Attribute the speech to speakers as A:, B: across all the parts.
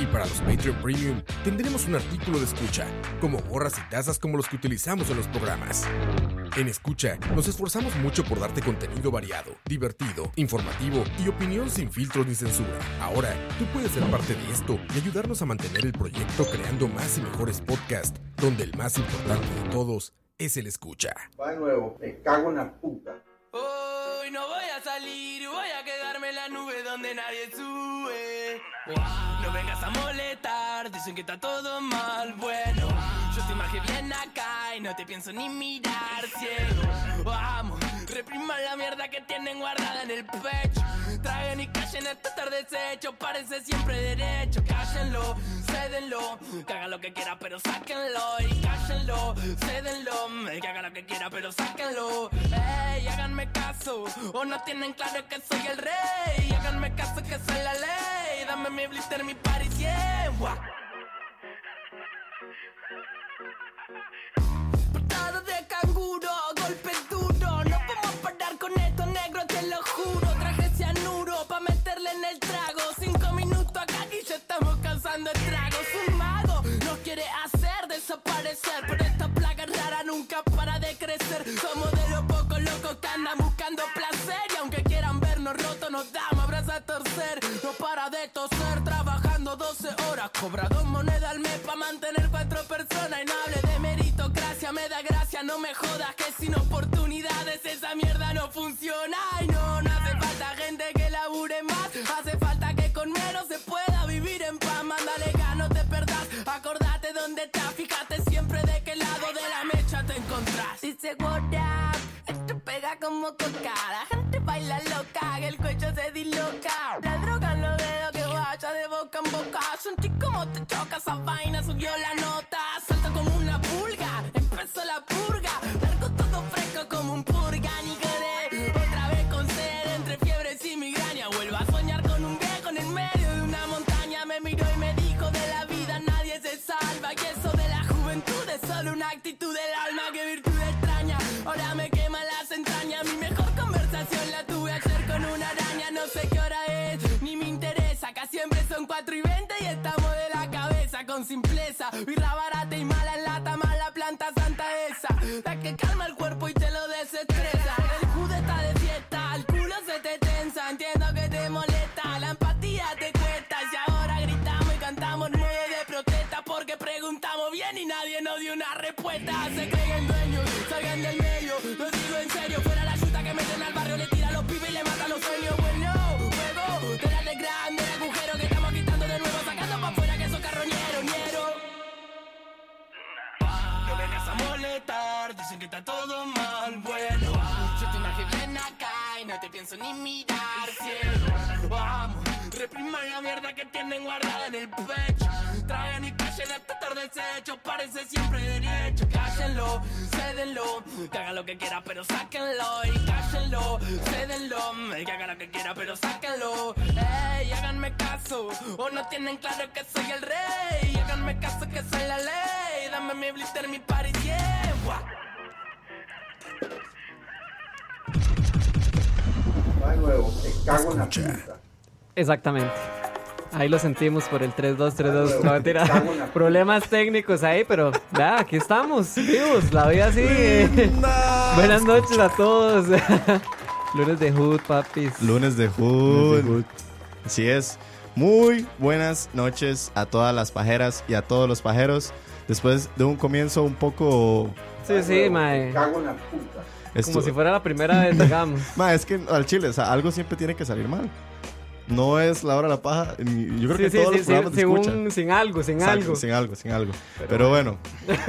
A: Y para los Patreon Premium tendremos un artículo de escucha, como gorras y tazas como los que utilizamos en los programas. En Escucha nos esforzamos mucho por darte contenido variado, divertido, informativo y opinión sin filtros ni censura. Ahora, tú puedes ser parte de esto y ayudarnos a mantener el proyecto creando más y mejores podcasts, donde el más importante de todos es el Escucha.
B: Va de nuevo, me cago en la puta.
C: Hoy no voy a salir, voy a quedarme en la nube donde nadie sube. No vengas a molestar, dicen que está todo mal, bueno. Yo estoy más que bien acá y no te pienso ni mirar, ciego. Vamos, repriman la mierda que tienen guardada en el pecho. Traguen y callen hasta estar deshecho, parece siempre derecho. Cállenlo, cédenlo, que haga lo que quiera, pero sáquenlo. Y cállenlo, cédenlo, eh, que haga lo que quiera, pero sáquenlo. Ey, háganme caso, o no tienen claro que soy el rey. Háganme caso que soy la ley, dame mi blister, mi paris, yeah. Guau. Patada de canguro, golpe duro. No vamos a parar con esto, negro, te lo juro. Traje cianuro pa' meterle en el trago. Cinco minutos acá y ya estamos cansando el trago. Es un mago, nos quiere hacer desaparecer. Pero esta plaga rara nunca para de crecer. Somos de los pocos locos que andan buscando placer. Y aunque quieran vernos rotos, nos damos abrazos a torcer. No para de toser, trabajando 12 horas. Cobra dos monedas al mes pa' mantener cuatro personas. Y no hable de meritocracia, me da gracia, no me jodas. Que sin oportunidades esa mierda no funciona. Y no, no hace falta gente que labure más. Hace falta que con menos se pueda vivir en paz. Mándale ganas, no te perdás. Acordate dónde estás, fíjate siempre de qué lado de la mecha te encontrás. Dice what up, esto pega como coca. La gente baila loca, que el cuello se disloca. La droga en los dedos que vaya de boca en boca. Sentí como te choca esa vaina, subió la nota. Salta como una pulga, empezó la purga. Largo todo fresco como un purga, ni queré. Otra vez con sed, entre fiebres y migraña. Vuelvo a soñar con un viejo en el medio de una montaña. Me miró y me dijo de la vida nadie se salva. Y eso de la juventud es solo una actitud del alma. Que virtud extraña, ahora me quema las entrañas. Mi mejor conversación la tuve ayer con una araña. No sé qué hora es, ni me interesa. Acá siempre son 4 y 20 y estamos de la cabeza con simpleza. Birra barata y mala en lata, mala planta santa esa. La que calma el cuerpo y te lo desestresa. El judo está de fiesta, el culo se te tensa. Entiendo que te molesta, la empatía te cuesta. Y ahora gritamos y cantamos nueve de protesta. Porque preguntamos bien y nadie nos dio una respuesta. Se creen dueños, salgan del medio. Lo digo en serio, fuera la chuta que meten al barrio. Le tira a los pibes y le matan los sueños. Bueno, juego, te das de grande el agujero que estamos quitando de nuevo. Sacando pa' fuera que esos carroñeros, ñero. No vengas a molestar, dicen que está todo mal, bueno. Yo te imagino bien acá y no te pienso ni mirar, cielo. Vamos, repriman la mierda que tienen guardada en el pecho. Traigan y callen hasta estar deshecho, parece siempre derecho. Cállenlo, cédenlo, que haga lo que quiera, pero sáquenlo. Y cállenlo, cédenlo, que haga lo que quiera, pero sáquenlo. Ey, háganme caso, o no tienen claro que soy el rey. Háganme caso que soy la ley, dame mi blister, mi party, yeah. Guau.
B: Va de nuevo, me cago en la puta.
D: Exactamente. Ahí lo sentimos por el 3-2-3-2. No, mentira.
B: Cago en la-
D: Problemas técnicos ahí, pero ya, aquí estamos, vivos. La vida sigue. Buenas noches a todos. Lunes de Hood, papis.
E: Lunes de Hood. Así es. Muy buenas noches a todas las pajeras y a todos los pajeros. Después de un comienzo un poco...
B: Va
D: Sí,
B: de
D: sí,
B: nuevo,
D: mae.
B: Me cago en la puta.
D: Como
E: estu-
D: si fuera la primera vez, digamos.
E: Ma, es que al chile, o sea, algo siempre tiene que salir mal. No es la hora de la paja. ni- Yo creo
D: Sí,
E: que
D: sí,
E: todos
D: sí, sí,
E: los programas de
D: sin,
E: escucha.
D: un- sin algo, sin
E: Exacto,
D: algo.
E: Sin algo, sin algo. Pero bueno,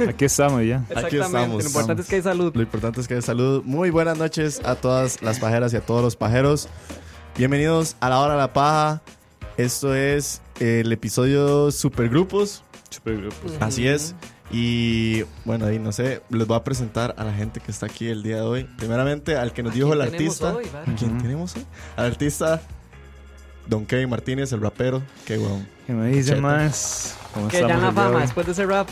F: Aquí estamos ya.
D: Exactamente.
E: estamos,
D: Lo importante es que hay salud.
E: lo importante es que salud. Muy buenas noches a todas las pajeras y a todos los pajeros. Bienvenidos a la hora de la paja. Esto es el episodio Supergrupos. pues,
F: Supergrupos.
E: Así es. Y bueno, ahí no sé, les voy a presentar a la gente que está aquí el día de hoy. Primeramente al que nos
D: ¿A
E: dijo el
D: quién tenemos
E: artista.
D: hoy, vale?
E: ¿Quién
F: Ujú.
E: tenemos hoy? Al artista Don Kevin Martínez, el rapero. Qué guau.
F: Que me dice
E: Cheto.
F: más. ¿Cómo
D: Que ya
F: estamos
D: la
F: el día de
D: fama
F: hoy?
D: después de ese rap.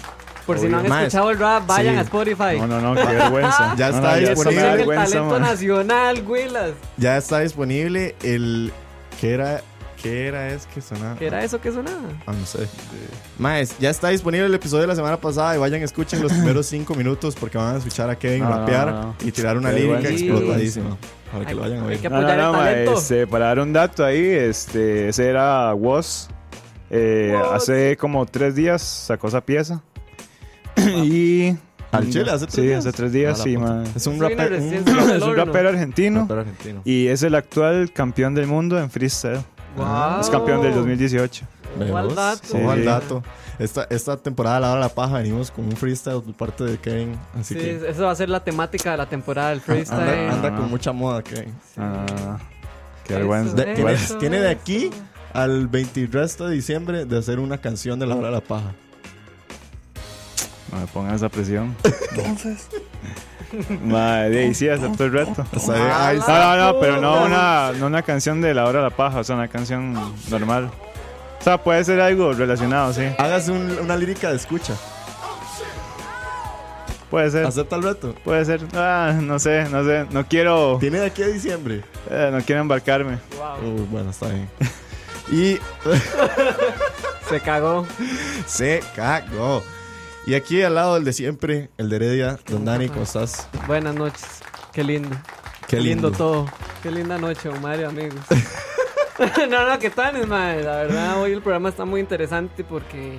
D: Por si
E: Obvio.
D: no han
E: Más.
D: escuchado el rap, vayan
E: Sí.
D: a Spotify.
F: No, no, no, qué vergüenza.
E: Ya
F: No,
E: está
F: no, eso me da
D: Ese
E: disponible.
D: es el
F: vergüenza,
D: talento
F: man.
D: nacional, Willas.
E: Ya está disponible el. ¿Qué era? ¿Qué era? Es que sonaba.
D: ¿Qué era eso que sonaba?
E: Ah, no sé. Maes, ya está disponible el episodio de la semana pasada y vayan, escuchen los primeros cinco minutos porque van a escuchar a Kevin
F: No, no,
E: rapear
F: no, no.
E: y tirar una
F: Qué
E: lírica
D: vergüenza.
E: explotadísima. Para que
D: Ay,
E: lo vayan a
D: hay
E: oír.
D: que
F: No,
D: apoyar
F: no,
D: el
F: no, ma,
D: talento.
F: este, para dar un dato ahí, este, ese era Woz. eh,
D: Woz.
F: Hace como tres días sacó esa pieza. y.
E: ¿Al chile? ¿Hace tres
F: sí,
E: días?
F: hace tres días,
E: A la
F: sí,
E: puta.
F: man.
E: Es un
D: Soy una
E: rapero.
D: recién
E: un
D: sacada del
F: Es un
D: horno.
F: rapero argentino.
E: rapero argentino.
F: Y es el actual campeón del mundo en freestyle.
D: Wow.
F: Es campeón
D: Ah.
F: del 2018.
E: Ve
D: Ojo al
E: vos,
D: dato.
E: ojo al
F: Sí.
E: dato. Esta, esta temporada de la hora de la paja venimos con un freestyle por parte de Kevin. Así
D: Sí,
E: que
D: eso va a ser la temática de la temporada del freestyle.
E: anda, anda
F: Ah.
E: con mucha moda, Kevin.
F: Ah,
D: Eso
F: qué
D: eh.
F: vergüenza.
E: De-
D: Eso,
E: tiene,
D: eso.
E: tiene de aquí al 20 resto de diciembre de hacer una canción de la hora de la paja.
F: No me pongan esa presión. Entonces. Madre, y sí, aceptó el reto.
E: O sea, ahí
D: la-
E: está.
F: No, no, no, pero no una, no una canción de la hora de la paja, o sea, una canción normal. O sea, puede ser algo relacionado, sí.
E: Hágase un- una lírica de escucha.
F: Puede ser.
E: Acepta el reto.
F: Puede ser. Ah, no sé, no sé. No quiero.
E: Tiene de aquí a diciembre.
F: eh, no quiero embarcarme.
D: Wow,
E: Uh, bueno, está bien. Y
D: se cagó.
E: se cagó. Y aquí al lado del de siempre, el de Heredia, don Dani, ¿cómo estás?
D: Buenas noches. Qué lindo. Qué lindo. todo. Qué linda noche, Omar y amigos. no, no, qué tal, madre. La verdad, hoy el programa está muy interesante porque,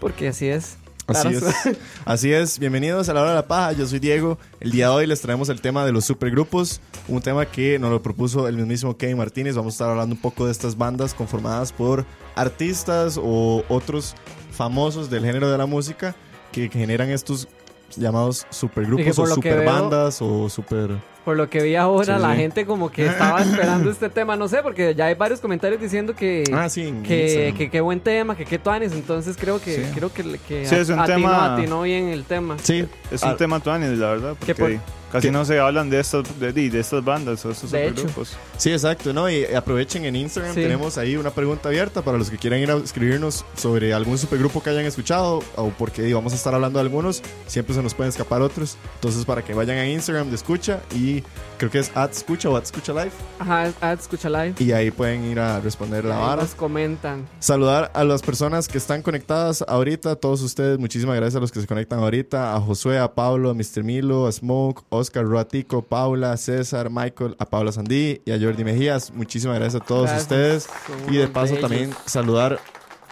D: porque así es.
E: Así
D: Claro.
E: es. Así es. Bienvenidos a la hora de la paja. Yo soy Diego. El día de hoy les traemos el tema de los supergrupos, un tema que nos lo propuso el mismísimo Kevin Martínez. Vamos a estar hablando un poco de estas bandas conformadas por artistas o otros famosos del género de la música que generan estos llamados
D: Y que
E: supergrupos o
D: por lo que veo-
E: superbandas o super
D: Por lo que vi ahora,
E: Sí,
D: la
E: sí.
D: gente como que estaba esperando este tema, no sé, porque ya hay varios comentarios diciendo que
E: Ah, sí, en
D: que,
E: Instagram.
D: que qué buen tema, que qué tuanes, entonces creo que
F: Sí.
D: creo que, que
F: Sí, es un
D: atinó,
F: tema-
D: atinó bien el tema.
E: Sí,
F: Es un
E: Ah,
F: tema tuanis, la verdad. Porque
D: por-
F: casi
E: que-
F: no se hablan de estas, de, de estas bandas o estos
D: De hecho.
F: grupos.
E: Sí, exacto, ¿no? Y aprovechen en Instagram,
D: Sí.
E: tenemos ahí una pregunta abierta para los que quieran ir a escribirnos sobre algún supergrupo que hayan escuchado o porque di, vamos a estar hablando de algunos, siempre se nos pueden escapar otros. Entonces, para que vayan a Instagram de Escucha y creo que es at Escucha o at Escucha Live
D: Ajá, ah, escucha live.
E: y ahí pueden ir a responder la
D: Ahí
E: vara.
D: nos comentan.
E: Saludar a las personas que están conectadas ahorita, todos ustedes, muchísimas gracias a los que se conectan ahorita, a Josué, a Pablo, a Mr. Milo, a Smoke, Oscar Roatico, Paula, César, Michael, a Paula Sandí y a Jordi Mejías, muchísimas gracias a todos
D: Gracias.
E: ustedes
D: Son
E: y de
D: unos
E: paso
D: bellos.
E: también saludar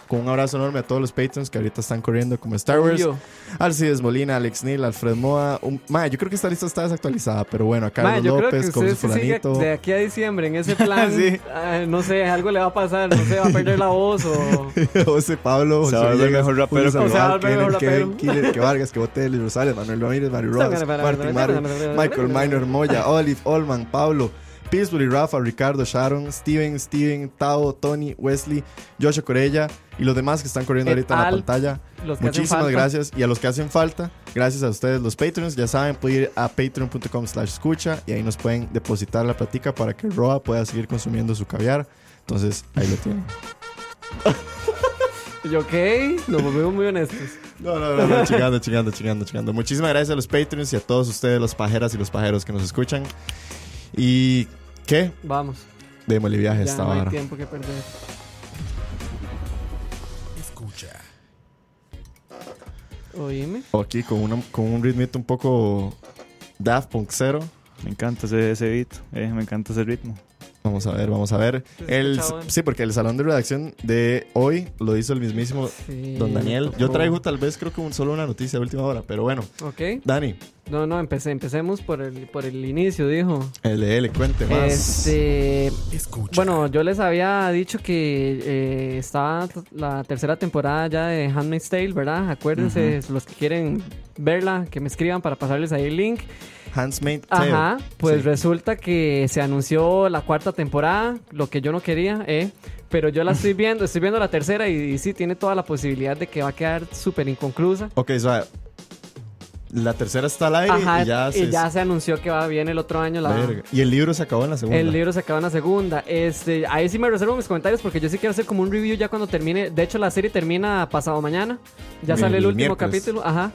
E: con un abrazo enorme a todos los patrons que ahorita están corriendo como Star Wars,
D: Obvio.
E: Alcides Molina, Alex Neil, Alfred Moa, un- ma, yo creo que esta lista está desactualizada, pero bueno, a Carlos
D: Ma, yo creo que
E: López, como
D: usted
E: su
D: si sigue
E: fulanito.
D: de aquí a diciembre en ese plan,
E: Sí.
D: ah, no sé, algo le va a pasar, no sé, va a perder la voz o
E: José Pablo, José
F: Se va a volver
E: Villegas,
F: mejor rapero
E: Julio
D: como-
E: Sandoval,
D: Se va a volver
E: Kevin,
D: mejor
E: Kevin, Killer, que Vargas, que Botelho, Rosales, Manuel Ramírez, Mario Rojas, Martin Mario, Michael Minor, Moya, Olive, Olman, Pablo, Pillsbury, Rafa, Ricardo, Sharon, Steven, Steven, Tao, Tony, Wesley, Joshua Corella y los demás que están corriendo
D: Et
E: ahorita en la
D: al.
E: pantalla.
D: los que hacen
E: Muchísimas
D: falta.
E: gracias y a los que hacen falta, gracias a ustedes los Patreons, ya saben, pueden ir a patreon.com slash escucha y ahí nos pueden depositar la platica para que Roa pueda seguir consumiendo su caviar. Entonces, ahí lo tienen.
D: Y ok, nos volvemos muy honestos.
E: No, no, no, no, chingando, chingando, chingando, chingando. Muchísimas gracias a los Patreons y a todos ustedes, los pajeras y los pajeros que nos escuchan. ¿Y qué?
D: Vamos.
E: Démosle viaje a
D: Ya
E: esta
D: no hay
E: vara.
D: tiempo que perder.
A: Escucha.
D: Oíme.
E: O aquí con, una- con un ritmito un poco Daft Punk cero.
F: Me encanta ese, ese beat, eh, me encanta ese ritmo.
E: Vamos a ver, vamos a ver. El,
D: escucha bueno.
E: sí, porque el salón de redacción de hoy lo hizo el mismísimo
D: Sí,
E: Don Daniel.
D: me
E: Yo
D: tocó.
E: traigo tal vez creo que un, solo una noticia de última hora, pero bueno.
D: Ok.
E: Dani,
D: No, no, empecé, empecemos por el, por el inicio, dijo.
E: LL, cuente más.
D: Este,
A: Escucha.
D: bueno, yo les había dicho que eh, estaba t- la tercera temporada ya de Handmaid's Tale, ¿verdad? Acuérdense, los que quieren verla, que me escriban para pasarles ahí el link.
E: Handsmaid Tale.
D: Ajá, pues
E: Sí.
D: resulta que se anunció la cuarta temporada, lo que yo no quería, ¿eh? Pero yo la estoy viendo, estoy viendo la tercera y, y sí, tiene toda la posibilidad de que va a quedar súper inconclusa.
E: Ok, o sea, la tercera está al aire
D: Ajá,
E: y ya se...
D: se anunció que va bien el otro año la...
E: Verga. Y el libro se acabó en la segunda.
D: El libro se acaba en la segunda. Este, ahí sí me reservo mis comentarios porque yo sí quiero hacer como un review ya cuando termine. De hecho, la serie termina pasado mañana. Ya
E: El
D: sale el último
E: miércoles.
D: capítulo. Ajá.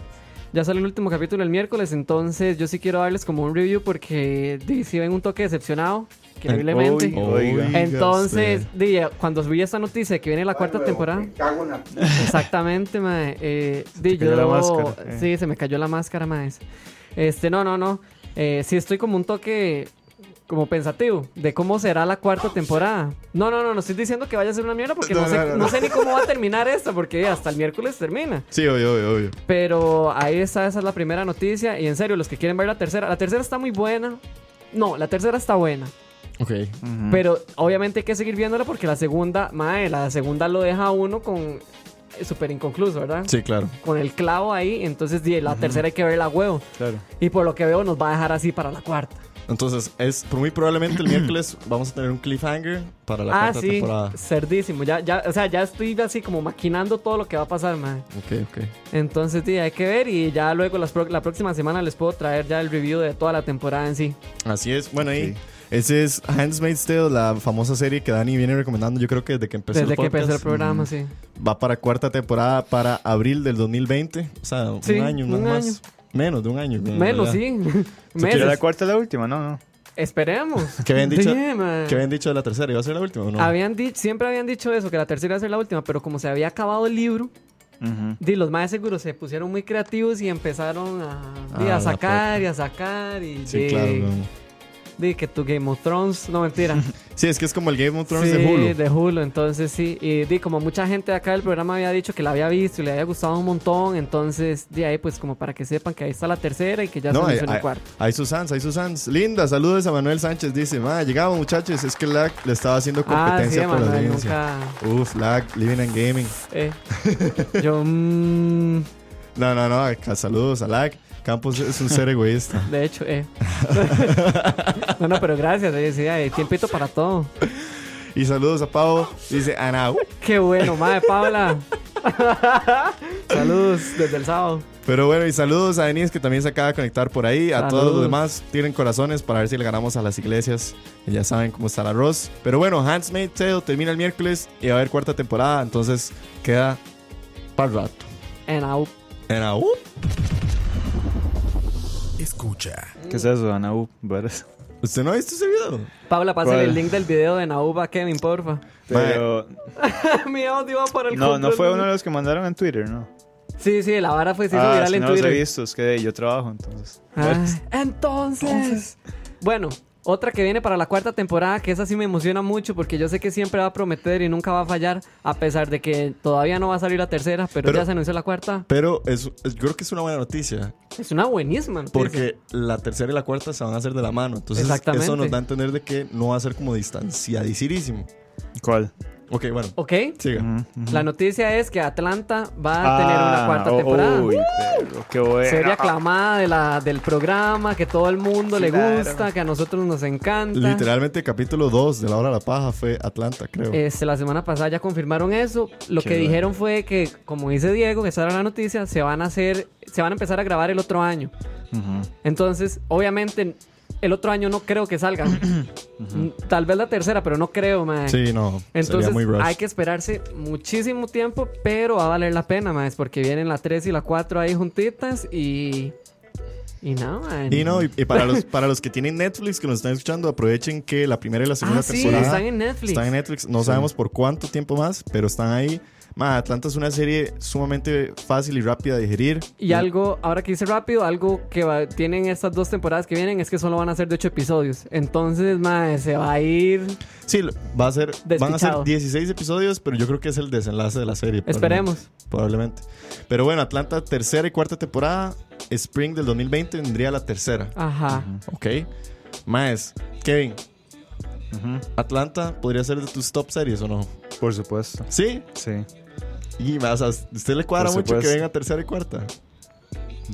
D: Ya sale el último capítulo el miércoles. Entonces, yo sí quiero darles como un review porque di, sí ven un toque decepcionado. Increíblemente.
F: Uy, Oiga.
D: Entonces,
E: sí.
D: di, cuando vi esta noticia de que viene la cuarta temporada,
B: Me cago en la puta.
D: Exactamente, mae. Eh, di,
F: cayó la
D: yo-
F: máscara, eh.
D: Sí, se me cayó la máscara, mae. Este, no, no, no. Eh, sí, estoy como un toque como pensativo de cómo será la cuarta temporada. No, no, no, no estoy diciendo que vaya a ser una mierda porque no,
E: No,
D: sé,
E: no, no,
D: no
E: no.
D: sé ni cómo va a terminar esta porque hasta el miércoles termina.
E: Sí, obvio, obvio, obvio.
D: Pero ahí está, esa es la primera noticia. Y en serio, los que quieren ver la tercera, la tercera está muy buena. No, la tercera está buena.
E: Ok.
F: Ujú.
D: Pero obviamente hay que seguir viéndola porque la segunda, mae, la segunda lo deja a uno con eh, súper inconcluso, ¿verdad?
E: Sí, claro.
D: con el clavo ahí, entonces di, la tercera hay que ver la huevo.
F: Claro.
D: Y por lo que veo nos va a dejar así para la cuarta.
E: Entonces, es por muy probablemente el miércoles vamos a tener un cliffhanger para la
D: ah,
E: cuarta
D: sí,
E: temporada.
D: cerdísimo. Ya, ya, o sea, ya estoy así como maquinando todo lo que va a pasar, man.
E: Ok, ok.
D: Entonces, di, hay que ver y ya luego las pro- la próxima semana les puedo traer ya el review de toda la temporada en sí.
E: Así es. Bueno, ahí.
F: Sí.
E: Ese es Handsmaid's Tale, la famosa serie que Dani viene recomendando. Yo creo que desde que empezó
D: Desde
E: Pues el
D: que empezó el
E: podcast. mm,
D: programa, sí.
E: Va para cuarta temporada para abril del 2020. O sea,
D: Sí,
E: un año, no
D: un
E: más.
D: año.
E: Menos de un año. en
D: Menos,
E: realidad.
D: sí.
F: ¿Será la
D: Meses.
F: cuarta o la última? No, no.
D: Esperemos.
E: ¿Qué habían dicho?
D: Di, man. Ah,
E: ¿Qué habían dicho de la tercera? ¿Iba a ser la última o no?
D: Habían dicho, siempre habían dicho eso, que la tercera iba a ser la última, pero como se había acabado el libro,
F: Ujú.
D: Di, los más seguros se pusieron muy creativos y empezaron a, di, a
E: Ah, la
D: sacar
E: puta.
D: y a sacar y
E: Sí,
D: di-
E: claro. no.
D: di que tu Game of Thrones, no mentira.
E: Sí, es que es como el Game of Thrones
D: Sí,
E: de Hulu.
D: de Hulu, entonces sí. Y di, como mucha gente de acá del programa había dicho que la había visto y le había gustado un montón, entonces de ahí pues como para que sepan que ahí está la tercera y que ya
E: No,
D: se
E: hay,
D: menciona
E: hay,
D: el cuarto.
E: hay Susans, hay Susans. Linda, saludos a Manuel Sánchez. Dice, ma, llegamos muchachos, es que LAC le estaba haciendo
D: Ah, sí,
E: competencia por la
D: Manuel,
E: audiencia.
D: nunca...
E: Uf, LAC, Living and Gaming.
D: eh. Yo, mm,
E: No, no, no, acá saludos a LAC. Campos es un ser egoísta.
D: de hecho, eh. no, no, pero gracias, eh, sí, hay tiempito para todo.
E: Y saludos a Pavo. Dice, Ana.
D: Qué bueno, madre Paula. Saludos desde el sábado.
E: Pero bueno, y saludos a Denise que también se acaba de conectar por ahí. A todos los
D: Saludos.
E: demás tienen corazones para ver si le ganamos a las iglesias. Y ya saben cómo está el arroz. Pero bueno, Hands Made Tale termina el miércoles y va a haber cuarta temporada. Entonces queda para rato.
D: En au.
E: Ana, uh.
A: Escucha.
F: ¿Qué es eso, Ana? Uh, varas.
E: ¿Usted no ha visto ese video?
D: Paula, pásale
F: ¿Cuál?
D: el link del video de Naub a Kevin, porfa.
F: Pero
D: Mi audio va para el
F: no, no
D: control.
F: fue uno de los que mandaron en Twitter, ¿no?
D: Sí, sí, la vara fue se hizo
F: Ah,
D: viral
F: es que
D: en
F: no los he
D: Twitter.
F: visto, es que yo trabajo, entonces.
D: Ah, entonces. Bueno, otra que viene para la cuarta temporada, que esa sí me emociona mucho porque yo sé que siempre va a prometer y nunca va a fallar, a pesar de que todavía no va a salir la tercera, pero,
E: Pero-
D: ya se anunció la cuarta.
E: Pero es, es- yo creo que es una buena noticia.
D: Es una buenísima. noticia.
E: Porque la tercera y la cuarta se van a hacer de la mano. Entonces
D: Exactamente.
E: eso nos da a entender de que no va a ser como distanciadísimo.
F: ¿Cuál? Mm.
E: Ok, bueno.
D: ¿Ok?
E: Siga.
D: Mm. La noticia es que Atlanta va a Ah, tener una cuarta temporada.
F: Ah, oh, Uy, perro, qué bueno.
D: Serie aclamada de la, del programa, que todo el mundo le
F: Claro.
D: gusta, que a nosotros nos encanta.
E: Literalmente capítulo 2 de La Hora de la Paja fue Atlanta, creo.
D: Este, la semana pasada ya confirmaron eso. Lo
F: Qué
D: que
F: bueno.
D: dijeron fue que, como dice Diego, que esa era la noticia, se van a hacer, se van a empezar a grabar el otro año.
F: Ujú.
D: Entonces, obviamente, el otro año no creo que salga. Tal vez la tercera, pero no creo, man.
E: Sí, no. sería
D: Entonces
E: muy rush.
D: hay que esperarse muchísimo tiempo, pero va a valer la pena, más porque vienen la 3 y la 4 ahí juntitas y... Y nada, mae.
E: Y no, y, y para, los, para los que tienen Netflix que nos están escuchando, aprovechen que la primera y la segunda
D: Ah, sí,
E: temporada
D: están en Netflix.
E: están en Netflix. No sabemos por cuánto tiempo más, pero están ahí. Ma, Atlanta es una serie sumamente fácil y rápida de digerir. Mm.
D: Y algo, ahora que hice rápido, algo que va- tienen estas dos temporadas que vienen es que solo van a ser de 8 episodios. Entonces, mae, se va a ir...
E: Sí, lo- va a ser, van a ser
D: Despichado.
E: 16 episodios, pero yo creo que es el desenlace de la serie.
D: Esperemos.
E: Probablemente. probablemente. Pero bueno, Atlanta, tercera y cuarta temporada. Spring del 2020 vendría la tercera.
D: Ajá.
E: Ok. Más, Kevin, Atlanta podría ser de tus top series o no?
F: Por supuesto.
E: Sí.
F: Sí.
E: Y más, a usted le cuadra
F: Por
E: mucho que
F: supuesto.
E: venga tercera y cuarta.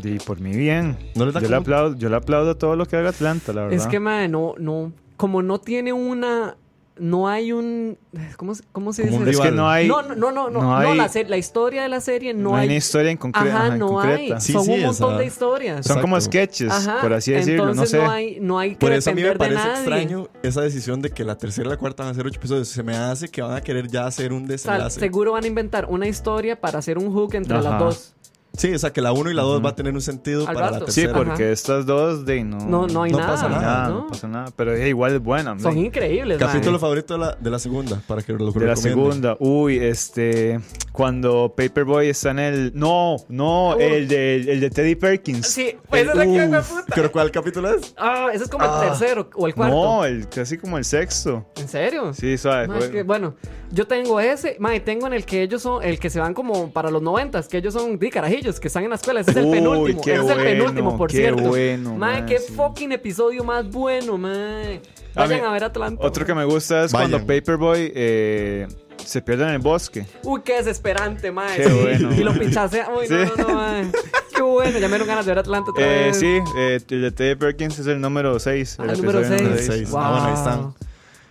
F: Y por mi bien.
E: ¿No les da
F: yo, le
E: como-
F: aplaudo, yo le aplaudo todo lo que haga Atlanta, la verdad.
D: Es que, madre, no, no. Como no tiene una. No hay un. ¿Cómo, se- cómo se
E: Como
D: dice?
E: un
F: Es que
E: rival.
F: no hay.
D: no, no, no, no, no,
F: hay-
D: la, se- la historia de la serie no,
F: no hay
D: hay.
F: una historia en, concre-
D: Ajá,
F: ajá, en
D: no hay.
F: concreta.
E: Sí,
D: Son un
E: sí,
D: montón
E: esa-
D: de historias.
F: Son como
E: Exacto.
F: sketches,
D: Ajá,
F: por así decirlo. No
D: entonces
F: sé.
D: No hay, no hay que
E: Por eso a mí me
D: depender de
E: parece
D: nadie.
E: extraño esa decisión de que la tercera y la cuarta van a ser ocho episodios. Se me hace que van a querer ya hacer un
D: O sea,
E: desenlace.
D: seguro van a inventar una historia para hacer un hook entre
F: Ajá.
D: las dos.
E: sí, o sea, que la uno y la dos va a tener un sentido
D: Al
E: para la
D: rato.
F: Sí,
E: tercera.
F: porque
D: Ajá.
F: estas dos de no,
D: No, no hay
E: No
D: nada.
E: pasa
F: pasa nada, no
D: ¿no?
F: pasa nada. Pero eh, igual es buena.
D: Son
F: man.
D: increíbles.
E: Capítulo
D: mae.
E: favorito de la, de la segunda, para que lo
F: De la
E: recomienden.
F: segunda. Uy, este. Cuando Paperboy está en el. No, no, el, de, el de Teddy Perkins.
D: Sí, pues esa es la que
E: Uf,
D: me puta.
E: ¿Pero cuál capítulo es?
D: Ah, ese es como
E: Ah.
D: el tercero o el cuarto.
F: No, el, casi como el sexto.
D: ¿En serio?
F: Sí, suave.
D: Mae,
F: fue-
D: es que, bueno, yo tengo ese, mae, tengo en el que ellos son, el que se van como para los noventas, que ellos son di carajillos, que están en la escuela. Ese es el
F: Uy,
D: penúltimo,
F: qué
D: ese es el penúltimo,
F: bueno,
D: por
F: qué
D: cierto.
F: bueno,
D: mae,
F: mae,
D: qué
F: sí.
D: fucking episodio más bueno, mae.
F: A
D: Vayan
F: mí-
D: a, ver Atlanta.
F: Otro que
D: mae.
F: me gusta es
E: Vayan.
F: cuando Paperboy eh, se pierde en el bosque.
D: Uy, qué desesperante, mae.
F: Qué
D: Sí,
F: bueno,
D: Y lo
F: mae.
D: pinchase. Uy,
F: Sí.
D: no, no, no, mae. Qué bueno, ya me dieron ganas de ver Atlanta otra
F: Eh,
D: vez.
F: sí, eh, el de Teddy Perkins es el número 6.
D: Ah, el número
E: El
D: seis.
E: seis.
D: Wow.
E: Ah, bueno, ahí están.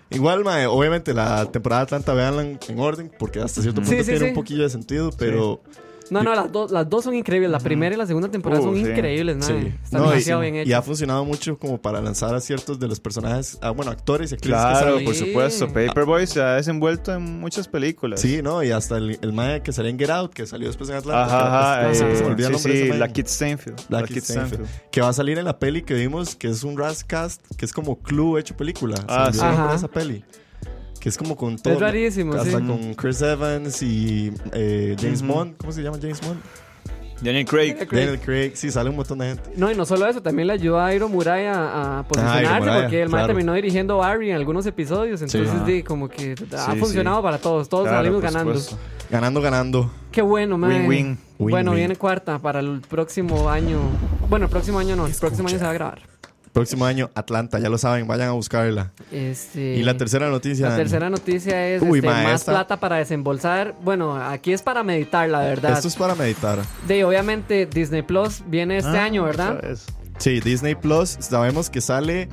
E: Igual, mae, obviamente la temporada de Atlanta veanla en orden, porque hasta cierto punto
D: Sí, sí,
E: tiene
D: sí.
E: un poquillo de sentido, pero...
D: No, no, las, dos las dos son increíbles. La primera y la segunda temporada
F: Uh,
D: son
F: sí.
D: increíbles, mae.
E: Sí.
D: Están
E: No, y-
D: demasiado bien
E: Y ha
D: hechas.
E: funcionado mucho como para lanzar a ciertos de los personajes, ah, bueno, actores y actrices que
F: Claro,
E: salen.
F: por
D: Sí.
F: supuesto. Paperboy se ha desenvuelto en muchas películas.
E: Sí, ¿no? Y hasta el, el mae que salía en Get Out, que salió después en Atlanta.
F: Ajá, ajá.
E: que-
D: eh,
E: se me olvidó el
F: sí,
E: nombre de
F: sí,
E: ese mae.
F: la Kid Steinfeld.
E: Lucky
F: Lucky
E: Stanfield. Que va a salir en la peli que vimos, que es un Rascast, que es como club hecho película. Se
F: Ah,
E: me olvidó el
D: sí.
E: nombre de
D: Ajá.
E: esa peli. Que es como con todo.
D: rarísimo,
E: Hasta
D: sí.
E: con Chris Evans y eh, James Bond. ¿Cómo se llama James Bond?
F: Daniel Craig.
D: Craig.
E: Daniel Craig. Sí, sale un montón de gente.
D: No, y no solo eso, también le ayudó a Airo Murai a, a posicionarse,
E: Airo Ah, Murai,
D: porque el man
E: claro.
D: terminó dirigiendo Barry en algunos episodios, entonces
F: Ajá.
D: di, como que ha
F: Sí,
D: funcionado
F: sí.
D: para todos, todos
F: Claro,
D: salimos
F: por
D: ganando.
F: supuesto.
E: Ganando, ganando.
D: Qué bueno, man.
F: Win-win.
E: Win-win.
D: Bueno, viene cuarta para el próximo año. Bueno, el próximo año no, el próximo año se va a grabar.
E: Próximo año, Atlanta. Ya lo saben, vayan a buscarla.
D: Este,
E: Y la tercera noticia.
D: la tercera noticia es
E: Uy,
D: este,
E: ma,
D: más
E: esta-
D: plata para desembolsar. Bueno, aquí es para meditar, la verdad.
E: Esto es para meditar.
D: De obviamente Disney Plus viene este
F: Ah,
D: año, ¿verdad?
F: ¿sabes?
E: Sí, Disney Plus, sabemos que sale.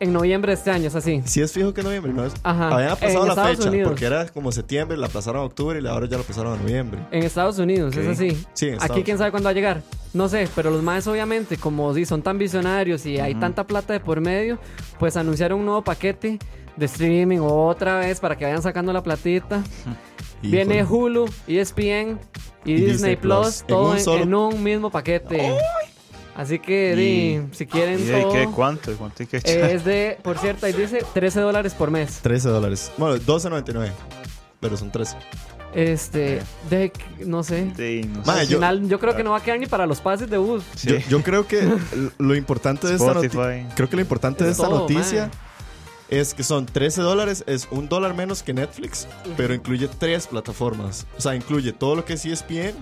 D: En noviembre de este año, es así.
E: Si es fijo que en noviembre, ¿no? es-
D: Ajá.
E: Habían pasado
D: En
E: la
D: Estados
E: fecha,
D: Unidos.
E: porque era como septiembre, la pasaron a octubre y ahora ya la pasaron a noviembre.
D: En Estados Unidos,
F: Ok.
D: es así.
E: Sí, en Estados-
D: Aquí quién sabe cuándo va a llegar. No sé, pero los maes obviamente, como sí, son tan visionarios y hay tanta plata de por medio, pues anunciaron un nuevo paquete de streaming otra vez para que vayan sacando la platita. Viene
E: Híjole.
D: Hulu, E ESPN y,
E: Y
D: Disney,
E: Disney Plus,
D: Plus,
E: en un
D: todo en,
E: solo-
D: en un mismo paquete. Así que di, si quieren
F: ¿Y de
D: todo,
F: qué? ¿Cuánto? ¿Cuánto hay que echar?
D: eh, es de, por cierto, ahí dice 13 dólares por mes.
E: 13 dólares. Bueno, 12.99. Pero son 13.
D: Este, de, no sé.
F: Sí, no sé.
E: Ma,
D: Al
E: Ah, yo-
D: final, yo creo que no va a quedar ni para los pases de bus.
F: Sí.
E: Yo, yo creo que l- lo importante de esta noticia.
F: Spotify.
E: Creo que lo importante de
D: Es
E: esta
D: todo,
E: noticia
D: man.
E: es que son 13 dólares, es un dólar menos que Netflix, pero incluye tres plataformas. O sea, incluye todo lo que es E ESPN,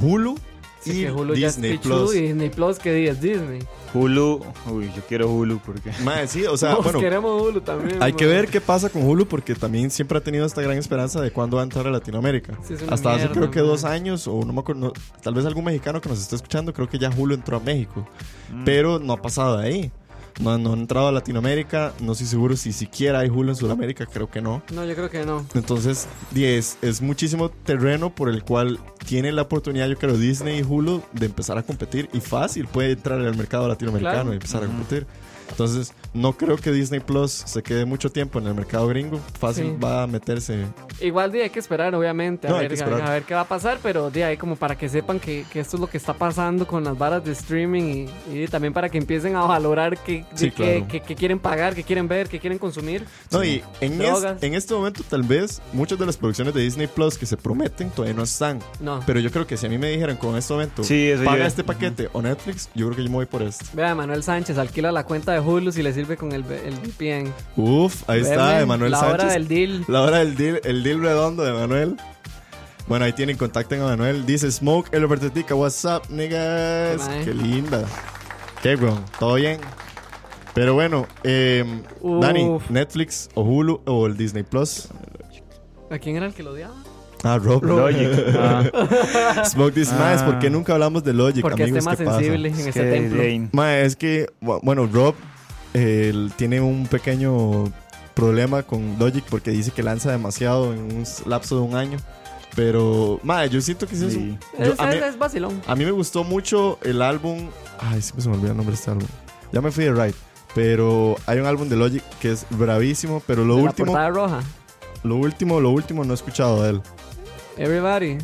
F: Ujú.
E: Hulu
D: Sí,
E: y
D: que Hulu ya es
E: Disney
D: pichudo
E: Plus.
D: y Disney Plus, que di, es Disney.
F: Hulu. Uy, yo quiero Hulu porque.
E: Mae, sí, o sea,
D: Todos
E: Ah, bueno,
D: queremos Hulu también.
E: Hay que
D: man.
E: ver qué pasa con Hulu porque también siempre ha tenido esta gran esperanza de cuándo va a entrar a Latinoamérica.
D: Sí, es una
E: Hasta hace
D: mierda,
E: creo que
D: man.
E: dos años o no me acuerdo, no- tal vez algún mexicano que nos esté escuchando, creo que ya Hulu entró a México,
D: Mm.
E: pero no ha pasado de ahí. No, no ha entrado a Latinoamérica, no estoy seguro si siquiera hay Hulu en Sudamérica, creo que no.
D: No, yo creo que no.
E: Entonces, 10 es muchísimo terreno por el cual tiene la oportunidad, yo creo, Disney y Hulu de empezar a competir y fácil puede entrar al mercado latinoamericano
D: Claro.
E: y empezar a competir. Entonces, no creo que Disney Plus se quede mucho tiempo en el mercado gringo. Fácil
D: Sí.
E: va a meterse.
D: Igual di, hay que esperar, obviamente, a,
E: No, hay
D: ver,
E: que esperar.
D: a ver qué va a pasar, pero de ahí como para que sepan que, que esto es lo que está pasando con las varas de streaming y, y también para que empiecen a valorar qué, de
E: Sí,
D: qué-
E: claro.
D: qué- qué quieren pagar, qué quieren ver, qué quieren consumir.
E: No, y en, es-
D: Drogas.
E: en este momento, tal vez, muchas de las producciones de Disney Plus que se prometen todavía no están.
D: No.
E: Pero yo creo que si a mí me dijeran con este momento,
F: Sí, eso
E: paga
F: yo-
E: este paquete o Netflix, yo creo que yo me voy por este.
D: Vea, Manuel Sánchez alquila la cuenta de Hulu si le sirve con el, el VPN.
E: Uf, ahí está,
D: Verme,
E: Emanuel
D: la
E: Sánchez.
D: hora del deal.
E: La hora del deal, el deal redondo de Manuel. Bueno, ahí tienen, contacten a Manuel. Dice Smoke, el Bertetica, what's up, niggas.
D: Mae.
E: Qué linda. Qué bueno, todo bien. Pero bueno, eh,
D: Uf.
E: Dani, Netflix o Hulu o el Disney Plus.
D: ¿A quién era el que lo odiaba?
E: Ah, Rob.
F: Logic. Ah,
E: Smoke this
F: Ah.
E: Maes, ¿por qué nunca hablamos de Logic,
D: Porque es
E: amigos?
D: tema
E: ¿Qué pasa?
D: sensible en
F: es
D: este
F: que,
D: templo.
F: Jane,
E: Mae, es que, bu- bueno, Rob eh, él tiene un pequeño problema con Logic porque dice que lanza demasiado en un s- lapso de un año. Pero, mae, yo siento que sí es
F: Sí.
E: un- yo-
D: es,
E: a, mí,
D: es- es vacilón.
E: a mí me gustó mucho el álbum. Ay, siempre se me olvida el nombre de este álbum. Ya me fui de Right. Pero hay un álbum de Logic que es bravísimo, pero lo
D: De La
E: último,
D: portada roja.
E: lo último, lo último no he escuchado de él.
D: Everybody.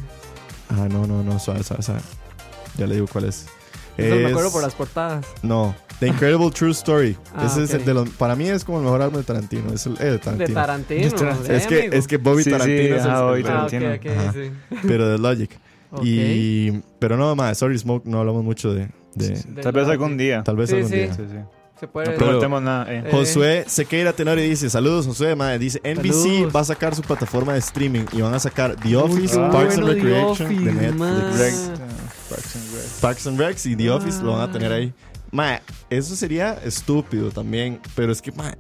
E: Ah, no, no, no, suave, suave, suave. Ya le digo cuál es.
D: Eso me
E: Es-
D: acuerdo por las portadas.
E: No, The Incredible True Story.
D: Ah,
E: Ese es
D: ok.
E: el de los, para mí es como el mejor álbum de Tarantino. Es el, eh, de Tarantino.
D: De Tarantino.
F: De Tarantino.
D: eh,
E: Es que,
D: amigo.
E: es que Bobby
F: Sí, sí,
E: Tarantino es el-
F: ajá, Bobby
E: el-
D: Ah, ok,
F: Tarantino.
D: ok,
E: Ajá.
D: sí.
E: pero de Logic.
D: Ok.
E: Y, pero no, más, Sorry Smoke, no hablamos mucho de. de-
D: Del
F: Tal vez
D: lado,
F: algún día.
E: tal vez
D: Sí,
E: algún
D: sí.
E: día.
F: Sí, sí.
D: Se
F: No
D: puede.
E: pero-
F: prometemos nada. eh.
D: Eh,
E: Josué Sequeira Tenorio dice: Saludos, Josué. Madre. Dice: NBC
D: Saludos.
E: va a sacar su plataforma de streaming y van a sacar The Office,
F: qué
E: Parks and
D: bueno The
E: Recreation,
D: Office,
E: de Netflix.
D: man.
F: Rec-
D: Ah.
F: Parks and Rec.
E: Parks and Recs y The Office lo van a tener
D: Ah.
E: ahí. Mae, eso sería estúpido también, pero es que, mae,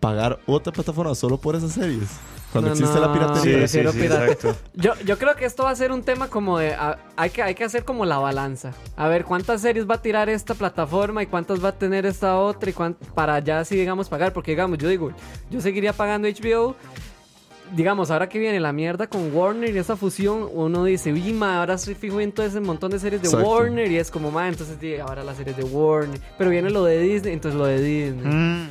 E: pagar otra plataforma solo por esas series. Cuando
D: No,
E: existe
D: no.
E: la
F: Sí,
E: piratería.
F: sí,
D: prefiero
F: sí,
D: pirata.
F: exacto.
D: Yo, yo creo que esto va a ser un tema como de. a- hay, que, hay que hacer como la balanza. A ver cuántas series va a tirar esta plataforma y cuántas va a tener esta otra y cuán- para ya así, digamos, pagar. Porque, digamos, yo digo, yo seguiría pagando HBO. Digamos, ahora que viene la mierda con Warner y esa fusión, uno dice, uy, ma, ahora estoy fijo en todo ese montón de series de
E: Exacto.
D: Warner y es como, ma, entonces di, ahora las series de Warner. Pero viene lo de Disney, entonces lo de Disney.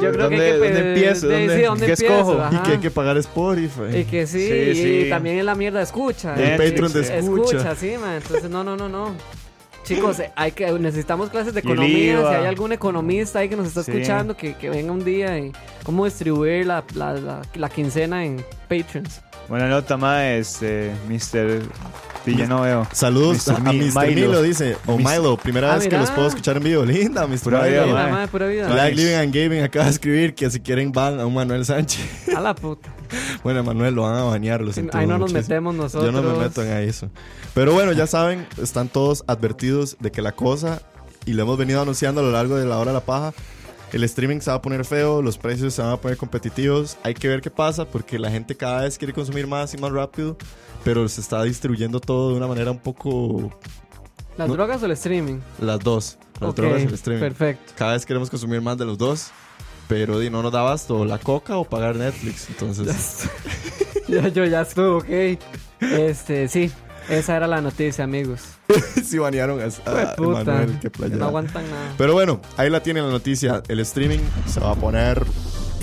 D: Yo creo que hay
F: ¿Dónde-
D: que
F: dónde
D: pe-
F: empiezo?
D: de-
F: ¿Dónde-
D: sí, ¿dónde
F: qué
D: empiezo? Ah.
F: escojo?
D: Ajá.
E: Y que hay que pagar Spotify.
D: Y que sí,
F: Sí,
D: y
F: sí.
D: también es la mierda escucha.
F: El
D: Eh,
E: Patreon
D: sí,
E: de
D: sí.
E: escucha.
D: sí, man. Entonces, no, no, no, no. Chicos, eh, hay que, necesitamos clases de
F: Y el
D: economía.
F: IVA.
D: Si hay algún economista ahí que nos está
F: Sí.
D: escuchando, que, que venga un día y cómo distribuir la, la, la, la quincena en Patreons.
F: Buena nota, más este, Mr. Villanoveo.
E: Saludos
F: Mr.
E: a, a
F: Mi-
E: Mr. Milo.
F: Milo.
E: dice. O
F: Mis-
E: Milo, primera
D: Ah,
E: vez que
D: mira.
E: los puedo escuchar en vivo. Linda, Mr.
F: Pura
E: Milo.
F: vida,
D: Pura
F: man.
D: madre, pura vida.
E: Black Living and Gaming acaba de escribir que si quieren van a un Manuel Sánchez.
D: A la puta.
E: Bueno, Manuel, lo van a bañar, lo sentimos
D: Ahí no nos
E: muchísimo.
D: metemos
E: Yo
D: nosotros.
E: no me meto en eso. Pero bueno, ya saben, están todos advertidos de que la cosa, y lo hemos venido anunciando a lo largo de la hora de la paja, el streaming se va a poner feo, los precios se van a poner competitivos. Hay que ver qué pasa porque la gente cada vez quiere consumir más y más rápido, pero se está distribuyendo todo de una manera un poco
D: ¿Las
E: No.
D: drogas o el streaming?
E: las dos, las
D: Ok,
E: drogas y el streaming.
D: Perfecto.
E: Cada vez queremos consumir más de los dos. Pero di, no nos da abasto o la coca o pagar Netflix. Entonces,
D: Yo, yo ya estuve, ok. Este, sí. Esa era la noticia, amigos.
E: sí banearon a, a
D: puta.
E: Manuel, qué playa.
D: No aguantan nada.
E: Pero bueno, ahí la tienen la noticia. El streaming se va a poner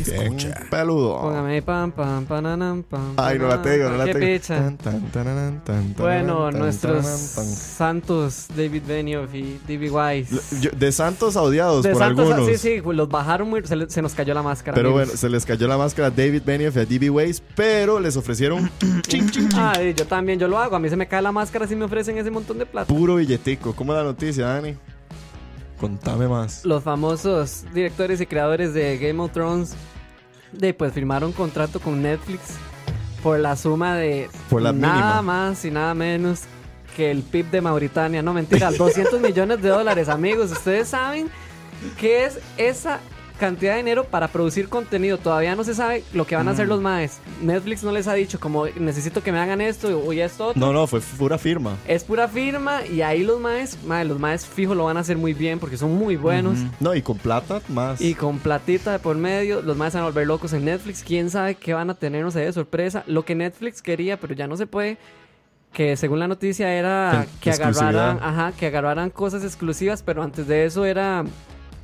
E: bien peludo.
D: Póngame ahí, pam, pam, pananam, pam.
E: Oh. Ay, no la
D: pananam,
E: tengo, no la
D: qué
E: tengo.
D: picha.
E: Tan, tan, tararán, tan, tararán,
D: Bueno,
E: tan,
D: nuestros
E: tararán,
D: santos David Benioff y D.B. Wise.
E: tan. Yo- De Santos a odiados
D: De
E: por
D: santos, ah,
E: algunos.
D: sí, sí, los bajaron muy... Se, le- se nos cayó la máscara.
E: Pero
D: amigos.
E: bueno, se les cayó la máscara a David Benioff y a DB Ways, pero les ofrecieron
D: Ay, Ah, yo también, yo lo hago. A mí se me cae la máscara si me ofrecen ese montón de plata.
E: puro billetico. ¿Cómo es la noticia, Dani? Contame más.
D: Los famosos directores y creadores de Game of Thrones, de, pues firmaron contrato con Netflix por la suma de
E: Por la mínima.
D: nada más y nada menos que el PIB de Mauritania. No, mentira, 200 millones de dólares, amigos. Ustedes saben qué es esa cantidad de dinero para producir contenido. Todavía no se sabe lo que van a
E: Mm.
D: hacer los maes. Netflix no les ha dicho como necesito que me hagan esto o ya esto. otro".
E: No, no, fue pura firma.
D: Es pura firma y ahí los maes, mae, los maes fijo lo van a hacer muy bien porque son muy buenos.
E: No, y con plata más.
D: Y con platita de por medio, los más van a volver locos en Netflix. ¿Quién sabe qué van a tener? No sé, de sorpresa. Lo que Netflix quería, pero ya no se puede. Que según la noticia era que
E: Que-
D: agarraran,
E: exclusividad.
D: ajá, que agarraran cosas exclusivas, pero antes de eso era,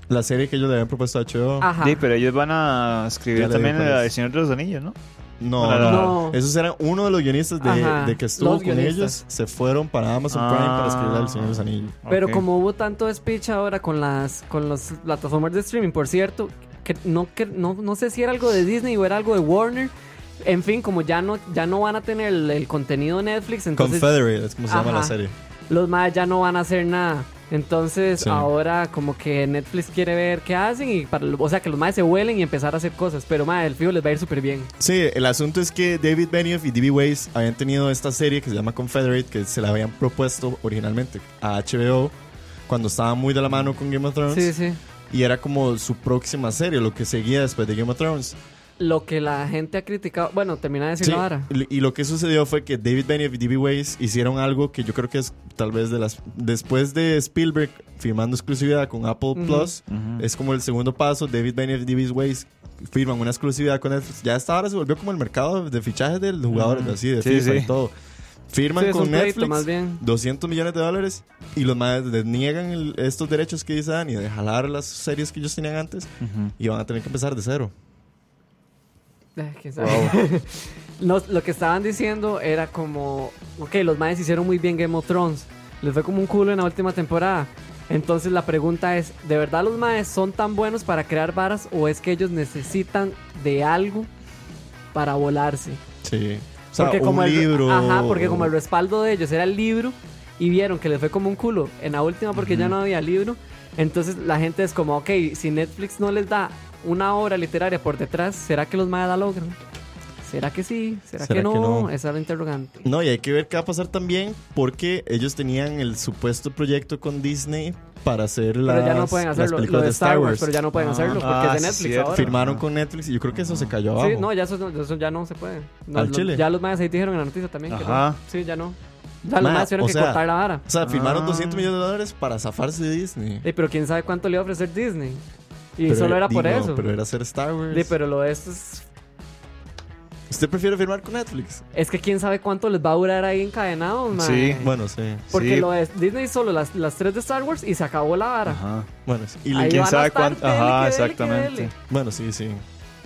E: La serie que ellos le habían propuesto a HBO.
D: ajá,
F: Oh, Sí, pero ellos van a escribir
E: Ya le
F: también
E: digo cuál
F: la de
E: es.
F: Señor de los Anillos, ¿no?
E: No,
F: Para
E: no,
F: la-
E: no.
D: No.
E: Esos eran uno de los guionistas de,
D: Ajá,
E: de que estuvo
D: los
E: con
D: guionistas.
E: ellos. Se fueron para Amazon Prime para escribir El Señor de los Anillos.
D: pero
F: Ok.
D: como hubo tanto speech ahora con las, con las plataformas de streaming, por cierto, que no, que no, no sé si era algo de Disney o era algo de Warner. En fin, como ya no, ya no van a tener el, el contenido Netflix, entonces
E: Confederate es como se llama
D: Ajá.
E: la serie.
D: los más ya no van a hacer nada. Entonces
E: Sí.
D: ahora como que Netflix quiere ver qué hacen y para o sea que los más se vuelen y empezar a hacer cosas, pero más el fijo les va a ir súper bien.
E: Sí, el asunto es que David Benioff y D.B. Weiss habían tenido esta serie que se llama Confederate, que se la habían propuesto originalmente a HBO cuando estaba muy de la Ah. mano con Game of Thrones.
D: Sí, sí.
E: Y era como su próxima serie, lo que seguía después de Game of Thrones.
D: lo que la gente ha criticado. Bueno, termina de decir la vara.
E: Sí, y lo que sucedió fue que David Benioff y D.B. Weiss hicieron algo que yo creo que es tal vez de las después de Spielberg firmando exclusividad con Apple Plus, es como el segundo paso, David Benioff y D.B. Weiss firman una exclusividad con Netflix. Ya hasta ahora se volvió como el mercado de fichajes de los jugadores así de
F: Sí,
E: FIFA y
F: sí.
E: todo. Firman
D: Sí, es
E: con
D: un pleito,
E: Netflix
D: más bien.
E: 200 millones de dólares y los madres les niegan el- estos derechos que dice Dani de jalar las series que ellos tenían antes y van a tener que empezar de cero.
D: Eh, quién sabe. Los- lo que estaban diciendo era como, ok, los maes hicieron muy bien Game of Thrones, les fue como un culo en la última temporada. Entonces la pregunta es, ¿de verdad los maes son tan buenos para crear varas o es que ellos necesitan de algo para volarse?
E: Sí. O sea, un
D: el,
E: libro.
D: Ajá, porque como el respaldo de ellos era el libro y vieron que les fue como un culo en la última porque ya no había libro, entonces la gente es como, ok, si Netflix no les da una obra literaria por detrás, ¿será que los mayas la logran? ¿Será que sí? ¿Será,
E: ¿Será
D: que, no?
E: que no?
D: Esa es la interrogante.
E: No, y hay que ver qué va a pasar también, porque ellos tenían el supuesto proyecto con Disney para hacer las,
D: pero ya no pueden
E: las
D: hacerlo. Lo
E: películas
D: de Star Wars, pero ya
E: no
D: no pueden
F: Ah,
D: hacerlo porque es de
F: ah,
D: Netflix
F: cierto.
D: ahora.
E: Firmaron con Netflix y yo creo que eso se cayó abajo.
D: Sí, no, ya eso, eso ya no se puede. No,
E: Al
D: lo-
E: chile.
D: Ya los mayas ahí dijeron en la noticia también. que no.
F: Ajá.
D: Sí, ya no. Ya los
E: Ma,
D: mayas tuvieron
E: o
D: que
E: sea,
D: cortar la vara.
E: O sea, firmaron
F: Ah.
E: 200 millones de dólares para zafarse de Disney.
D: Ey, pero quién sabe cuánto le iba a ofrecer Disney. Y
E: Pero-
D: solo era por
E: di, no,
D: eso.
E: Pero era hacer Star Wars.
D: Ey, pero lo de esto es.
E: ¿Usted prefiere firmar con Netflix?
D: Es que quién sabe cuánto les va a durar ahí encadenados, man.
F: Sí,
E: Bueno, sí.
D: Porque
F: sí.
D: lo de Disney solo las, las tres de Star Wars y se acabó la vara.
F: Ajá.
E: Bueno, sí. Y
D: Ahí
E: le-
F: quién
D: van a
F: sabe
D: estar
F: cuánto-
D: dele,
F: ajá,
D: que dele, que
F: exactamente.
D: dele.
E: Bueno, sí, sí.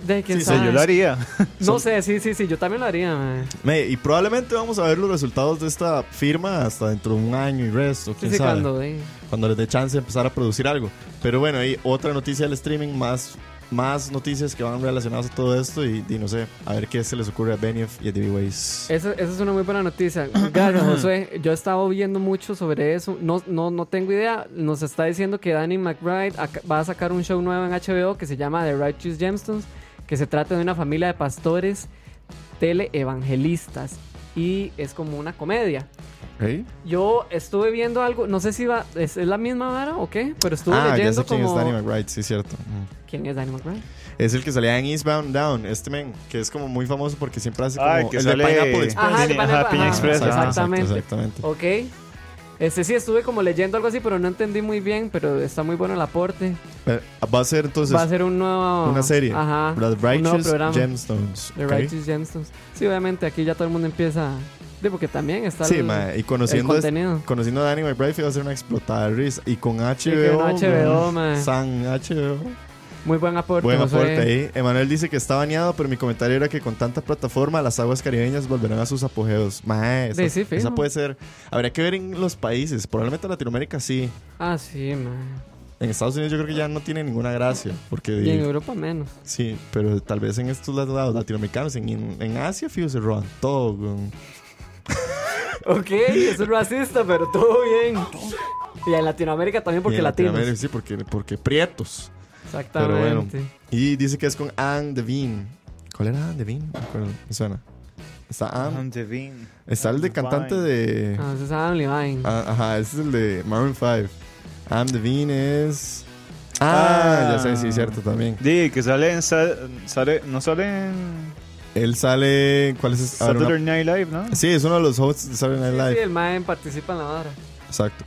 D: De quién
E: Sí,
F: O sea,
D: sabe.
F: yo lo haría.
D: No sé, sí, sí, sí, yo también lo haría, man.
E: Me- y probablemente vamos a ver los resultados de esta firma hasta dentro de un año y resto.
D: Sí,
E: ¿Quién
D: sí,
E: sabe?
D: cuando, ey.
E: cuando les dé chance de empezar a producir algo. Pero bueno, hay otra noticia del streaming, más, más noticias que van relacionadas a todo esto y, y no sé, a ver qué se les ocurre a Benioff y a D.B. Weiss.
D: Esa, esa es una muy buena noticia. Claro, José, yo he estado viendo mucho sobre eso. No, no, no tengo idea. Nos está diciendo que Danny McBride ac- va a sacar un show nuevo en HBO que se llama The Righteous Gemstones, que se trata de una familia de pastores teleevangelistas y es como una comedia. Yo estuve viendo algo, no sé si va, es, es la misma vara o qué, pero estuve
E: Ah, ya
D: leyendo
E: sé quién
D: como...
E: es Danny McBride, sí, cierto. Mm.
D: ¿Quién es Danny McBride?
E: Es el que salía en Eastbound Down, este men, que es como muy famoso porque siempre hace como
F: Ah, el que
E: el
F: sale-
E: de pues. Pineapple Express.
D: Ajá, el de Pineapple-
F: Piña
D: ajá,
F: Express.
E: Exacto,
F: ajá.
E: exacto,
D: Exactamente.
E: exactamente.
D: Ok. Este sí, estuve como leyendo algo así, pero no entendí muy bien, pero está muy bueno el aporte.
E: Eh, Va a ser entonces
D: va a ser un nuevo,
E: una serie,
D: Ajá.
E: Las
D: un nuevo programa.
E: Righteous Gemstones.
D: The
E: ok.
D: Righteous Gemstones. Sí, obviamente aquí ya todo el mundo empieza. Sí, porque también está
E: Sí,
D: el,
E: ma, y
D: el
E: conociendo, este-
D: contenido.
E: Conociendo a Danny McBride va a ser una explotada de risa. Y con HBO.
D: Sí, que un HBO,
E: weón,
D: man.
E: San HBO.
D: Muy buen aporte.
E: Buen
D: José.
E: aporte ahí. Emanuel dice que está bañado, pero mi comentario era que con tanta plataforma las aguas caribeñas volverán a sus apogeos. Mae, esa,
D: Sí, sí, fijo.
E: esa puede ser. Habría que ver en los países. Probablemente en Latinoamérica sí.
D: Ah, sí, man.
E: En Estados Unidos yo creo que ya no tiene ninguna gracia. Porque
D: Y en Europa menos.
E: sí, pero tal vez en estos lados latinoamericanos, en, en- en Asia, fijo, se roban todo. weón.
D: Ok, es un racista, pero todo bien. Y en Latinoamérica también
E: Y
D: porque
E: en
D: latinos.
E: Latinoamérica, Sí, porque, porque prietos.
D: Exactamente.
E: Pero bueno. Y dice que es con Anne Devine. ¿Cuál era Anne Devine? No me acuerdo, me suena. Está Anne. Está el de cantante de.
D: Ah, ese es Adam Levine.
E: Ah, ajá, ese es el de Maroon 5. Anne Devine es. Ah,
F: Ah.
E: ya sé, sí, cierto también.
F: Di, que sale en. sa- Sale, no sale en.
E: Él sale. ¿Cuál es? A ver, una-
F: Saturday Night Live, ¿no?
E: Sí, es uno de los hosts de Saturday Night
D: Sí,
E: Live.
D: sí, el Mae participa en la barra.
E: Exacto.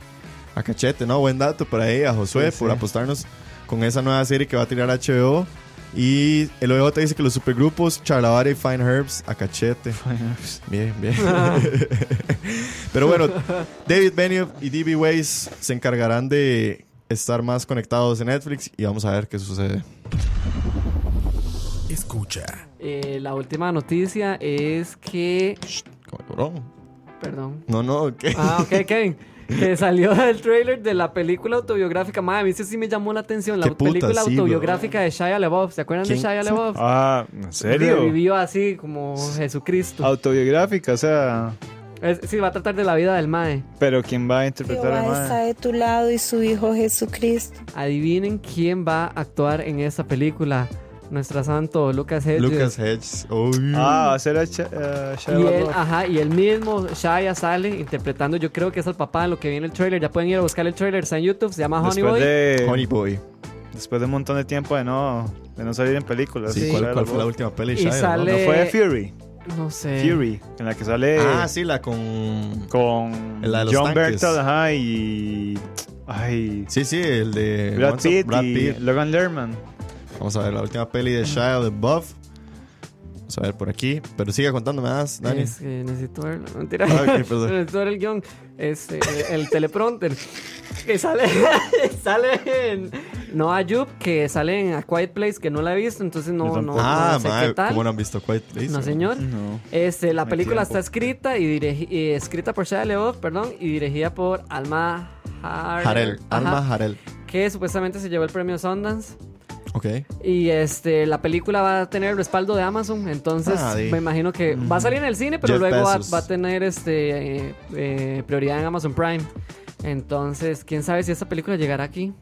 E: A cachete, ¿no? Buen dato para ahí, a Josué,
F: Sí,
E: por
F: sí.
E: apostarnos con esa nueva serie que va a tirar HBO. Y el OJ dice que los supergrupos, Charlavara y Fine Herbs, a cachete. Bien, bien.
D: Ah.
E: Pero bueno, David Benioff y DB Weiss se encargarán de estar más conectados en Netflix y vamos a ver qué sucede.
A: Escucha.
D: Eh, la última noticia es que.
E: Cabrón.
D: Perdón.
E: No, no, ¿qué?
D: Ah, ok, Kevin. Que salió el trailer de la película autobiográfica. Madre, a mí eso sí me llamó la atención. La
E: Qué puta,
D: película
E: sí, bro.
D: autobiográfica de Shia LaBeouf. ¿Se acuerdan de
E: ¿Quién?
D: Shia LaBeouf?
F: Ah, ¿en serio?
D: Vivió así como
E: Ah.
D: Jesucristo.
F: Autobiográfica, o sea.
D: Es- sí, va a tratar de la vida del Mae.
F: Pero ¿quién va a interpretar a
G: Jehová está
F: Mae?
G: de tu lado y su Hijo Jesucristo.
D: Adivinen quién va a actuar en esta película. Nuestra santo, Lucas Hedges.
E: Lucas Hedges. Uy.
F: Ah, va a ser a Ch- a Shia
D: Y él,
F: LaBeouf.
D: ajá, y el ah, mismo Shaya sale interpretando, yo creo que es el papá en lo que viene el trailer. Ya pueden ir a buscar el trailer, está en YouTube, se llama Honey
F: Después
D: Boy.
F: de.
E: Honey Boy.
F: Después de un montón de tiempo de no, de no salir en películas.
E: Sí,
D: Sí.
E: ¿cuál,
F: Era
E: cuál fue la
F: voz.
E: última peli?
D: Y
E: Shia, ¿no?
D: sale-
F: No fue Fury.
D: No sé.
F: Fury, en la que sale
E: Ah, sí, la con.
F: con
E: La de los
F: John
E: tanques.
F: Bertal, ajá, y. Ay.
E: Sí, sí, el de.
F: Brad
E: Once-
F: Pitt,
E: Eh, Brad
F: y
E: Pitt.
F: Logan Lerman.
E: Vamos a ver la última peli de Shia de Buff. Vamos a ver por aquí. Pero sigue contándome más, Dani.
D: Es que necesito verlo. Mentira.
E: Ah, ok, perdón.
D: necesito ver el guión. Este, el teleprompter. Que sale, sale en Noah Yup, que sale en A Quiet Place, que no la he visto, entonces no, no,
E: ah,
D: no sé
E: madre,
D: qué tal.
E: ¿cómo no han visto Quiet Place?
D: No, señor.
E: Mm.
F: No.
D: Este, la
F: hay
D: película está
F: tiempo.
D: escrita y, dirigi- y escrita por Shia LaBeouf, perdón, y dirigida por Alma Har-
E: Harel,
D: Ajá,
E: Alma Harel.
D: que supuestamente se llevó el premio Sundance.
E: Ok.
D: Y este, la película va a tener el respaldo de Amazon, entonces
E: Ah, de-
D: me imagino que va a salir en el cine, pero
E: Jeff
D: luego va,
E: Bezos.
D: va a tener este eh, eh, prioridad en Amazon Prime. Entonces, quién sabe si esta película llegará aquí.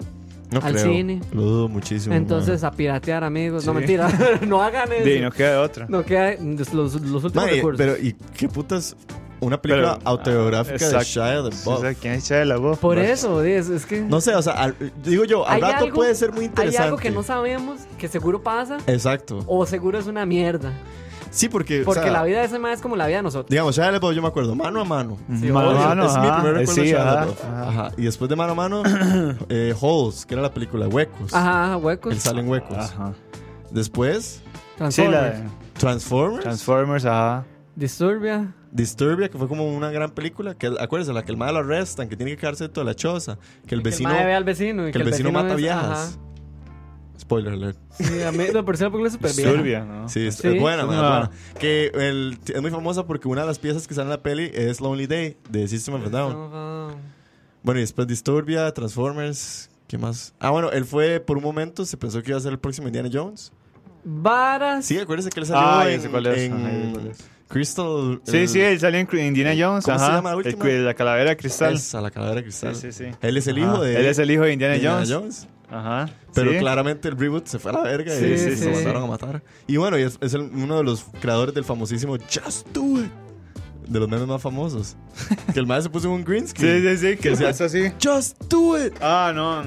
E: No
D: Al
E: creo.
D: cine.
E: Lo dudo muchísimo.
D: Entonces,
E: madre.
D: a piratear, amigos. No,
F: Sí.
D: mentira. no hagan eso.
F: Sí, no queda de otra.
D: No queda los, los últimos
E: Madre,
D: recursos.
E: pero ¿y qué putas? Una película
F: Pero-
E: autobiográfica de
F: Exacto.
E: Shia de
F: Sí,
E: Buff.
F: o sea, ¿Quién es Shia la voz?
D: Por eso, es, es que.
E: No sé, o sea, al- digo yo, al
D: Hay
E: rato
D: algo-
E: puede ser muy interesante.
D: Hay algo que no sabemos, que seguro pasa,
E: Exacto.
D: o seguro es una mierda.
E: Sí, porque. o
D: Porque
E: sea,
D: la vida de ese man es como la vida de nosotros.
E: Digamos, Shia LaBeouf, yo me acuerdo, mano a mano.
D: Sí,
F: Mano
D: obvio.
F: a mano,
E: Ah, es mi
F: ajá,
E: primer
F: eh,
E: recuerdo de
F: sí,
E: Shia
F: ajá,
E: LaBeouf.
F: ajá.
E: Ajá. Y después de mano a mano, eh, Holes, que era la película Huecos.
D: Ajá, huecos.
E: Él sale en Huecos.
F: Ajá.
E: Después,
F: Sí,
D: Transformers.
F: la de
E: Transformers.
F: Transformers, ajá.
D: Disturbia.
E: Disturbia, que fue como una gran película. Que, acuérdense, la que el madre lo arrestan, que tiene que quedarse dentro de la choza. Que el
D: Que
E: vecino,
D: mae ve al vecino. y
E: que el vecino mata
D: es-
E: viejas. Spoiler alert.
D: Ajá. Sí, a mí, no, por cierto, porque es súper bien.
F: Disturbia, ¿no?
E: Sí, es,
D: Sí.
E: es buena,
F: Es
E: man,
F: una-
E: es buena. Que el- es muy famosa porque una de las piezas que sale en la peli es Lonely Day de System of a Down. Bueno, y después Disturbia, Transformers. ¿Qué más? Ah, bueno, él fue por un momento, se pensó que iba a ser el próximo Indiana Jones.
D: Varas.
E: Sí, acuérdense que él salió
F: Ah, ya
E: en,
F: sé cuál es.
E: en
F: ajá, ya sé cuál es.
E: Crystal.
F: Sí,
E: el-
F: sí, él salió en Cri- Indiana Jones.
E: ¿Cómo se
F: ajá.
E: llama la
F: El
E: última?
F: cri- la calavera de cristal.
E: Esa, la calavera de
F: sí,
E: cristal.
F: sí, sí.
E: Él es el
F: Ajá.
E: hijo de.
F: Él es el hijo de Indiana,
E: de
F: Jones.
E: Jones.
F: Ajá.
E: Pero
F: sí.
E: claramente el reboot se fue a la verga
D: Sí,
E: y se
D: sí,
E: lo
D: sí.
E: mandaron a matar. Y bueno, y es, es el- uno de los creadores del famosísimo Just Do It. De los memes más famosos. que el maestro se puso en un green
F: Sí,
E: screen.
F: sí, sí, que se hace así.
E: Just do it,
F: Ah, no.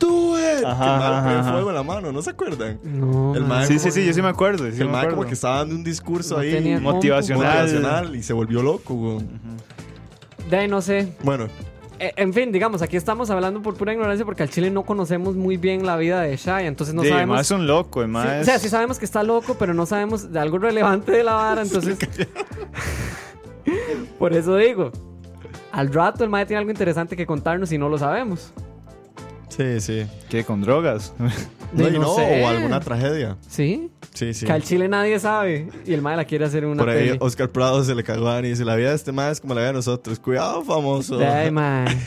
E: do it. que el
F: Ajá,
E: maestro
F: ajá,
E: ponía
F: ajá.
E: fuego en la mano, ¿no se acuerdan?
D: No.
E: El
D: mae.
E: mae
F: Sí,
E: como
F: sí, sí, yo sí me acuerdo.
E: Ah, que
F: Sí
E: el
F: me
E: mae como
F: acuerdo.
E: que estaba dando un discurso
D: No
E: ahí
D: tenía compu.
F: motivacional.
E: motivacional y se volvió loco, güey.
D: De ahí no sé.
E: Bueno,
D: Eh, en fin, digamos, aquí estamos hablando por pura ignorancia porque al chile no conocemos muy bien la vida de Shia, entonces no
F: sí, el
D: sabemos.
F: mae es un loco, el
D: Sí,
F: mae
D: o
F: es-
D: sea, sí sabemos que está loco, pero no sabemos de algo relevante de la vara, entonces. Por eso digo. Al rato el mae tiene algo interesante que contarnos y no lo sabemos.
E: sí, sí.
F: que con drogas.
E: No,
D: De-
E: y no,
D: sé.
E: o alguna tragedia.
D: Sí,
E: Sí, sí.
D: que al chile nadie sabe y el mae la quiere hacer en una
E: Por ahí
D: peli.
E: Oscar Prado se le cagó a Dani y dice, la vida de este mae es como la vida de nosotros. Cuidado, famoso.
D: De ahí, mae.
E: No,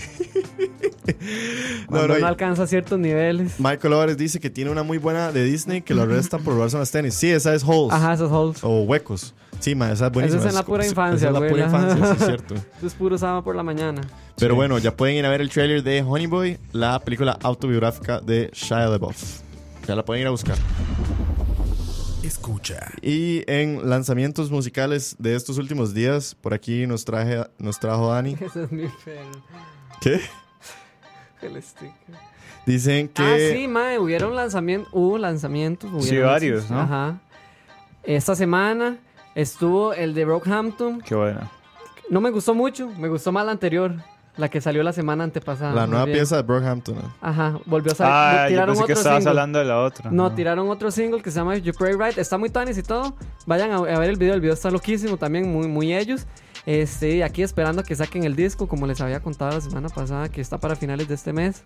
D: Cuando
E: no,
D: uno
E: y-
D: alcanza ciertos niveles.
E: Michael Álvarez dice que tiene una muy buena de Disney que lo arrestan por robarse unas tenis. Sí, esa es Holes.
D: Ajá, esos holes.
E: O huecos. Sí, ma, esa es buenísima.
D: Esa es en la pura infancia,
E: Esa es la
D: güey.
E: pura infancia, sí, es cierto.
D: Eso es puro sábado por la mañana.
E: Pero bueno, ya pueden ir a ver el trailer de Honey Boy, la película autobiográfica de Shia LaBeouf. Ya la pueden ir a buscar.
A: Escucha.
E: Y en lanzamientos musicales de estos últimos días, por aquí nos, traje, nos trajo Dani.
D: Ese es mi pelo.
E: ¿Qué?
D: El sticker.
E: Dicen que...
D: Ah, sí, mae, hubieron lanzamientos, hubo lanzamientos. hubieron
F: Sí, varios,
D: lanzamientos,
F: ¿no?
D: Ajá. Esta semana estuvo el de Brockhampton.
F: Qué bueno.
D: No me gustó mucho, me gustó más la anterior, la que salió la semana antepasada.
E: La
D: más
E: nueva
D: bien.
E: pieza de Brockhampton. ¿no?
D: Ajá, volvió a salir.
F: Ah, yo
D: tiraron
F: pensé que
D: otro
F: estabas
D: single.
F: hablando de la otra.
D: No, tiraron otro single que se llama You Pray Right. Está muy tanis y todo. Vayan a, a ver el video. El video está loquísimo también, muy, muy ellos. Este, y aquí esperando a que saquen el disco, como les había contado la semana pasada, que está para finales de este mes.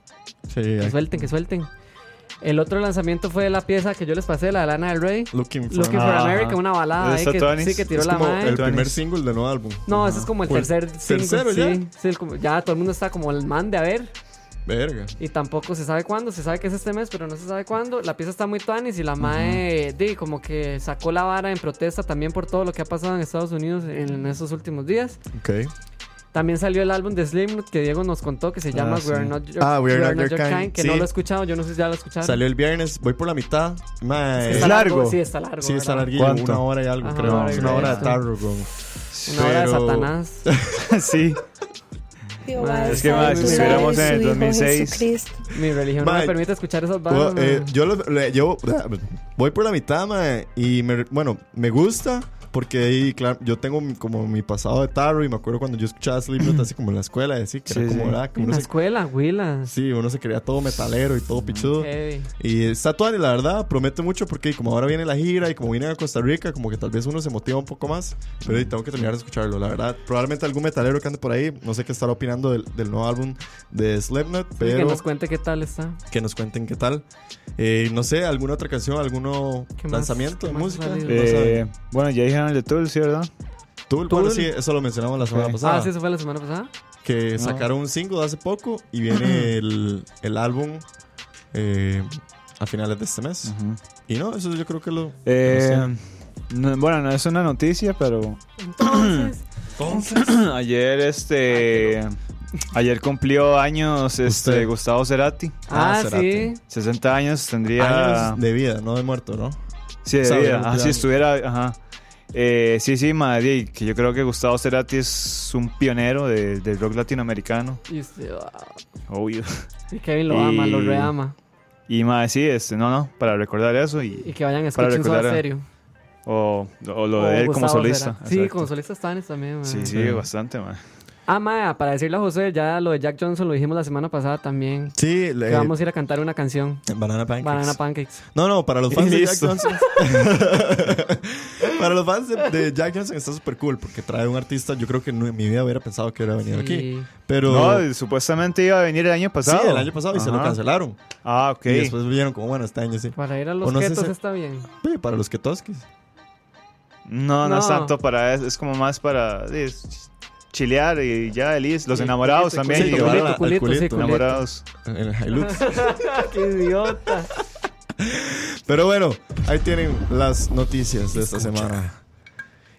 E: Sí,
D: Que suelten, que suelten. El otro lanzamiento fue la pieza que yo les pasé, la de Lana del Rey.
E: Looking for...
D: Looking
E: Ah,
D: for
F: Ajá.
D: America, una balada ahí
F: Está
D: que,
F: tuanis.
D: sí, que tiró
E: es
D: la
E: como
D: madre.
E: el primer
F: Tuanis.
E: single del nuevo álbum.
D: No, ese es como el
E: Pues,
D: tercer single.
E: ¿tercero ya?
D: sí, sí, el como- ya todo el mundo está como el man de a ver.
E: Verga.
D: Y tampoco se sabe cuándo. Se sabe que es este mes, pero no se sabe cuándo. La pieza está muy tuanis y la mae, di, como que sacó la vara en protesta también por todo lo que ha pasado en Estados Unidos en estos últimos días.
E: Ok.
D: También salió el álbum de Slimnut que Diego nos contó que se llama
F: Ah, sí.
D: We Are Not Your,
E: Ah, We Are Not Your Kind,
D: Que
E: sí.
D: no lo he escuchado. Yo no sé si ya lo escucharon.
E: Salió el viernes, voy por la mitad. Mae.
D: Está
F: Es largo.
D: Sí, está largo.
E: Sí, está
D: ¿verdad?
E: larguillo,
F: ¿Cuánto?
E: una hora y algo,
D: Ajá,
E: creo.
D: una hora
E: Es
D: y
E: una hora de
D: resto.
E: tarro, bro.
D: Una hora de
E: Pero-
D: Satanás.
F: sí.
G: Jehová
D: Es
G: es
D: que,
G: santo,
D: madre, si
G: y
D: estuviéramos
F: en el
G: su Hijo
F: 2006.
G: Jesucristo.
D: Mi religión no
E: Mae,
D: me permite escuchar esas
E: Puedo-
D: bandas.
E: eh,
D: mae.
E: yo lo- le- yo- voy por la mitad, mae, y me, bueno, me gusta porque ahí, claro, yo tengo mi- como mi pasado de tarro y me acuerdo cuando yo escuchaba Slipknot así como en la escuela, y así que era
F: Sí,
E: como,
F: sí.
E: ah, que
D: en
E: uno
D: la
E: se,
D: escuela, Willas.
E: sí, uno se creía todo metalero y todo pichudo.
D: Heavy.
E: Y está tuani, la verdad, promete mucho porque como ahora viene la gira y como viene a Costa Rica, como que tal vez uno se motiva un poco más, pero ahí tengo que terminar de escucharlo, la verdad. Probablemente algún metalero que ande por ahí, no sé qué estará opinando del, del nuevo álbum de Slipknot, pero
D: Que nos cuente qué tal está.
E: que nos cuenten qué tal. Eh, no sé, alguna otra canción, algún
D: ¿Qué más?
E: lanzamiento
D: ¿Qué
E: de
D: más
E: música.
D: ha salido?
E: No saben.
F: Eh, bueno, ya dijeron el de Tool, ¿sí, verdad?
E: Tool, bueno,
D: Tool.
E: sí, eso lo mencionamos la semana
F: Ok.
E: pasada.
D: ah, sí, Ah. eso fue la semana pasada.
E: Que sacaron un single hace poco y viene el, el álbum eh, a finales de este mes. Y no, eso yo creo que lo.
F: Eh, no- bueno, no es una noticia, pero
D: Entonces,
F: ayer este ayer cumplió años este
E: Usted.
F: Gustavo Cerati.
E: Ah,
D: ah,
E: Cerati.
D: sí.
F: 60 años tendría
E: Años de vida, no de muerto, ¿no?
F: Sí, de
E: Sabe,
F: vida.
E: ¿no?
F: Ajá, si
E: Claro.
F: estuviera. Ajá. Eh, sí, sí, madre. y Que yo creo que Gustavo Cerati es un pionero de- del rock latinoamericano.
D: Y, usted, ah,
F: Obvio.
D: y Kevin lo
F: Y-
D: ama, lo reama.
F: Y madre, sí, este, no, no, para recordar eso
D: Y
F: y.
D: que vayan a
F: Para
D: escuchar eso
F: recordar
D: en
F: a-
D: serio.
F: O, o lo
D: O
F: de él como
D: Gustavo
F: solista.
D: Cerati. Sí,
F: exacto.
D: como solista está en eso también, mae.
F: Sí, sí,
E: Sí.
F: bastante, madre.
D: Ah, mae, para decirle a José, ya lo de Jack Johnson lo dijimos la semana pasada también.
E: Sí,
D: Que
E: eh,
D: vamos a ir a cantar una canción.
E: Banana Pancakes.
D: Banana Pancakes.
E: No, no, para los fans de Jack
F: Listo.
E: Johnson. para los fans de, de Jack Johnson está súper cool porque trae un artista. Yo creo que no- en mi vida hubiera pensado que hubiera venido aquí.
D: Sí.
E: Pero.
F: No, y supuestamente iba a venir el año pasado.
E: Sí, el año pasado y se lo
F: Ajá.
E: cancelaron.
F: Ah, ok.
E: Y después vieron como, bueno, este año sí.
D: Para ir a
E: O
D: los
E: no sé
D: ketos
E: si-
D: está bien.
E: Sí, Para los que tosques.
F: No, no, es
D: No.
F: tanto para eso. Es como más para sí, es chilear y ya, Elis. Los
D: Sí,
F: enamorados
D: culito,
F: también.
E: culito,
F: llevar a-
E: la-
D: culito,
E: al
D: culito, sí,
E: culito.
D: culito.
F: enamorados.
E: En el Hilux.
D: ¡Qué idiota!
E: Pero bueno, ahí tienen las noticias de esta semana.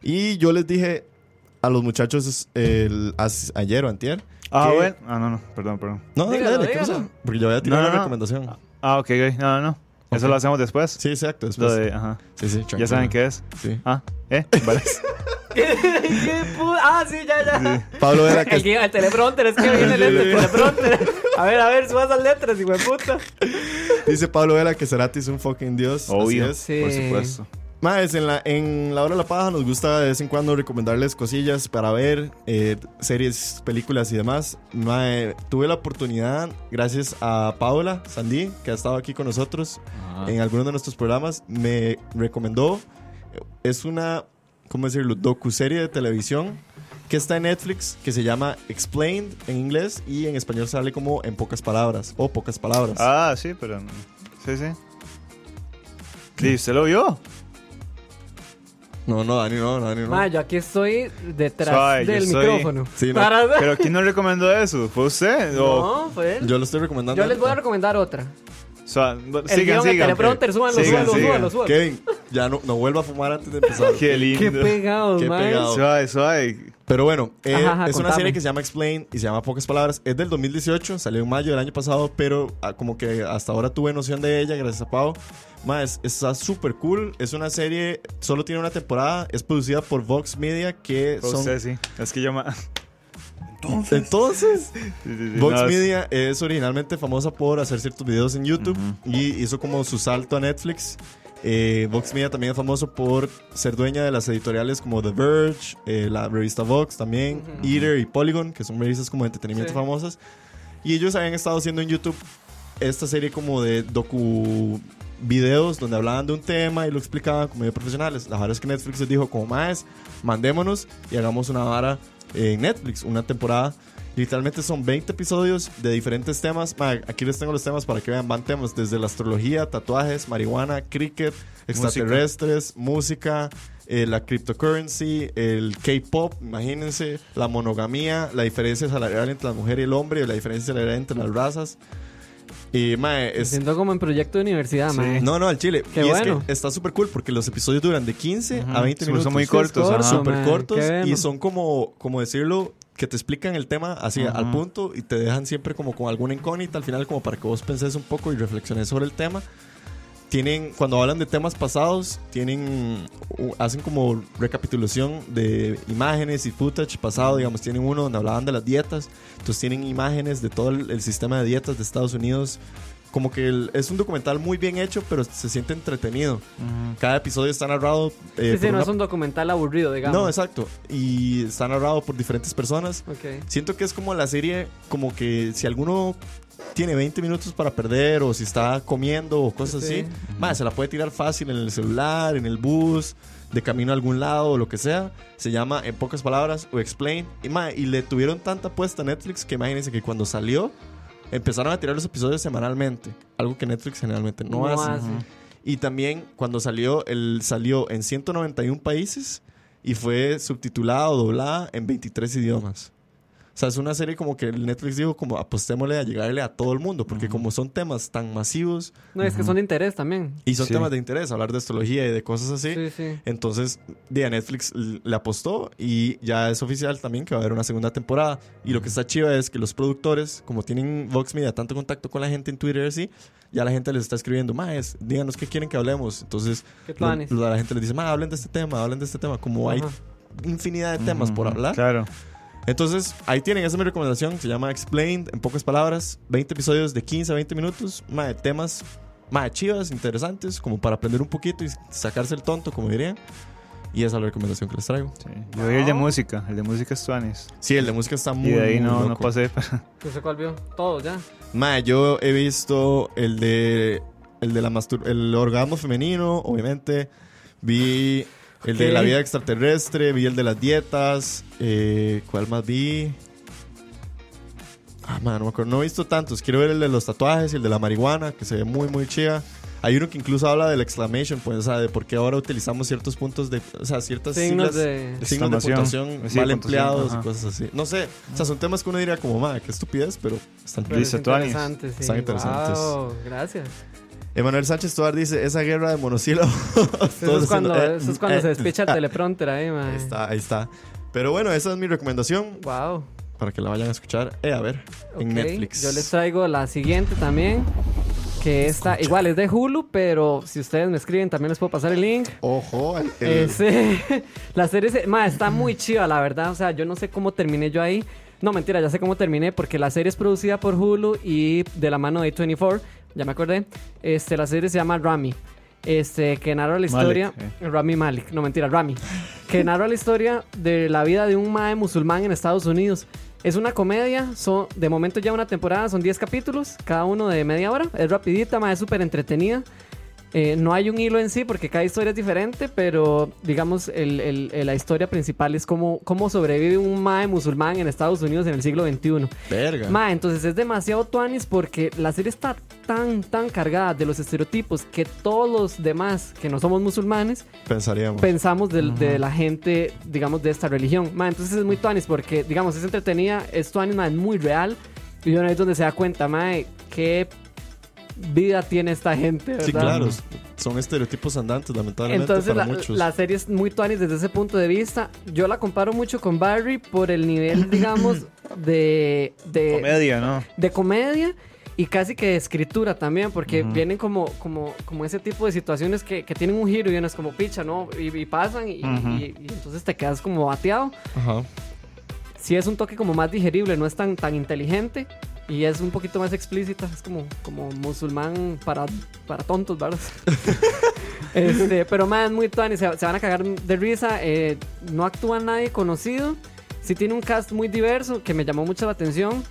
E: Y yo les dije a los muchachos el- as- ayer o antier.
F: Ah,
E: que-
F: bueno. Ah, no, no, perdón, perdón.
E: No, dale,
D: Dígalo,
E: dale, ¿qué
D: dígalo.
E: pasó? Porque yo había tirado
F: No, no,
E: una
F: no.
E: recomendación.
F: Ah, ok, ok. No, no, no. Eso
E: Ok.
F: lo hacemos después.
E: Sí, exacto.
F: Lo
E: Después.
F: de, ajá.
E: Sí, sí,
F: Ya
E: tranquilo.
F: saben qué es.
E: Sí.
F: Ah, ¿eh? Vale.
D: ¿Qué, pu- Ah, sí, ya, ya.
E: Pablo Vera
D: El,
E: que
D: que- el teleprompter, es que viene el teleprompter. A ver, a ver, subas las letras, hijo de puta.
E: dice Pablo Vera que Cerati es un fucking dios.
F: Obvio,
E: Así es.
D: Sí.
F: por supuesto.
E: Más, en la, en la hora de la paja nos gusta de vez en cuando recomendarles cosillas para ver, eh, series, películas y demás. Mae, tuve la oportunidad, gracias a Paula Sandí, que ha estado aquí con nosotros
F: Ah.
E: en algunos de nuestros programas, me recomendó. eh, Es una, ¿cómo decirlo?, docuserie de televisión que está en Netflix, que se llama Explained en inglés y en español sale como En pocas palabras o pocas palabras.
F: Ah, sí, pero. no. Sí, sí. Sí, ¿Usted lo vio?
E: No, no, Dani, no, Dani, no.
D: Ma, yo aquí estoy detrás
F: Suave, yo
D: del
F: estoy-
D: micrófono.
E: Sí, no,
D: Para-
F: ¿Pero quién nos recomendó eso? ¿Fue usted? O-
D: No, fue él.
E: pues, Yo lo estoy recomendando.
D: pues, Yo les voy a recomendar otra.
F: o sea,
D: El
F: sigan,
D: guión, el
F: sigan.
D: teleprompter, súbanlo,
F: Sigan,
D: súbanlo,
F: sigan.
D: súbanlo, súbanlo.
E: Kevin, ya no, no vuelva a fumar antes de empezar.
F: Qué
D: Qué
F: lindo.
D: pegados,
E: Qué
D: man.
E: pegado.
F: Suave, suave.
E: Pero bueno, eh,
D: Ajá, ajá,
E: es una
D: contame.
E: serie que se llama Explain y se llama Pocas Palabras. Es del 2018, salió en mayo del año pasado, pero ah, como que hasta ahora tuve noción de ella, gracias a Pau. Más, está súper cool. Es una serie, solo tiene una temporada. Es producida por Vox Media, que
F: Fue
E: son.
F: usted, sí. Es que yo. ma- Sí,
E: Entonces,
F: sí, sí,
E: Vox
F: no, es-
E: Media es originalmente famosa por hacer ciertos videos en YouTube y hizo como su salto a Netflix. Eh, Vox Media también es famoso por ser dueña de las editoriales como The Verge, eh, la revista Vox también, Eater y Polygon, que son revistas como de entretenimiento
D: Sí.
E: famosas. Y ellos habían estado haciendo en YouTube esta serie como de docu videos donde hablaban de un tema y lo explicaban como medio profesionales. La verdad es que Netflix les dijo como más, mandémonos y hagamos una vara en Netflix, una temporada. Literalmente son 20 episodios de diferentes temas. Ma, aquí les tengo los temas para que vean. Van temas desde la astrología, tatuajes, marihuana, cricket, extraterrestres, música, eh, la cryptocurrency, el K-pop, imagínense, la monogamía, la diferencia salarial entre la mujer y el hombre, la diferencia salarial entre las razas. Y, mae,
D: Me
E: es,
D: siento como en proyecto de universidad, ma.
E: no, no, al chile.
D: Qué
E: y
D: bueno.
E: es que está súper cool porque los episodios duran de 15 a 20
F: Son
E: minutos.
F: muy cortos,
D: corto,
F: ajá.
E: Súper
D: man,
E: cortos
D: qué bueno.
E: y son como, como decirlo, que te explican el tema así al punto y te dejan siempre como con alguna incógnita al final como para que vos penses un poco y reflexiones sobre el tema. tienen, cuando hablan de temas pasados, tienen, u- hacen como recapitulación de imágenes y footage pasado, digamos, tienen uno donde hablaban de las dietas, entonces tienen imágenes de todo el, el sistema de dietas de Estados Unidos. Como que el- es un documental muy bien hecho, pero se siente entretenido. Cada episodio está narrado. eh,
D: Sí, sí,
E: por
D: no
E: una-
D: es un documental aburrido, digamos.
E: no, exacto. Y está narrado por diferentes personas.
D: Ok.
E: Siento que es como la serie, como que si alguno tiene 20 minutos para perder o si está comiendo o cosas
D: Sí.
E: así, más se la puede tirar fácil en el celular, en el bus, de camino a algún lado o lo que sea. Se llama, en pocas palabras, o Explain. Y, ma, y le tuvieron tanta apuesta a Netflix que imagínense que cuando salió empezaron a tirar los episodios semanalmente, algo que Netflix generalmente no, hace. Y también cuando salió, el, salió en 191 países y fue subtitulada o doblada en 23 idiomas. O sea, es una serie como que el Netflix dijo como apostémosle a llegarle a todo el mundo, porque como son temas tan masivos
D: No, es que son de interés también.
E: y son
F: Sí.
E: temas de interés, hablar de astrología y de cosas así,
D: Sí, sí.
E: entonces de a Netflix l- le apostó y ya es oficial también que va a haber una segunda temporada. Y lo que está chiva es que los productores, como tienen Vox Media tanto contacto con la gente en Twitter así, ya la gente les está escribiendo, más díganos qué quieren que hablemos. Entonces
D: ¿Qué
E: lo-
D: planes?
E: la gente les dice, más hablen de este tema, hablen de este tema. Como hay
D: Ajá.
E: infinidad de temas por hablar.
F: Claro.
E: Entonces, ahí tienen, esa es mi recomendación. Se llama Explained, en pocas palabras. 20 episodios de 15 a 20 minutos. Más de temas más chivas, interesantes, como para aprender un poquito y sacarse el tonto, como dirían. Y esa es la recomendación que les traigo.
F: Sí. Yo vi el de
D: Ah.
F: música, el de música es Tuanis.
E: Sí, el de música está muy.
F: Y de ahí
E: muy
F: no, no
E: loco.
F: pasé.
D: No sé cuál vio. Todos ya.
E: Mae, yo he visto el de. El de la mastur el orgasmo femenino, obviamente. Vi el de
D: Ok.
E: la vida extraterrestre, vi el de las dietas. eh, ¿Cuál más vi? Ah, man, no me acuerdo. No he visto tantos. Quiero ver el de los tatuajes y el de la marihuana, que se ve muy, muy chida. Hay uno que incluso habla del exclamation, pues, o sea, de por qué ahora utilizamos ciertos puntos de. O sea, ciertas
D: Signos
E: siglas-
D: de-
E: signos de
F: Exclamación.
E: puntuación
F: Sí,
E: mal
F: puntuación,
E: empleados
F: ajá.
E: y cosas así. No sé. O sea, son temas que uno diría como, madre, qué estupidez, pero están
D: Pero es
F: Listo, Tuanis.
D: interesante, sí.
E: Están interesantes.
D: Wow, gracias.
E: Emanuel Sánchez Tobar dice, esa guerra de monosílabos.
D: Eso es, cuando,
E: Todos haciendo,
D: eso
E: eh,
D: es cuando
E: eh,
D: se despecha el
E: ah,
D: teleprompter ahí, man.
E: Ahí está, ahí está. Pero bueno, esa es mi recomendación
D: Wow.
E: para que la vayan a escuchar. Eh, a ver, en
D: Ok,
E: Netflix.
D: Yo les traigo la siguiente también. Que esta, igual es de Hulu, pero si ustedes me escriben también les puedo pasar el link.
E: Ojo, el-
D: Eh,
E: el-
D: sí. la serie se- ma, está muy chiva, la verdad. O sea, yo no sé cómo terminé yo ahí. No, mentira, ya sé cómo terminé, porque la serie es producida por Hulu y de la mano de 24, ya me acordé. Este, la serie se llama Rami. Este, que narra la historia.
F: Malek,
D: Rami Malik, no mentira, Rami. Que narra la historia de la vida de un mae musulmán en Estados Unidos. Es una comedia, son, de momento ya una temporada, son 10 capítulos, cada uno de media hora. Es rapidita, mae, es súper entretenida. Eh, no hay un hilo en sí porque cada historia es diferente, pero digamos el- el- el- la historia principal es cómo, cómo sobrevive un mae musulmán en Estados Unidos en el siglo XXI.
E: Verga.
D: Ma, entonces es demasiado tuanis porque la serie está tan, tan cargada de los estereotipos que todos los demás que no somos musulmanes
E: Pensaríamos.
D: pensamos del- de, la gente, digamos, de esta religión. Ma, entonces es muy tuanis porque, digamos, es entretenida, es tuanis, ma, es muy real. Y uno es donde se da cuenta, ma, de qué vida tiene esta gente, ¿verdad?
E: sí, claro. Son estereotipos andantes, lamentablemente,
D: Entonces
E: para
D: la,
E: muchos.
D: la serie es muy tuanis desde ese punto de vista. Yo la comparo mucho con Barry por el nivel, digamos, de, de,
F: Comedia, ¿no?
D: de comedia y casi que de escritura también, porque vienen como, como, como ese tipo de situaciones que, que tienen un giro y unas como picha, ¿no? Y, y pasan y,
F: Ujú.
D: y- y entonces te quedas como bateado.
E: Ajá.
D: Sí es un toque como más digerible, no es tan, tan inteligente y es un poquito más explícita, es como, como musulmán para, para tontos, ¿verdad? Este, pero más muy tuanis, se, se van a cagar de risa, eh, no actúa nadie conocido, sí tiene un cast muy diverso que me llamó mucho la atención.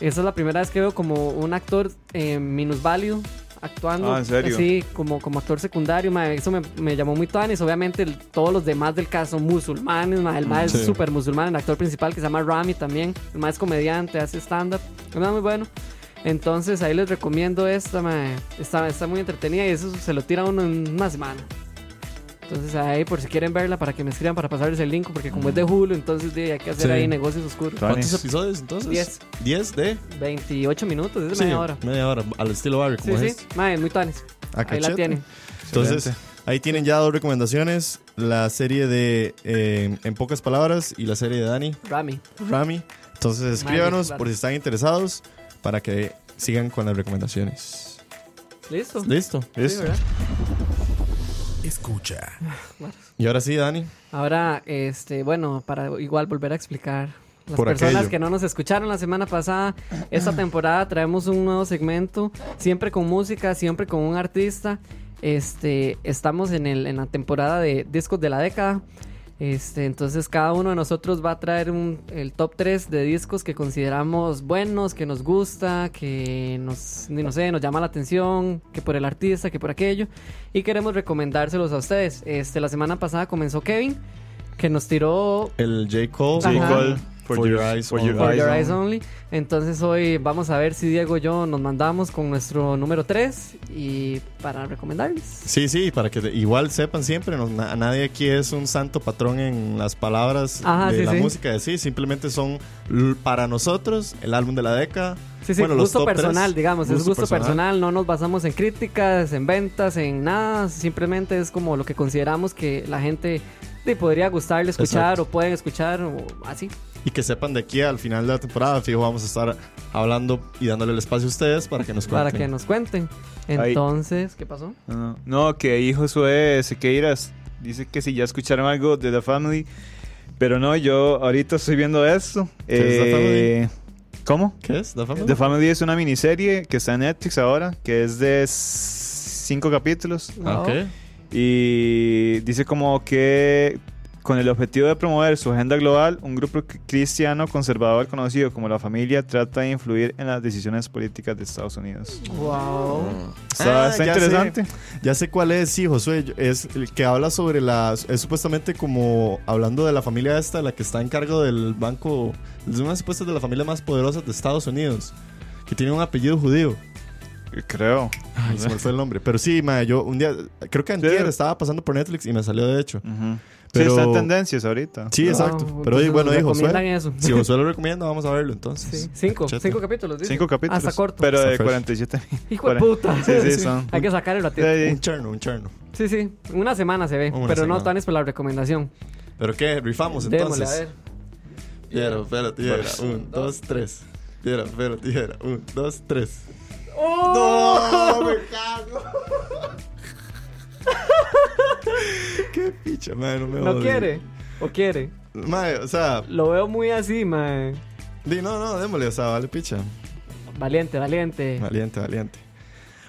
D: Esa es la primera vez que veo como un actor eh, minusválido actuando.
F: Ah, ¿en serio?
D: Sí, como, como actor secundario, mae, eso me, me llamó muy tuanis. Obviamente el- todos los demás del caso son musulmanes, mae, el mae
E: Sí.
D: es súper musulmán, el actor principal que se llama Rami también, el mae es comediante, hace stand-up, es muy bueno. Entonces ahí les recomiendo esta, mae. Está, está muy entretenida y eso se lo tira uno en una semana. Entonces ahí por si quieren verla para que me escriban para pasarles el link porque como es de Hulu entonces de, hay que hacer
E: Mm. Sí.
D: ahí negocios oscuros.
E: ¿Cuántos
F: Tuanis.
E: episodios entonces?
D: Diez.
E: ¿Diez de?
D: 28 minutos, es de media
E: Sí,
D: hora.
E: Media hora, al estilo Barry,
D: Sí,
E: como es. Ah,
D: sí, mae, muy tuanis.
E: A
D: Ahí la
E: cachete.
D: tienen.
E: Entonces, ahí tienen ya dos recomendaciones. La serie de eh, En pocas palabras y la serie de Dani,
D: Rami.
E: Pues Rami. Entonces escríbanos por si están interesados para que sigan con las recomendaciones.
D: Listo.
E: Listo.
D: Sí,
F: Listo.
D: ¿verdad?
A: Escucha.
E: Y ahora sí, Dani.
D: Ahora, este, bueno, para igual volver a explicar. Las
E: Por
D: personas
E: aquello.
D: que no nos escucharon la semana pasada, esta temporada traemos un nuevo segmento, siempre con música, siempre con un artista. Este, estamos en, el, en la temporada de discos de la década. Este, entonces cada uno de nosotros va a traer un- el top 3 de discos que consideramos buenos, que nos gusta, que nos, ni no sé, nos llama la atención, que por el artista, que por aquello. Y queremos recomendárselos a ustedes. Este, la semana pasada comenzó Kevin, que nos tiró
E: El J. Cole.
D: J.
F: J.
D: Ajá.
F: Cole, For, your, eyes, for your
D: For
F: eyes.
D: Your
F: only.
D: Eyes Only. Entonces hoy vamos a ver si Diego y yo nos mandamos con nuestro número 3 y para recomendarles.
E: Sí, sí, para que te- igual sepan siempre, no- na- nadie aquí es un santo patrón en las palabras
D: Ajá,
E: de
D: sí,
E: la
D: sí.
E: música de sí, simplemente son l- para nosotros el álbum de la década.
D: Sí, sí,
E: Bueno, los
D: gusto
E: top tres.
D: personal, digamos, es gusto personal. no nos basamos en críticas, en ventas, en nada, simplemente es como lo que consideramos que la gente le podría gustarle escuchar
E: Exacto.
D: o pueden escuchar o así.
E: Y que sepan de aquí al final de la temporada, fijo, vamos a estar hablando y dándole el espacio a ustedes para que nos cuenten.
D: Para que nos cuenten.
F: Ahí.
D: Entonces, ¿qué pasó?
F: No, no. No, que ahí Josué Sequeiras dice que si ya escucharon algo de The Family. Pero no, yo ahorita estoy viendo esto.
E: ¿Qué es The
F: Eh, ¿Cómo?
E: ¿Qué es? ¿La fama?
F: The Family es una miniserie que está en Netflix ahora, que es de cinco capítulos.
E: Ah, ok.
F: Y dice como que con el objetivo de promover su agenda global, un grupo cr- cristiano conservador conocido como la familia trata de influir en las decisiones políticas de Estados Unidos.
D: Wow.
F: Está,
E: Ah,
F: está
E: ya sé.
F: interesante.
E: Ya sé cuál es, sí, Josué. yo- Es el que habla sobre las. Es supuestamente como hablando de la familia esta, la que está en cargo del banco. Es una supuesta de la familia más poderosa de Estados Unidos. Que tiene un apellido judío.
F: Creo.
E: Ay, se me fue el nombre. Pero sí, ma, yo un día. Creo que antier estaba pasando por Netflix y me salió de hecho.
D: Mm.
F: Ujú.
E: Pero-
F: Sí, están tendencias ahorita.
E: Sí, exacto.
D: Wow,
E: Pero oye,
D: entonces
E: bueno,
D: nos
E: dijo
D: pues, recomiendan
E: Josué.
D: eso.
E: Si Josué lo recomienda, vamos a verlo entonces.
D: Sí, cinco,
E: Chete.
D: cinco capítulos. dice.
F: Cinco capítulos.
D: Hasta corto.
F: Pero
E: Está
F: de
E: fresh.
F: 47
D: Hijo de
F: Para-
D: puta.
F: Sí, sí, son.
D: Hay que sacar el ratito.
F: Sí, sí.
E: Un cherno, un cherno.
D: Sí, sí, una semana se ve,
E: Una
D: pero
E: semana.
D: no tan es por la recomendación.
E: ¿Pero qué? Rifamos
D: Démosle, a
E: entonces.
D: ver.
E: Piedra, pero tijera. Un, dos, tres. Piedra, pero tijera. Un, dos, tres. ¡No! ¡Me cago! ¡Qué picha, madre! No me
D: ¿No
E: odie.
D: quiere? ¿O quiere?
E: Madre, o sea,
D: Lo veo muy así, mae.
E: di, no, no, démosle, o sea, vale picha.
D: Valiente, valiente.
E: Valiente, valiente.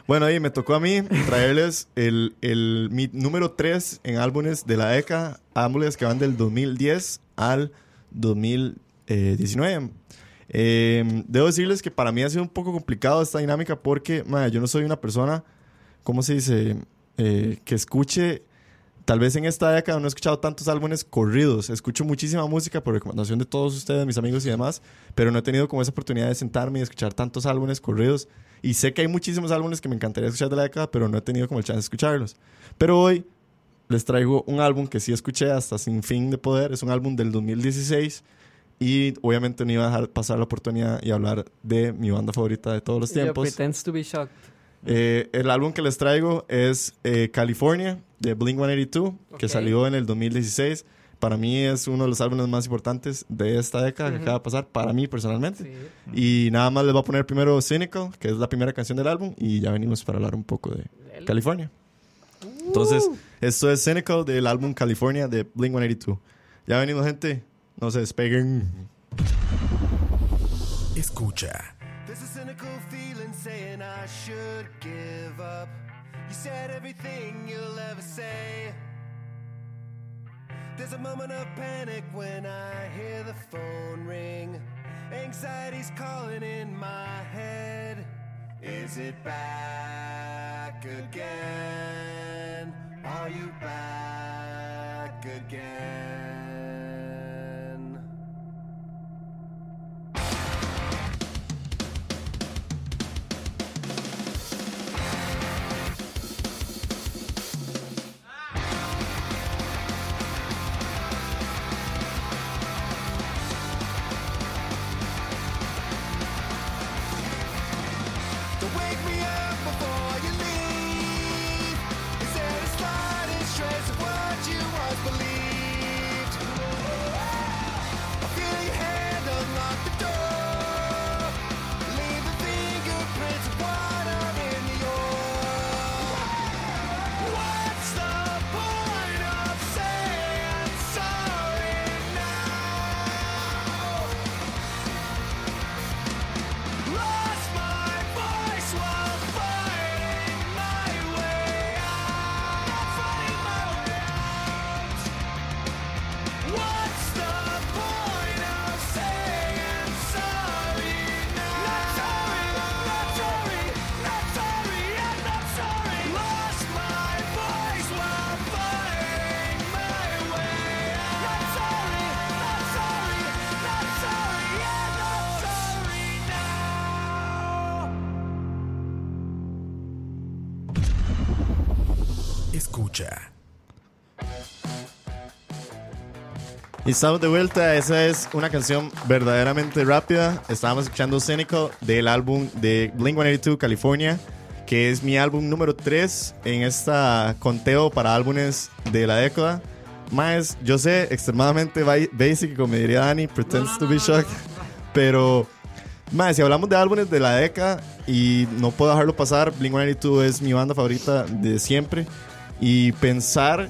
E: Bueno, ahí me tocó a mí traerles el, el- mi número 3 en álbumes de la década, álbumes que van del 2010 al 2019. Eh, debo decirles que para mí ha sido un poco complicado esta dinámica porque mae, yo no soy una persona, ¿cómo se dice? Eh, que escuche, tal vez en esta década no he escuchado tantos álbumes corridos, escucho muchísima música por recomendación de todos ustedes, mis amigos y demás, pero no he tenido como esa oportunidad de sentarme y escuchar tantos álbumes corridos. Y sé que hay muchísimos álbumes que me encantaría escuchar de la década, pero no he tenido como el chance de escucharlos. Pero hoy les traigo un álbum que sí escuché hasta sin fin de poder. Es un álbum del 2016. Y obviamente no iba a dejar pasar la oportunidad y hablar de mi banda favorita de todos los
D: Yo
E: tiempos.
D: pretends to be shocked.
E: Eh, el álbum que les traigo es eh, California de Blink 182, que
D: Ok.
E: salió en el 2016. Para mí es uno de los álbumes más importantes de esta década que
D: Ujú.
E: acaba de pasar, para mí personalmente.
D: Sí.
E: Y nada más les voy a poner primero Cynical, que es la primera canción del álbum, y ya venimos para hablar un poco de California. Entonces,
D: Uh.
E: esto es Cynical del álbum California de Blink 182. Ya venimos, gente. No se despeguen.
A: Escucha.
H: There's a cynical feeling saying I should give up. You said everything you'll ever say. There's a moment of panic when I hear the phone ring. Anxiety's calling in my head. Is it back again? Are you back again? To wake me up before you leave. Is there a sliding trace of
A: escucha.
E: Y estamos de vuelta. Esa es una canción verdaderamente rápida. Estábamos escuchando Cynical del álbum de Blink 182 California, que es mi álbum número 3 en esta conteo para álbumes de la década. Más, yo sé, extremadamente ba- basic, como diría Dani, pretends to be shocked. Pero, más, si hablamos de álbumes de la década y no puedo dejarlo pasar, Blink 182 es mi banda favorita de siempre. Y pensar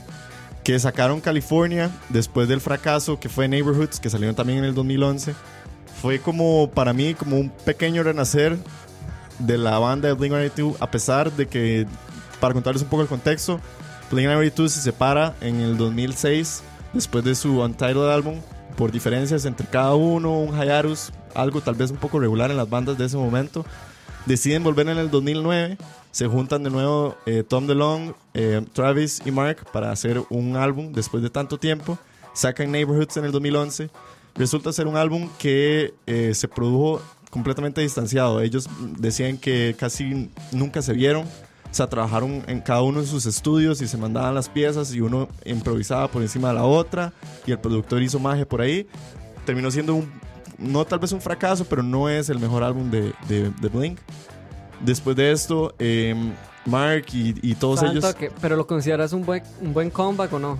E: que sacaron California después del fracaso que fue Neighborhoods, que salieron también en el 2011. Fue como para mí como un pequeño renacer de la banda de Blink-182 a pesar de que para contarles un poco el contexto, Blink-182 se separa en el 2006 después de su Untitled álbum por diferencias entre cada uno, un hiatus, algo tal vez un poco regular en las bandas de ese momento deciden volver en el 2009. Se juntan de nuevo eh, Tom DeLong, eh, Travis y Mark para hacer un álbum después de tanto tiempo. Sacan Neighborhoods en el 2011. Resulta ser un álbum que eh, se produjo completamente distanciado. Ellos decían que casi nunca se vieron. O sea, trabajaron en cada uno de sus estudios y se mandaban las piezas y uno improvisaba por encima de la otra y el productor hizo magia por ahí. Terminó siendo un, no tal vez un fracaso, pero no es el mejor álbum de, de- de Blink. Después de esto, eh, Mark y, y todos
D: Santo
E: ellos...
D: que- pero lo consideras un buen, un buen comeback o no?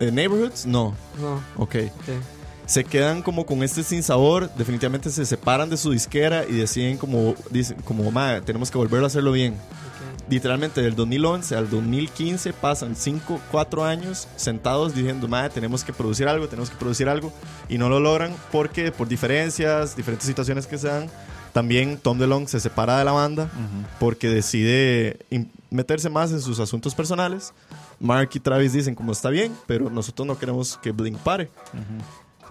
E: eh, ¿Neighborhoods? No,
D: No.
E: ok.
D: sí.
E: Se quedan como con este sin sabor, definitivamente se separan de su disquera y deciden como, dicen, como, "Ma, tenemos que volver a hacerlo bien. literalmente del 2011 al 2015 pasan 5, 4 años sentados diciendo, madre, tenemos que producir algo, tenemos que producir algo, y no lo logran porque por diferencias, diferentes situaciones que se dan, también Tom DeLong se separa de la banda porque decide in- meterse más en sus asuntos personales. Mark y Travis dicen, como está bien, pero nosotros no queremos que Blink pare.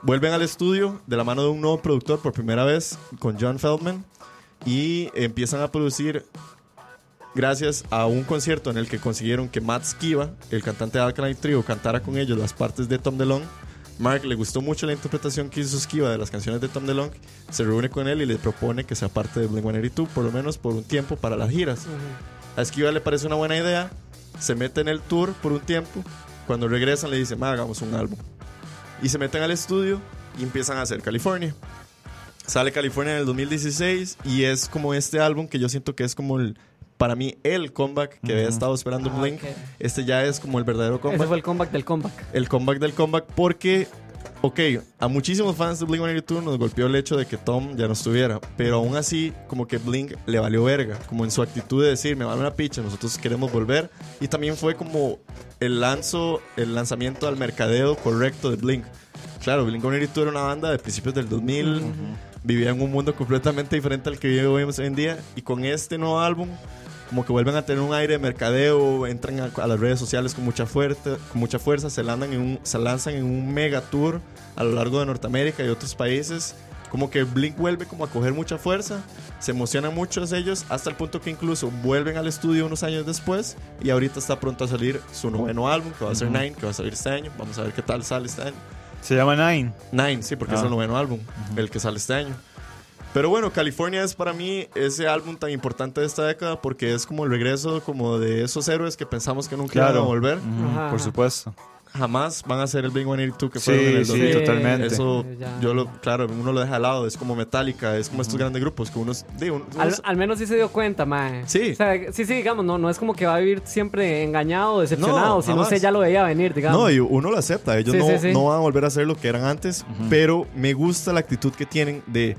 E: Vuelven al estudio de la mano de un nuevo productor por primera vez con John Feldman y empiezan a producir gracias a un concierto en el que consiguieron que Matt Skiba, el cantante de Alkaline Trio, cantara con ellos las partes de Tom DeLonge. Mark le gustó mucho la interpretación que hizo Skiba de las canciones de Tom DeLonge, se reúne con él y le propone que sea parte de Blink-182, por lo menos por un tiempo para las giras. A Esquiva le parece una buena idea, se mete en el tour por un tiempo, cuando regresan le dicen, "Ma, hagamos un álbum. Y se meten al estudio y empiezan a hacer California. Sale California en el 2016 y es como este álbum que yo siento que es como el, para mí el comeback que había estado esperando
D: Ah,
E: Blink.
D: ok.
E: Este ya es como el verdadero
D: Ese
E: comeback
D: fue el comeback del comeback.
E: el comeback del comeback porque, ok, a muchísimos fans de Blink-182 nos golpeó el hecho de que Tom ya no estuviera, pero aún así como que Blink le valió verga, como en su actitud de decir, me vale una picha, nosotros queremos volver, y también fue como el, lanzo, el lanzamiento al mercadeo correcto de Blink. Claro, Blink-182 era una banda de principios del 2000, vivía en un mundo completamente diferente al que vivimos hoy en día, y con este nuevo álbum como que vuelven a tener un aire de mercadeo, entran a, a las redes sociales con mucha fuerza, con mucha fuerza se, lanzan en un, se lanzan en un mega tour a lo largo de Norteamérica y otros países. Como que Blink vuelve como a coger mucha fuerza, se emocionan muchos ellos, hasta el punto que incluso vuelven al estudio unos años después y ahorita está pronto a salir su noveno álbum, que va a ser Nine, que va a salir este año, vamos a ver qué tal sale este año.
F: Se llama Nine.
E: Nine, sí, porque es
F: Ah.
E: el noveno álbum, el que sale este año. Pero bueno, California es para mí ese álbum tan importante de esta década porque es como el regreso como de esos héroes que pensamos que nunca
F: Claro.
E: iban a volver.
F: Ujú,
D: Ajá,
F: por
D: ajá.
F: supuesto.
E: Jamás van a ser el Big 182 que
F: Sí,
E: fueron en el
F: sí,
E: 2000.
F: totalmente.
E: Eso,
D: Sí, ya.
E: yo lo, claro, uno lo deja de lado. Es como Metallica, es como estos grandes grupos que unos... de, un-
D: Al,
E: unos-
D: al menos sí se dio cuenta, mae.
E: Sí.
D: O sea, sí, sí, digamos, no, no es como que va a vivir siempre engañado, decepcionado,
E: No,
D: sino
E: jamás.
D: se ya lo veía venir, digamos.
E: No, y uno lo acepta. Ellos
D: Sí,
E: no,
D: sí, sí.
E: no van a volver a ser lo que eran antes, pero me gusta la actitud que tienen de,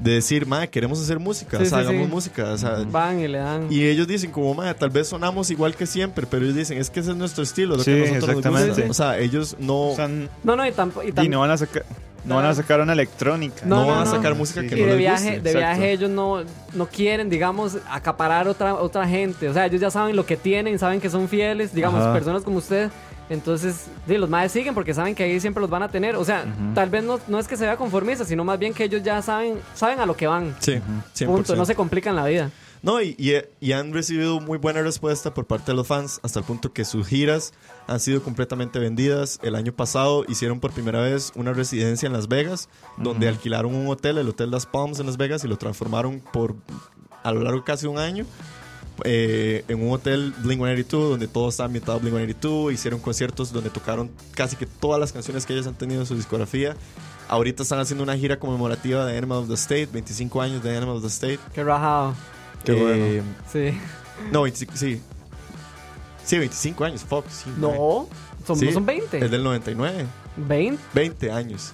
E: de decir, madre, queremos hacer música,
D: Sí,
E: o sea,
D: sí, sí.
E: hagamos música. O sea,
D: Van y le dan.
E: Y ellos dicen como, madre, tal vez sonamos igual que siempre, pero ellos dicen, es que ese es nuestro estilo, lo
F: Sí,
E: que a nosotros nos
F: exactamente.
E: gusta. O sea, ellos no,
F: O sea, n-
D: No, no, y tampoco. Y,
F: y
D: tam-
F: no van a sacar, no van a sacar una electrónica.
E: no,
D: no,
E: van a
D: no.
E: sacar música que
D: y
E: no
D: de
E: les
D: viaje,
E: guste.
D: de
F: exacto.
D: viaje ellos no, no quieren, digamos, acaparar otra, otra gente. O sea, ellos ya saben lo que tienen, saben que son fieles, digamos,
F: Ajá.
D: personas como usted. Entonces, sí, los madres siguen porque saben que ahí siempre los van a tener. O sea, tal vez no, no es que se vea conformista, sino más bien que ellos ya saben, saben a lo que van.
E: Sí, 100%.
D: Punto, no se complican la vida.
E: No, y, y- y han recibido muy buena respuesta por parte de los fans, hasta el punto que sus giras han sido completamente vendidas. El año pasado hicieron por primera vez una residencia en Las Vegas, donde alquilaron un hotel, el Hotel Las Palms en Las Vegas, y lo transformaron por a lo largo de casi un año. eh, en un hotel Blink-182 donde todo está ambientado a Blink-182. Hicieron conciertos donde tocaron casi que todas las canciones que ellos han tenido en su discografía. Ahorita están haciendo una gira conmemorativa de Animal of the State, 25 años de Animal of the State.
D: Qué rajado.
E: Qué
F: Eh,
D: Sí.
E: No, 25, sí. Sí, 25 años, Fox. sí, mae.
D: No. Son,
E: Sí,
D: no son 20.
E: Es del 99.
D: 20.
E: 20 años.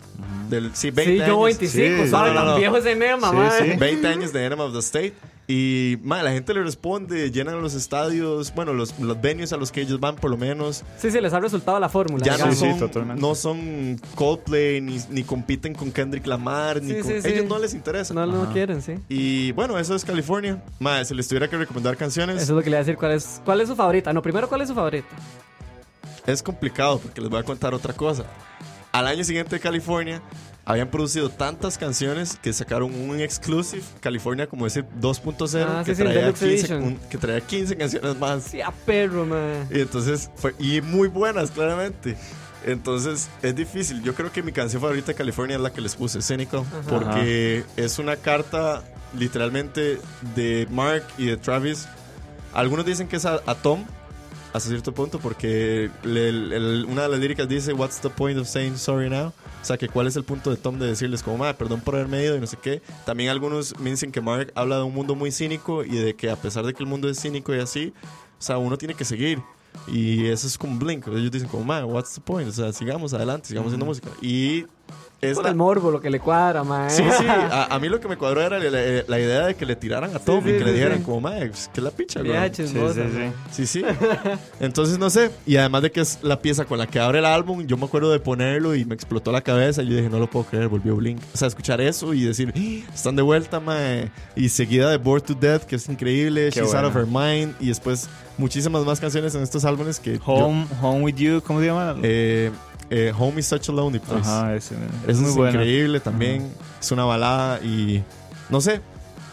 E: Del, sí, 20
D: Mm. sí, yo
E: años.
D: 25.
F: Sí,
D: suave,
E: no, no,
D: tan
E: no.
D: viejo ese meme, mamá.
F: sí.
E: 20 años de Enema of the State. Y mae, la gente le responde, llenan los estadios, bueno, los, los venues a los que ellos van por lo menos.
D: Sí, sí, les ha resultado la fórmula.
E: Ya no,
D: digamos.
F: Sí, sí,
E: son,
F: totalmente.
E: no son Coldplay, ni, ni compiten con Kendrick Lamar, ni
D: Sí,
E: con-
D: sí, sí.
E: ellos no les interesa.
D: No lo quieren, sí.
E: Y bueno, eso es California. Mae, si les tuviera que recomendar canciones,
D: Eso es lo que le voy a decir. ¿Cuál es, cuál es su favorita? No, primero, ¿cuál es su favorita?
E: es complicado porque les voy a contar otra cosa. Al año siguiente de California habían producido tantas canciones que sacaron un exclusive California como ese 2.0
D: Ah,
E: que,
D: sí, sí, el
E: traía
D: Deluxe
E: 15
D: Edition.
E: un- que traía 15 canciones más.
D: Sí, a perro, man.
E: Y entonces fue y muy buenas claramente. Entonces es difícil. Yo creo que mi canción favorita de California es la que les puse, Cynical, porque es una carta literalmente de Mark y de Travis. Algunos dicen que es a, a Tom hasta cierto punto porque le- el- el- una de las líricas dice What's the point of saying sorry now? O sea, que cuál es el punto de Tom de decirles como, "Mae, perdón por haberme ido y no sé qué. También algunos me dicen que Mark habla de un mundo muy cínico y de que a pesar de que el mundo es cínico y así, o sea, uno tiene que seguir. Y eso es con Blink. Ellos dicen como, man, what's the point? O sea, sigamos adelante, sigamos haciendo música. Y es
D: Por
E: la-
D: el morbo, lo que le cuadra, man.
E: Sí, sí. A, a mí lo que me cuadró era la, la- la idea de que le tiraran a Tom
D: sí,
E: y que le
D: sí,
E: dijeran
D: sí.
E: como, man, pues, que la picha, güey.
D: Vieja chismosa. man.
E: Sí, sí. Entonces, no sé. Y además de que es la pieza con la que abre el álbum, yo me acuerdo de ponerlo y me explotó la cabeza. Y yo dije, no lo puedo creer, volvió Blink. O sea, escuchar eso y decir, "Ah, están de vuelta, mae. Y seguida de Bored to Death, que es increíble.
F: Qué
E: She's Out of Her
F: buena.
E: Mind. Y después muchísimas más canciones en estos álbumes que. yo-
F: Home, Home with You, ¿cómo se llama?
E: eh, eh, Home is Such a Lonely Place.
F: Ajá, ese,
E: Eso
F: es muy bueno.
E: increíble también. Es una balada y no sé.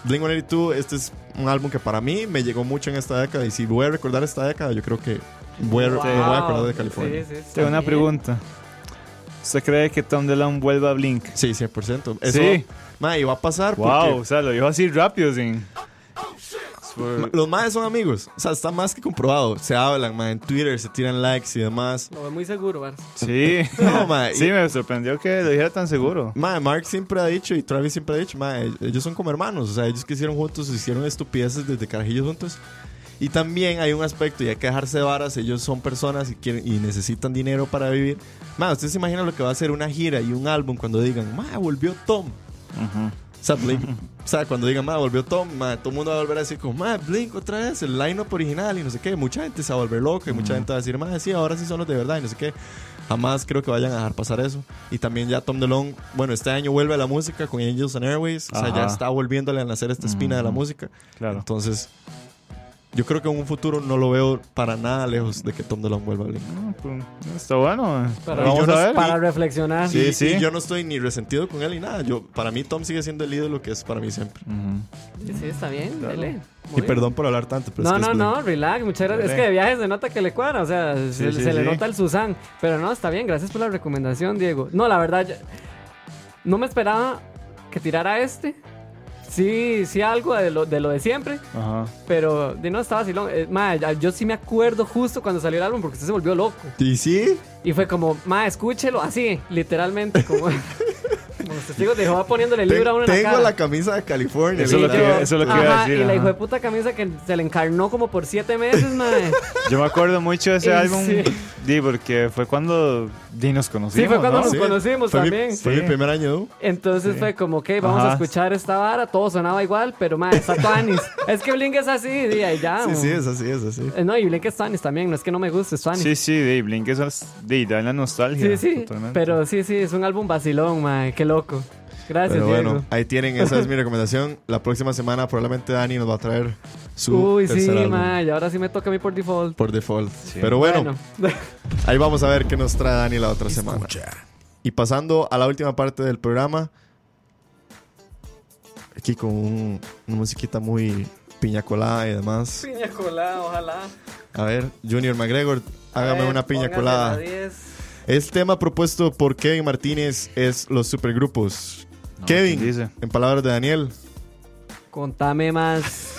E: Blink 182, este es un álbum que para mí me llegó mucho en esta década. Y si voy a recordar esta década, yo creo que voy a, me voy a acordar de California.
D: Sí, sí, sí,
F: Tengo una
D: también.
F: pregunta. ¿Usted cree que Tom DeLonge vuelva a Blink?
E: Sí, 100%. Eso
F: Sí.
E: ma, y va a pasar.
F: Wow, o
E: Porque
F: sea, lo dijo así rápido, sin.
E: ma, los madres son amigos. O sea, está más que comprobado. Se hablan, ma, en Twitter, se tiran likes y demás.
D: Lo veo muy seguro, Barça.
F: Sí.
E: No, ma, y-
F: sí, me sorprendió que lo dijera tan seguro.
E: Ma, Mark siempre ha dicho y Travis siempre ha dicho, ma, eh, ellos son como hermanos, o sea, ellos crecieron juntos, hicieron estupideces desde carajillos juntos. Y también hay un aspecto, y hay que dejarse de varas, ellos son personas y, quieren, y necesitan dinero para vivir. Ma, ustedes se imaginan lo que va a ser una gira y un álbum cuando digan, ma, volvió Tom. O sea, Blink- o sea, cuando digan, ma, volvió Tom, ma, todo el mundo va a volver a decir, como, ma, Blink otra vez, el line-up original y no sé qué. Mucha gente se va a volver loca y mucha gente va a decir, ma, sí, ahora sí son los de verdad y no sé qué. Jamás creo que vayan a dejar pasar eso. Y también ya Tom DeLonge, bueno, este año vuelve a la música con Angels and Airways. O sea, ya
F: Ajá.
E: está volviéndole a nacer esta espina de la música.
F: Claro.
E: Entonces, yo creo que en un futuro no lo veo para nada lejos de que Tom DeLonge vuelva a Blink.
F: No, pues, Está bueno. eh.
D: Para-
E: Y
F: Vamos
E: yo no-
F: a ver.
D: Para reflexionar.
F: Sí,
E: y,
F: sí.
E: y yo no estoy ni resentido con él ni nada. Yo, para mí, Tom sigue siendo el ídolo que es para mí siempre.
F: Ujú.
D: Sí, sí, está bien,
F: Claro.
D: dele.
E: Y
D: Muy bien.
E: perdón por hablar tanto, pero es
D: No,
E: que es
D: no,
E: Blink.
D: no, relax, muchas gracias. Es
F: Dele.
D: que de viajes se nota que le cuadra, o sea, se,
F: sí,
D: se le
F: sí.
D: nota el Susan. Pero no, está bien, gracias por la recomendación, Diego. No, la verdad, ya- no me esperaba que tirara este. Sí, sí, algo de lo de, lo de siempre,
F: Ajá.
D: pero de no estaba así. eh, yo sí me acuerdo justo cuando salió el álbum porque usted se volvió loco.
E: ¿Y sí?
D: Y fue como, ma, escúchelo así, literalmente, como, como los testigos de Jehová poniéndole el
E: Te-
D: libro a uno en la
E: tengo
D: cara.
E: la camisa de California.
F: Eso es lo que-
E: literal.
F: eso es lo que- iba a
D: Ajá,
F: decir,
D: Y la
F: ajá.
D: hijo de puta camisa que se le encarnó como por siete meses, madre.
F: Yo me acuerdo mucho de ese
D: Y
F: álbum.
D: sí.
F: Di, porque fue cuando Di nos conocimos.
D: Sí, fue cuando
F: ¿no?
D: Ah, nos conocimos
E: fue mi-
D: también.
E: fue mi primer año. ¿no?
D: Entonces fue como, ok, vamos a
F: Ajá.
D: escuchar esta vara. Todo sonaba igual, pero madre, está Tuanis. es que Blink es así, día y ya.
E: Sí,
D: mo.
E: sí, es así, es así.
D: Eh, No, y Blink es Tuanis también, no es que no me guste, es Tuanis.
F: Sí,
D: Sí,
F: sí, Di, Blink es Di, da la nostalgia.
D: sí,
F: totalmente.
D: pero sí, sí, es un álbum vacilón, madre, qué loco. Gracias,
E: Pero bueno,
D: Diego.
E: ahí tienen, esa es mi recomendación. La próxima semana probablemente Dani nos va a traer su
D: Uy, sí,
E: tercer álbum
D: madre, y ahora sí me toca a mí por default.
E: por default. Pero bueno,
D: bueno.
E: ahí vamos a ver qué nos trae Dani la otra semana. Y pasando a la última parte del programa, aquí con un- una musiquita muy piña colada y demás.
D: piña colada, ojalá.
E: A ver, Junior McGregor, hágame una piña colada. El tema propuesto por Kevin Martínez es los supergrupos.
F: No,
E: Kevin,
F: ¿quién dice?
E: en palabras de Daniel,
D: Contame más.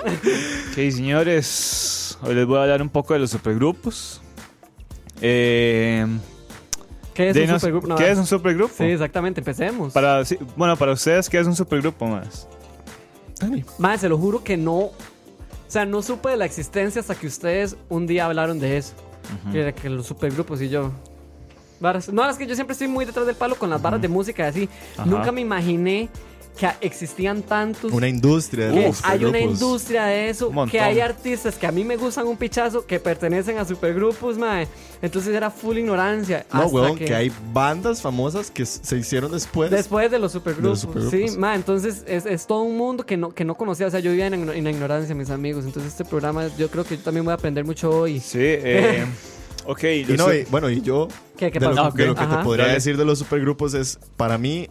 F: Ok, señores, hoy les voy a hablar un poco de los supergrupos. Eh,
D: ¿Qué es un
F: denos-
D: supergrupo? No,
F: ¿Qué es un supergrupo?
D: Sí, exactamente, empecemos.
F: Para, sí, bueno, para ustedes, ¿qué es un supergrupo más?
D: Madre, se lo juro que no. O sea, no supe de la existencia hasta que ustedes un día hablaron de eso. Que era que los supergrupos y yo. Varas- No, es que yo siempre estoy muy detrás del palo con las barras de música y así.
F: Ajá.
D: Nunca me imaginé que existían tantos.
E: Una industria de
D: que
E: los
D: hay una
E: grupos.
D: industria de eso,
F: Un montón.
D: que hay artistas que a mí me gustan un pichazo que pertenecen a supergrupos, mae. Entonces era full ignorancia.
E: No,
D: hasta
E: weón, que... hay bandas famosas que s- se hicieron después.
D: Después de los supergrupos.
E: De los supergrupos.
D: Sí, ma, entonces es, es todo un mundo que no, que no conocía. O sea, yo vivía en, igno- en la ignorancia, mis amigos. Entonces este programa yo creo que yo también voy a aprender mucho hoy.
F: Sí, eh, ok.
E: y
F: los
E: no,
F: su-
E: y- bueno, y yo
D: ¿Qué, qué
E: de, lo,
D: pasó?
E: de lo que
D: Ajá.
E: te podría
F: Ya.
E: decir de los supergrupos es, para mí,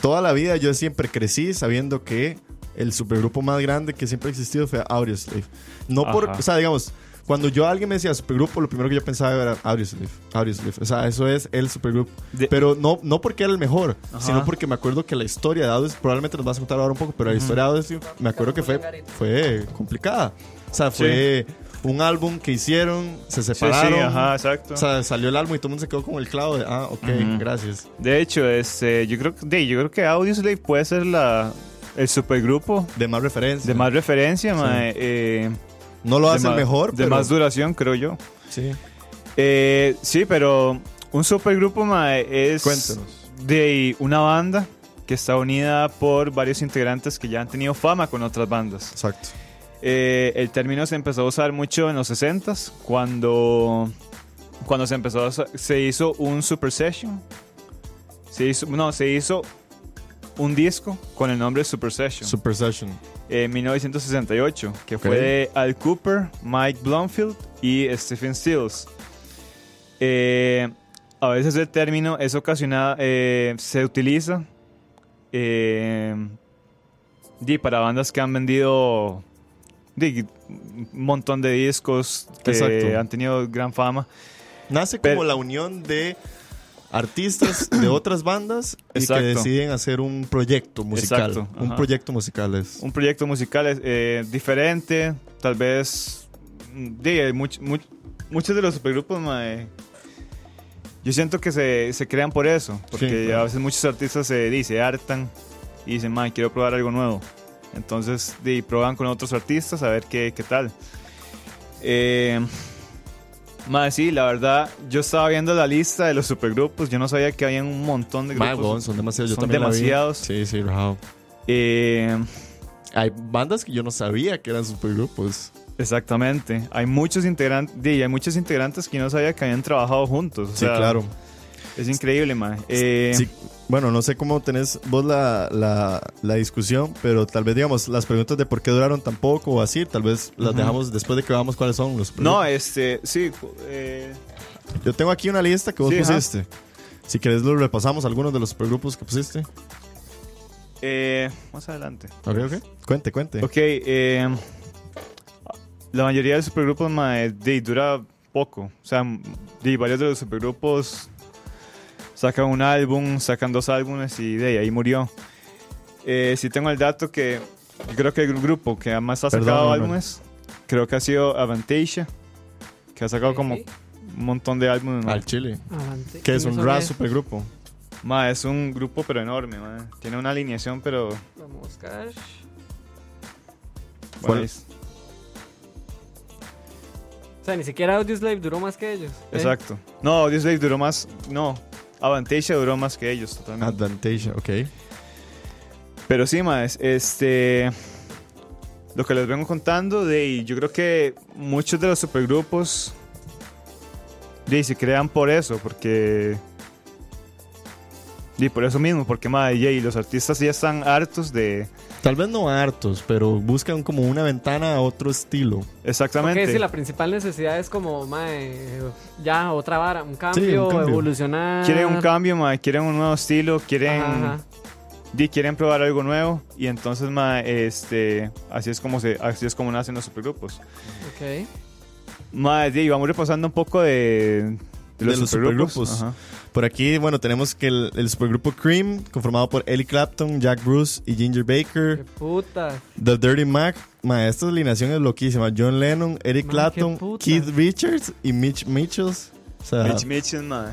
E: toda la vida yo siempre crecí sabiendo que el supergrupo más grande que siempre ha existido fue Audioslave. No por,
F: Ajá.
E: o sea, digamos, cuando yo alguien me decía supergrupo, lo primero que yo pensaba era Audioslave, Audioslave. O sea, eso es el supergrupo.
F: De-
E: pero no, no porque era el mejor,
F: Ajá.
E: sino porque me acuerdo que la historia de Audioslave, probablemente nos vas a contar ahora un poco, pero la historia de Audioslave me acuerdo que fue, fue complicada. O sea, fue un álbum que hicieron, se
F: sí,
E: separaron.
F: sí, ajá, exacto.
E: O sea, salió el álbum y todo el mundo se quedó con el clavo de, ah, ok,
F: Ujú.
E: gracias.
F: de hecho, este, yo creo que, de- yo creo que Audioslave puede ser la, el supergrupo
E: De más referencia.
F: de más referencia, mae, eh,
E: No lo
F: de
E: hacen
F: más-
E: mejor,
F: de
E: pero...
F: más duración, creo yo.
E: Sí.
F: Eh, sí, pero un supergrupo mae, es
E: Cuéntanos.
F: de una banda que está unida por varios integrantes que ya han tenido fama con otras bandas.
E: Exacto.
F: Eh, el término se empezó a usar mucho en los 60s, cuando, cuando se empezó a usa- se hizo un super session. Se hizo, no, se hizo un disco con el nombre Super Session
E: Super Session.
F: eh, en 1968, que
E: Ok.
F: fue de Al Cooper, Mike Blomfield y Stephen Stills. Eh, a veces el término es ocasionado, eh, se utiliza eh, di, para bandas que han vendido di, un montón de discos que
E: Exacto.
F: han tenido gran fama.
E: Nace
F: Pero-
E: como la unión de artistas de otras bandas y
F: Exacto.
E: que deciden hacer un proyecto musical.
F: Exacto,
E: Un
F: ajá.
E: proyecto musical es...
F: un proyecto musical eh, diferente, tal vez. mm, di, hay much- much- muchos de los supergrupos, mae, yo siento que se, se crean por eso, porque
E: Sí, claro.
F: a veces muchos artistas se, di, se hartan y dicen, mae, quiero probar algo nuevo. Entonces, di, prueban con otros artistas a ver qué, qué tal. Eh, mae, sí, la verdad, yo estaba viendo la lista de los supergrupos, yo no sabía que habían un montón de
E: Mae,
F: grupos.
E: weón, son demasiados. Yo
F: son
E: también la vi.
F: demasiados.
E: Sí, sí, rajado.
F: Eh,
E: Hay bandas que yo no sabía que eran supergrupos.
F: Exactamente. Hay muchos integrantes, hay muchos integrantes que yo no sabía que habían trabajado juntos. o
E: Sí,
F: sea,
E: claro.
F: Es increíble, mae. Eh,
E: Sí, bueno, no sé cómo tenés vos la, la- la discusión, pero tal vez digamos las preguntas de por qué duraron tan poco o así, tal vez las dejamos después de que veamos cuáles son los.
F: No, este, sí. eh,
E: Yo tengo aquí una lista que vos
F: Sí, ajá.
E: pusiste. Si querés lo repasamos algunos de los supergrupos que pusiste.
F: eh, más adelante.
E: Ok, ok. Cuente, cuente.
F: Ok, eh, la mayoría de los supergrupos, mae, di, dura poco. O sea, di, varios de los supergrupos sacan un álbum, sacan dos álbumes y de ahí murió. Eh, sí tengo el dato que yo creo que el grupo que más ha
E: Perdón,
F: sacado
E: Manuel.
F: álbumes, creo que ha sido Avantasia, que ha sacado como
D: Sí.
F: un montón de álbumes. mae.
E: Al Chile.
D: Adelante.
E: Que es
D: ¿Quiénes
E: un
D: son
E: rap
D: ellos?
E: supergrupo.
F: Mae, es un grupo pero enorme, mae. tiene una alineación pero...
D: Vamos a buscar.
E: ¿Cuál?
F: es-
D: O sea, ni siquiera Audioslave duró más que ellos. ¿eh?
F: Exacto. No, Audioslave duró más. No, Avantasia duró más que ellos totalmente.
E: Advantage, ok.
F: Pero sí, más, este. Lo que les vengo contando, de, yo creo que muchos de los supergrupos de, se crean por eso, porque. Y por eso mismo, porque más, y los artistas ya están hartos de.
E: Tal vez no hartos, pero buscan como una ventana a otro estilo.
F: Exactamente.
D: Ok, sí, la principal necesidad es como, mae, ya otra vara, un cambio,
E: cambio.
D: evolucionar.
F: Quieren un cambio, mae, quieren un nuevo estilo, quieren.
D: Ah. Ajá, ajá.
F: di, quieren probar algo nuevo y entonces ma, este así es como se así es como nacen los supergrupos.
D: Ok.
F: Ma, di, vamos repasando un poco de, de los,
E: De los
F: supergrupos.
E: supergrupos.
F: Ajá.
E: Por aquí, bueno, tenemos que el, el supergrupo Cream, conformado por Ellie Clapton, Jack Bruce y Ginger
D: Qué
E: Baker,
D: puta.
E: The Dirty Mac, ma, esta alineación es loquísima. John Lennon, Eric
D: Ma, qué
E: Clapton,
D: puta.
E: Keith Richards y Mitch Mitchells. O sea,
F: Mitch Mitchell, mae.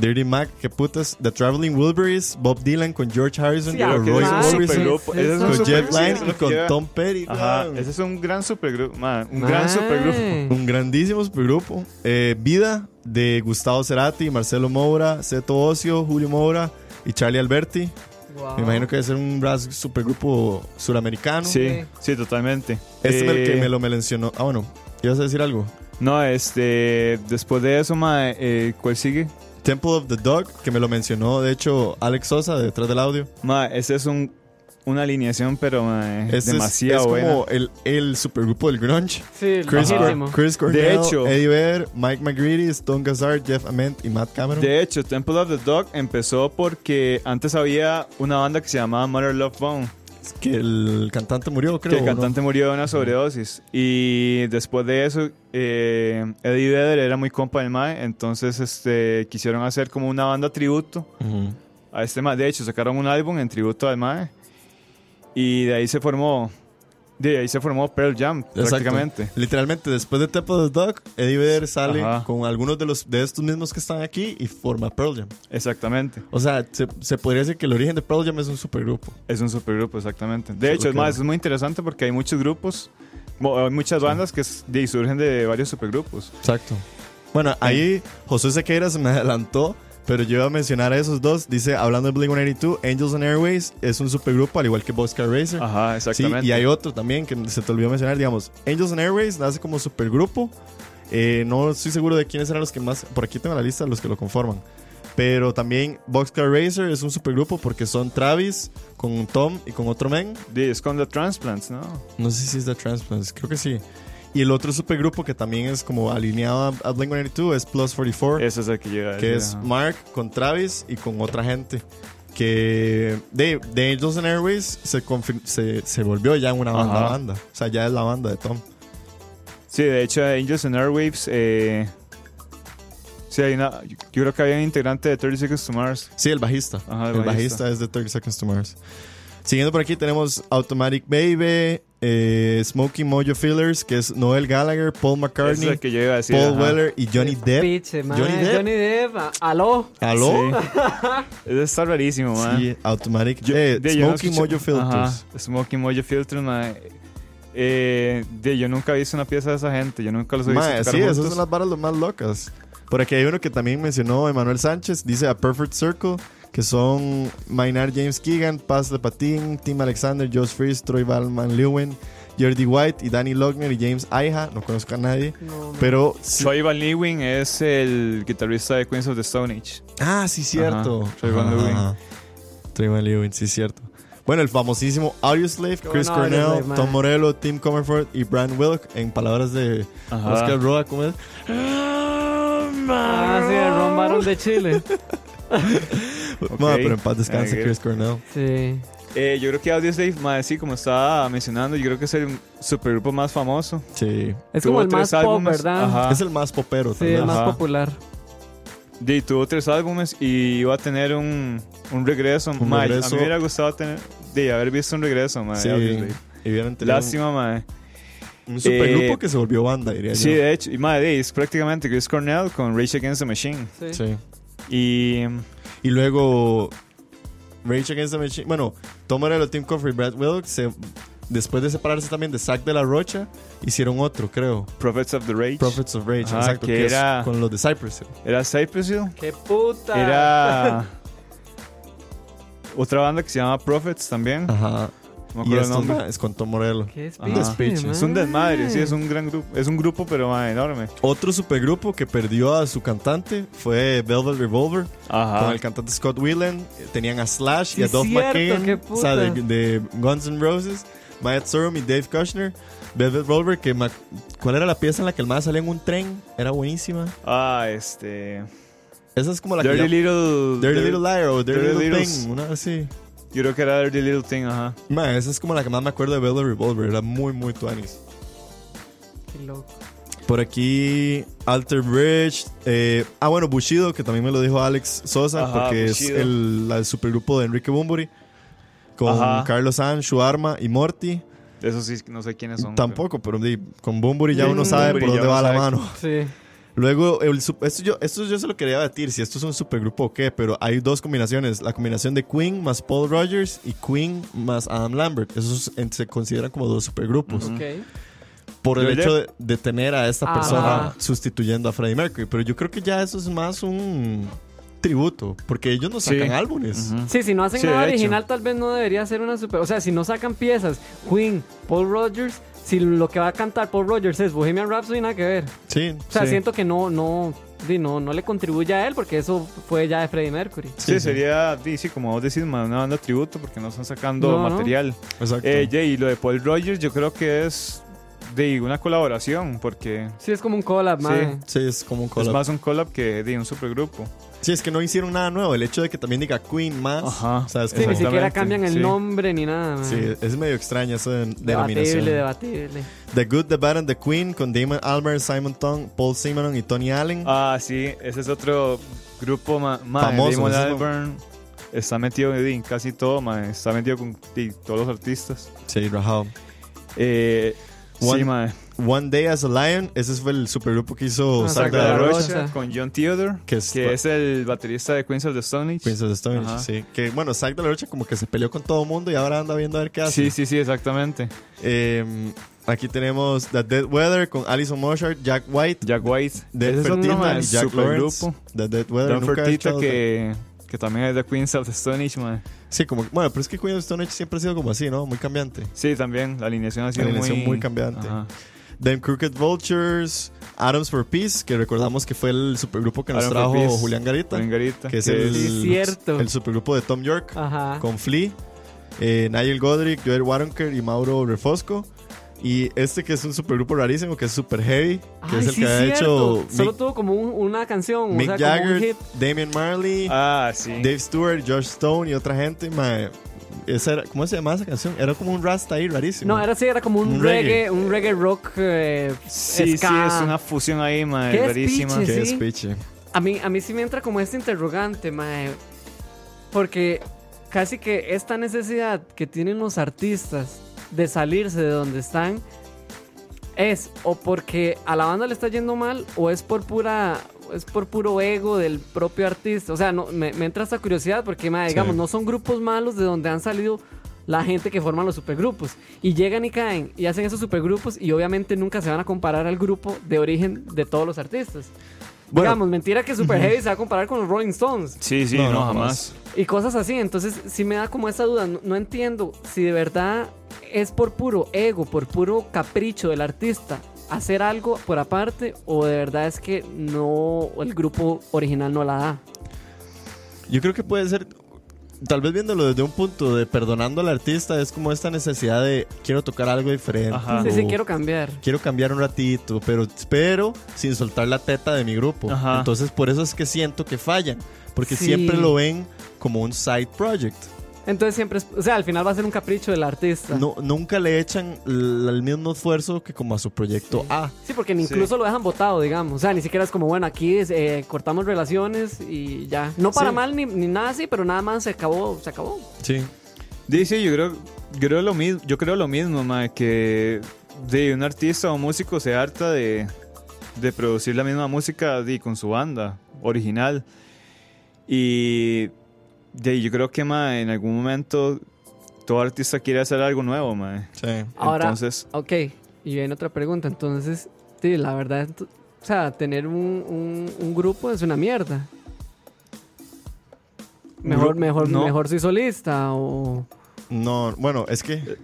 E: Dirty Mac, qué putas. The Traveling Wilburys, Bob Dylan con George Harrison,
D: Sí, ah,
E: con
D: aunque
E: Ah, Roy
D: es un
E: Orbison,
D: supergrupo. es un
E: con Jeff
D: supergrupo,
E: Lynne
F: eso es
E: y
F: lo que
E: con
F: lleva.
E: Tom Petty.
F: Ajá,
E: weón.
F: ese es un gran supergrupo, mae, un
D: Mae.
F: gran supergrupo.
E: Un grandísimo supergrupo. Eh, Vida de Gustavo Cerati, Marcelo Moura, Seto Ocio, Julio Moura y Charlie Alberti.
D: Wow.
E: Me imagino que debe ser un brass supergrupo suramericano.
F: Sí, sí, totalmente.
E: Este es el que
F: Eh,
E: me lo me mencionó. Ah, bueno, ibas a decir algo.
F: No, este. Después de eso, mae, eh, ¿cuál sigue?
E: Temple of the Dog, que me lo mencionó, de hecho, Alex Sosa, de detrás del audio.
F: Mae, ese es un, una alineación, pero mae,
E: Este es-
F: demasiado
E: es,
F: buena.
E: como el, el supergrupo del grunge.
D: Sí,
E: Chris,
F: Ajá.
D: loquísimo.
E: Cor- Chris Cornell,
F: De hecho.
E: Eddie Vedder, Mike McGreedy, Stone Gazzard, Jeff Ament y Matt Cameron.
F: De hecho, Temple of the Dog empezó porque antes había una banda que se llamaba Mother Love Bone,
E: que el cantante murió, creo.
F: que el
E: ¿no?
F: cantante murió de una sobredosis. Y después de eso, eh, Eddie Vedder era muy compa del Mae, entonces este, quisieron hacer como una banda tributo
E: Ujú.
F: a este Mae. De hecho, sacaron un álbum en tributo al Mae. Y de ahí se formó. De ahí se formó Pearl Jam,
E: Exacto.
F: prácticamente.
E: Literalmente, después de Temple of the Dog, Eddie Vedder sale
F: Ajá.
E: con algunos de los de estos mismos que están aquí y forma Pearl Jam.
F: Exactamente.
E: O sea, se, se podría decir que el origen de Pearl Jam es un supergrupo.
F: Es un supergrupo, exactamente. De
E: Sí,
F: hecho, es
E: claro.
F: más, es muy interesante porque hay muchos grupos, mo- hay muchas bandas que s- de- surgen de varios supergrupos.
E: Exacto. Bueno, ahí José Sequeira se me adelantó, pero yo iba a mencionar a esos dos. Dice, hablando de Blink-182, Angels and Airways es un supergrupo al igual que Boxcar Racer.
F: Ajá,
E: Sí,
F: exactamente.
E: y hay otro también que se te olvidó mencionar, digamos, Angels and Airways nace como supergrupo. Eh, no estoy seguro de quiénes eran los que más, por aquí tengo la lista de los que lo conforman. Pero también Boxcar Racer es un supergrupo porque son Travis con Tom y con otro men.
F: De- es con The Transplants, ¿no?
E: No sé si es The Transplants, creo que sí. Y el otro supergrupo que también es como alineado a, a Blink-182 es Plus 44
F: Ese es el que llega.
E: que es Mark con Travis y con otra gente. Que de, de Angels and Airways se, confir- se, se volvió ya una banda,
F: Ajá.
E: banda. O sea, ya es la banda de Tom.
F: Sí, de hecho, Angels and Airwaves. Eh, sí, hay una. Yo creo que había un integrante de 30 Seconds to Mars.
E: Sí, el bajista.
F: Ajá,
E: el,
F: el
E: bajista.
F: bajista.
E: es de 30 Seconds to Mars. Siguiendo por aquí tenemos Automatic Baby, eh, Smokey Mojo Fillers, que es Noel Gallagher, Paul
F: Ese es
E: McCartney,
F: el que llega a decir.
E: Paul
F: ajá.
E: Weller y Johnny Depp.
D: Piche, mae,
E: Johnny
D: Johnny
E: Depp.
D: Depp. a- aló.
E: ¿Aló?
F: Sí. Ese está rarísimo, man.
E: Sí, Automatic
F: Yo-
E: eh,
F: de- yo no
E: Smokey
F: escuché-
E: Mojo Filters.
F: Ajá, Smokey Mojo Filters, mae. Eh, de, yo nunca he visto una pieza de esa gente. Yo nunca los he visto.
E: Mae,
F: tocar
E: sí, esas
F: juntos.
E: son las barras lo más locas. Por aquí hay uno que también mencionó Emanuel Sánchez, dice A Perfect Circle, que son Maynard James Keegan, Paz de Patín, Tim Alexander, Josh Freeze, Troy Valman Lewin, Jordi White y Danny Logner y James Aija. No conozco a nadie.
D: No, no.
E: Pero.
F: Troy Van Leeuwen es el guitarrista de Queens of the Stone Age.
E: Ah, sí, cierto.
F: Ajá, Troy Van Leeuwen.
E: Ajá. Troy Van Leeuwen, sí, cierto. Bueno, el famosísimo Audioslave,
D: Qué
E: Chris
D: bueno
E: Cornell,
D: Audioslave, mae.
E: Tom Morello, Tim Comerford y Brian Wilk, en palabras de
F: Ajá.
E: Oscar Roa, ¿cómo es?
D: Ah, sí, el Ron Barón de Chile.
E: Mae, pero en paz descanse
F: Ok.
E: Chris Cornell.
D: Sí.
F: Eh, yo creo que Audioslave, mae, sí, como estaba mencionando, yo creo que es el supergrupo más famoso.
E: Sí.
D: Es
F: Tuvo
D: como el
F: tres
D: más pop,
F: álbumes,
D: ¿verdad?
F: Ajá.
E: Es el más popero
D: Sí, el
E: también.
D: más
F: Ajá.
D: popular.
F: De- tuvo tres álbumes y iba a tener un, un regreso.
E: Un
F: mae.
E: regreso.
F: A mí me hubiera gustado tener, de haber visto un regreso, mae,
E: Sí.
F: de Audioslave.
E: Y hubieran tenido
F: Lástima, mae.
E: un, un supergrupo
F: Eh,
E: que se volvió banda, diría
F: Sí,
E: yo.
F: de hecho, y madre, es prácticamente Chris Cornell con Rage Against the Machine.
D: Sí.
E: Sí.
F: Y mm,
E: Y luego Rage Against the Machine. Bueno, Tom Morello, Tim Coffey y Brad Wilkes se- después de separarse también de Zack de la Rocha, hicieron otro, creo.
F: Prophets of the Rage.
E: Prophets of Rage,
F: Ajá,
E: exacto,
F: que
E: que es
F: era-
E: con los de Cypress Hill.
F: Era Cypress Hill.
D: ¡Qué puta! Ah.
F: Era otra banda que se llama Prophets también. No
E: Ajá.
F: me
E: Y
F: acuerdo el
E: estos
F: nombre.
E: ma- es con Tom Morello.
D: ¡Qué
F: Ajá.
D: despiche,
F: Es un
D: mae.
F: desmadre, sí, es un gran grupo. Es un grupo, pero mae, enorme.
E: Otro supergrupo que perdió a su cantante fue Velvet Revolver. con
F: Ajá.
E: el cantante Scott Whelan, eh, tenían a Slash y
D: Sí,
E: a Duff
D: cierto, qué
E: McKagan, o sea, de,
D: puta.
E: de Guns N' Roses, Matt Sorum y Dave Kushner, Velvet Revolver, que ma- ¿cuál era la pieza en la que el más salía en un tren? Era buenísima.
F: Ah, este.
E: Esa es como la
F: Dirty
E: que ya-
F: Little.
E: Dirty Little Liar o Dirty,
F: Dirty
E: Little
F: Littles.
E: Thing, una así.
F: Yo creo que era Dirty Little Thing, ajá.
E: Ma, esa es como la que más me acuerdo de Velvet Revolver, era muy muy tuanis.
D: Qué loco.
E: Por aquí Alter Bridge, eh, ah bueno, Bushido, que también me lo dijo Alex Sosa
F: Ajá,
E: porque
F: Bushido.
E: es el, la- el supergrupo de Enrique Bunbury con
F: Ajá.
E: Carlos Sanz, Shuarma y Morty.
F: Eso sí, no sé quiénes son. pero-
E: Tampoco, pero di, con Bumburi ya uno sabe
F: Bunbury
E: por
F: Mm, ya
E: dónde
F: uno
E: va la
F: sabe.
E: mano.
D: Sí.
E: Luego, el sup- esto, yo, esto yo se lo quería debatir, si esto es un supergrupo o qué, pero hay dos combinaciones. La combinación de Queen más Paul Rogers y Queen más Adam Lambert. Esos en- se consideran como dos supergrupos.
D: Ok.
E: Por el
F: Yo ya-
E: hecho de, de tener a esta
D: Ah. Ajá.
E: persona sustituyendo a Freddie Mercury. Pero yo creo que ya eso es más un tributo, porque ellos no
F: Sí.
E: sacan álbumes.
F: Ujú.
D: Sí, si no hacen
F: Sí,
D: nada
F: de hecho.
D: original, tal vez no debería ser una super. O sea, si no sacan piezas, Queen, Paul Rogers, si lo que va a cantar Paul Rogers es Bohemian Rhapsody, nada que ver.
E: Sí.
D: O sea,
E: sí.
D: siento que no, no, di, no, no le contribuye a él porque eso fue ya de Freddie Mercury.
F: Sí,
E: Sí, sí.
F: sería, di, sí, como vos decís, ma- una banda tributo porque no están sacando
D: No, no.
F: material.
E: Exacto.
F: Eh, Jay, y lo de Paul Rogers, yo creo que es de una colaboración porque
D: Sí, es como un collab,
F: Sí.
D: madre.
E: sí, es como un
F: es
E: collab.
F: más un collab que de un supergrupo.
E: Sí, es que no hicieron nada nuevo. El hecho de que también diga Queen más.
F: Ajá.
E: o sea, es
D: Sí, ni
E: como-
D: siquiera
F: Exactamente,
D: cambian el
F: sí.
D: nombre ni nada, mae.
E: Sí, es medio extraña esa de- denominación.
D: Debatible, debatible.
E: The Good, The Bad and The Queen con Damon Almer, Simon Tong, Paul Simonon y Tony Allen.
F: Ah, sí, ese es otro grupo más
E: Famoso,
F: Damon
E: ese es lo-
F: Albarn está metido di, en casi todo, ma, está metido con di, todos los artistas.
E: Sí, rajado.
F: Eh,
E: One-
F: sí, ma,
E: One Day as a Lion, ese fue el supergrupo que hizo
D: Ah,
E: Sandra
D: Sandra
E: de la Rocha,
D: Rocha.
F: con John Theodore,
E: Que
F: que,
E: es-
F: es, el baterista de Queens of the Stone Age.
E: Queens of the Stone Age,
F: Ajá.
E: sí. Que bueno, Zack de la Rocha como que se peleó con todo el mundo y ahora anda viendo a ver qué hace.
F: Sí, sí, sí, exactamente.
E: Eh, aquí tenemos The Dead Weather con Alison Mozart, Jack White,
F: Jack White.
E: Dead
F: ese es un
E: Fertita
F: ma,
E: y Jack Lawrence.
F: supergrupo.
E: The Dead Weather.
F: Don
E: nunca he
F: Fertita
E: escuchado-
F: que, que también es de Queens of the Stone Age, man.
E: Sí, como... Bueno, pero es que Queen of the Stone Age siempre ha sido como así, ¿no? Muy cambiante.
F: Sí, también la alineación ha sido
E: alineación
F: muy,
E: muy cambiante.
F: Ajá.
E: Them Crooked Vultures, Adams for Peace, que recordamos que fue el supergrupo que nos
F: Adam
E: trajo
F: Fabriz,
E: Julián Garita,
F: Julián Garita,
E: que es
F: que
E: el,
F: es-
D: Sí, cierto.
E: el supergrupo de Tom York
D: Ajá.
E: con Flea, eh, Nigel Godric, Joel Waronker y Mauro Refosco. Y este que es un supergrupo rarísimo, que es super heavy, que
D: Ay,
E: es el
D: sí,
E: que ha
D: cierto.
E: hecho
D: Solo
E: Mick,
D: tuvo como un- una canción,
E: Mick
D: o sea, como un
E: Jagger,
D: hit.
E: Damian Marley,
F: Ah, sí.
E: Dave Stewart, Josh Stone y otra gente. mae. Esa era- ¿Cómo se llamaba esa canción? Era como un rasta ahí rarísimo.
D: No, era así, era como un,
E: Un reggae.
D: reggae, un reggae rock. eh,
F: sí,
D: ska.
F: sí, es una fusión ahí, man,
D: Qué
F: rarísima.
D: speeches.
E: Qué
D: sí.
E: despiche.
D: A mí, a mí sí me entra como este interrogante, mae. Porque casi que esta necesidad que tienen los artistas de salirse de donde están es o porque a la banda le está yendo mal o es por pura es por puro ego del propio artista. O sea, no, me, me entra esta curiosidad porque, mae, digamos, no son grupos malos de donde han salido la gente que forman los supergrupos. Y llegan y caen y hacen esos supergrupos y obviamente nunca se van a comparar al grupo de origen de todos los artistas.
E: Bueno.
D: Digamos, Pues mentira que Super Heavy se va a comparar con los Rolling Stones
F: Sí, sí,
E: No,
F: no,
E: no,
F: jamás.
D: y cosas así. Entonces, sí me da como esa duda. No, no entiendo si de verdad es por puro ego, por puro capricho del artista hacer algo por aparte o de verdad es que no, el grupo original no la da.
E: Yo creo que puede ser, tal vez viéndolo desde un punto de perdonando al artista, es como esta necesidad de quiero tocar algo diferente.
F: Ajá. Ah.
D: sí,
E: o
D: sí, quiero cambiar.
E: quiero cambiar un ratito, pero, pero sin soltar la teta de mi grupo.
F: Ajá.
E: Entonces por eso es que siento que fallan, porque
D: Sí.
E: siempre lo ven como un side project.
D: Entonces siempre, es- o sea, al final va a ser un capricho del artista.
E: No, nunca le echan l- el mismo esfuerzo que como a su proyecto A.
D: Sí, porque ni incluso lo dejan votado, digamos. O sea, ni siquiera es como, bueno, aquí es, eh, cortamos relaciones y ya. No para
E: Sí.
D: mal ni, ni nada así, pero nada más se acabó, se acabó.
E: Ah, Sí.
F: Dice, yo creo, yo creo lo mismo, yo creo lo mismo, ma, que de un artista o músico se harta de, de producir la misma música di, con su banda original. Y de, yo creo que ma, en algún momento todo artista quiere hacer algo nuevo, ma.
E: Sí.
D: Ahora,
F: Entonces,
D: Ok, y viene otra pregunta. Entonces, sí, la verdad, ent- o sea, tener un, un- un grupo es una mierda. Mejor,
F: Gru-
D: mejor,
F: no.
D: mejor soy solista o...
E: No, bueno, es que...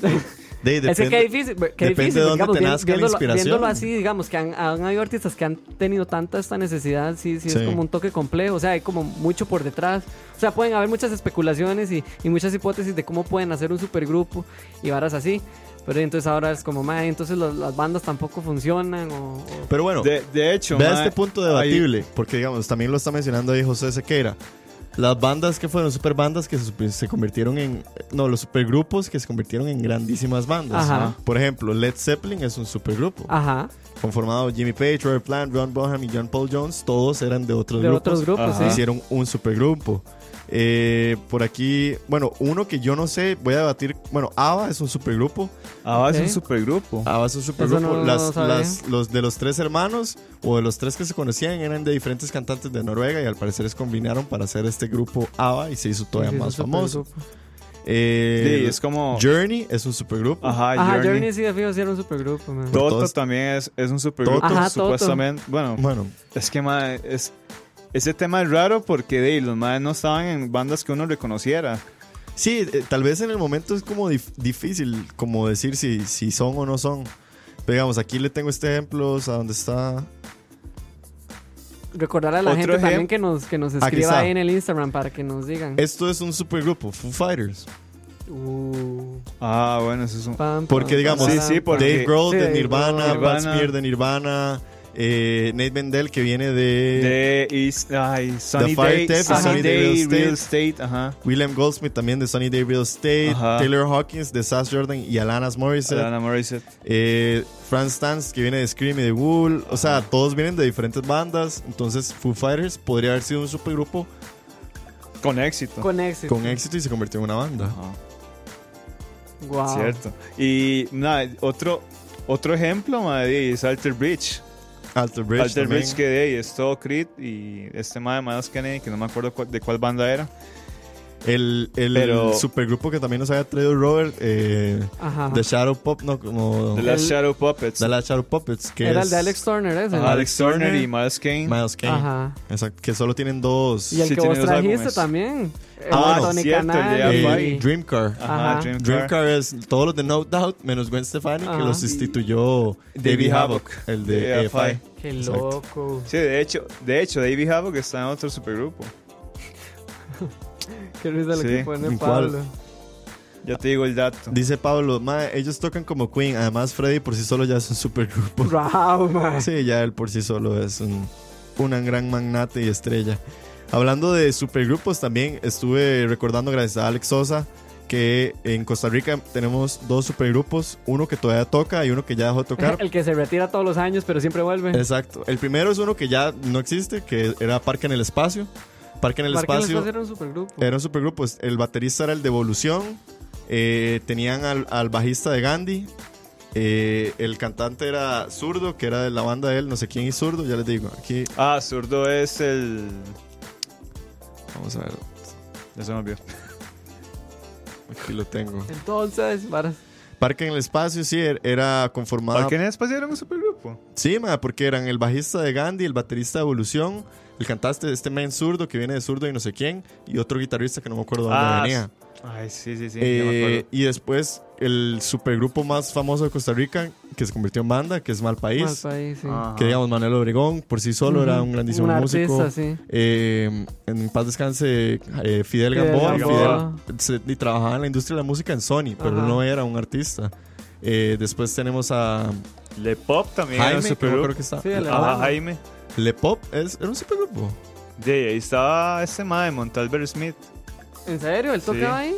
E: De-
D: es que
E: depende-
D: qué difícil, qué
E: depende
D: difícil,
E: de dónde
D: digamos,
E: te
D: vien-
E: nazca la
D: viéndolo,
E: inspiración.
D: viéndolo así, digamos, que han, han habido artistas que han tenido tanta esta necesidad, sí, sí,
E: Sí.
D: es como un toque complejo, o sea, hay como mucho por detrás, o sea, pueden haber muchas especulaciones y, y muchas hipótesis de cómo pueden hacer un supergrupo y varas así, pero entonces ahora es como, mae, entonces los- las bandas tampoco funcionan o... o-
E: Pero bueno,
F: de, de hecho,
E: Vea
F: ma,
E: este punto
F: hay-
E: debatible, porque digamos, también lo está mencionando ahí José Sequeira. Las bandas que fueron superbandas que se, sup- se convirtieron en. No, los supergrupos que se convirtieron en grandísimas bandas.
D: Ajá. Ah.
E: ¿no? Por ejemplo, Led Zeppelin es un supergrupo.
D: Ajá.
E: Conformado Jimmy Page, Robert Plant, Ron Bonham y John Paul Jones. Todos eran de otros
D: De
E: grupos.
D: otros grupos,
F: Ajá.
D: sí.
E: Hicieron un supergrupo. Eh, por aquí, bueno, uno que yo no sé, voy a debatir. Bueno, ABBA es un supergrupo.
F: Ava
D: Ok.
F: es un supergrupo.
E: ABBA es un supergrupo.
D: no- no
E: las,
D: sabía.
E: las- los de los tres hermanos o de los tres que se conocían eran de diferentes cantantes de Noruega y al parecer se combinaron para hacer este grupo ABBA y se hizo todavía
D: Sí, es un
E: más famoso.
D: supergrupo.
E: Eh,
F: Sí, es como.
E: Journey es un supergrupo.
F: Ajá,
D: Ajá,
F: Journey.
D: Journey sí, de fijo, sí era un supergrupo, man.
E: Todo-
F: Toto
E: Todos-
F: también es, es un supergrupo,
D: Ajá, Toto.
F: supuestamente. Bueno,
E: Bueno,
F: es que mae, es, ese tema es raro porque de, ahí, los madres no estaban en bandas que uno reconociera.
E: sí, eh, tal vez en el momento es como dif- difícil como decir si, si son o no son. Pero digamos, aquí le tengo este ejemplo, o sea, donde está...
D: Recordar a la
F: Otro
D: gente
F: ejem-
D: también que nos, que nos escriba
E: está.
D: ahí en el Instagram para que nos digan.
E: Esto es un supergrupo, Foo Fighters.
D: Uh,
F: Ah, bueno, eso es un.
D: pam,
E: Porque
D: pam,
E: digamos,
D: pam,
F: Sí, sí,
D: pam,
F: porque-
E: Dave Grohl
D: Sí,
E: de
D: Dave
E: Nirvana,
F: Grohl.
E: Pat Smear de Nirvana, eh, Nate Mendel que viene de...
F: De East, ay, Sunny
E: Fire
F: Day,
E: Tape y
F: Sunny
E: Sunny Day
F: Day
E: Real
F: Real Estate, ajá.
E: William Goldsmith también de Sunny Day Real Estate,
F: Ajá.
E: Taylor Hawkins de Sass Jordan y Alanis Morissette,
F: Alana Morissette.
E: eh, Franz Stans que viene de Scream y de Wool, o sea, todos vienen de diferentes bandas, entonces Foo Fighters podría haber sido un supergrupo
F: Con éxito.
D: Con éxito.
E: con éxito y se convirtió en una banda.
F: Ajá.
D: Wow.
F: Cierto. Y nada, otro, otro ejemplo, madre, es Alter Bridge.
E: Alter Bridge
F: Alter
E: también.
F: Bridge que de ahí es todo Creed y este madre Miles Kennedy, que no me acuerdo cuál- de cuál banda era.
E: el, el
F: Pero-
E: supergrupo que también nos había traído Robert, eh,
D: Ajá.
E: The Shadow Pop, no, como...
F: De las
D: El-
F: Shadow Puppets.
E: The Last Shadow Puppets, que
D: Era
E: es
D: el de Alex Turner ese.
F: Ajá,
D: ¿no?
F: Alex Turner y Miles Kane.
E: Miles Kane.
D: Ajá.
E: Exacto, que solo tienen dos.
D: Y el
F: Sí,
D: que
F: tiene
D: vos
F: dos
D: trajiste
F: álbumes.
D: también.
E: Ah,
D: el
E: no,
D: Tony
F: cierto, el de
D: Canal
E: Eh,
F: Ambai.
D: y-
E: Dreamcar.
F: Ajá,
D: Ajá.
F: Dream Car.
E: Dreamcar es todos los de No Doubt, menos Gwen Stefani,
D: Ajá.
E: que los sustituyó
F: David
E: David
F: Havoc,
E: Havoc, el de
F: de
E: EFI.
F: EFI.
D: Qué
E: Exacto.
D: loco.
F: Sí, de hecho, de hecho, David Havoc está en otro supergrupo.
D: Qué risa lo
F: Sí,
D: que pone
E: ¿en cuál?
D: Pablo.
F: Ya te digo el dato.
E: Dice Pablo, "Ma, ellos tocan como Queen. Además, Freddy por sí solo ya es un supergrupo.
D: Wow, man.
E: Sí, ya él por sí solo es un, una gran magnate y estrella. Hablando de supergrupos también, estuve recordando gracias a Alex Sosa que en Costa Rica tenemos dos supergrupos, uno que todavía toca y uno que ya dejó de tocar.
D: El que se retira todos los años, pero siempre vuelve.
E: Exacto. El primero es uno que ya no existe, que era Parque en el Espacio. Parque en el
D: Parque del
E: Espacio
D: era un supergrupo.
E: era un supergrupo. pues, El baterista era el de Evolución. eh, tenían al, al bajista de Gandhi. eh, el cantante era Zurdo, que era de la banda de él. No sé quién es Zurdo, ya les digo. Aquí,
F: Ah, zurdo es el.
E: vamos a ver.
F: Ya se me olvidó.
E: Aquí lo tengo.
D: Entonces, varas.
E: Parque en el Espacio, sí, er- era conformado.
F: ¿Por qué en el espacio era un supergrupo?
E: Sí, ma, porque eran el bajista de Gandhi, el baterista de Evolución, el cantante de este men zurdo que viene de zurdo y no sé quién, y otro guitarrista que no me acuerdo de dónde
F: Ah,
E: venía.
F: Ay, sí, sí, sí.
E: Eh,
F: ya me acuerdo.
E: y después el supergrupo más famoso de Costa Rica que se convirtió en banda, que es Mal País.
D: Mal país, sí.
F: Ajá.
E: Que digamos, Manuel Obregón por sí solo era un grandísimo
D: Ah. Un artista,
E: músico.
D: sí.
E: Eh, en paz descanse eh, Fidel
D: Fidel
E: Gamboa.
D: Gamboa.
E: Fidel se- y trabajaba en la industria de la música en Sony, pero
D: Ajá.
E: no era un artista. Eh, después tenemos a
F: Le Pop también era
E: Jaime,
F: un
E: que no creo
F: supergrupo.
E: que está.
D: Sí, el
E: Ah,
F: Ah,
D: hermano.
F: Jaime.
E: Le Pop es, era un supergrupo.
F: De ahí estaba este madre, Montalver Smith.
D: ¿En serio? ¿Él tocaba ahí?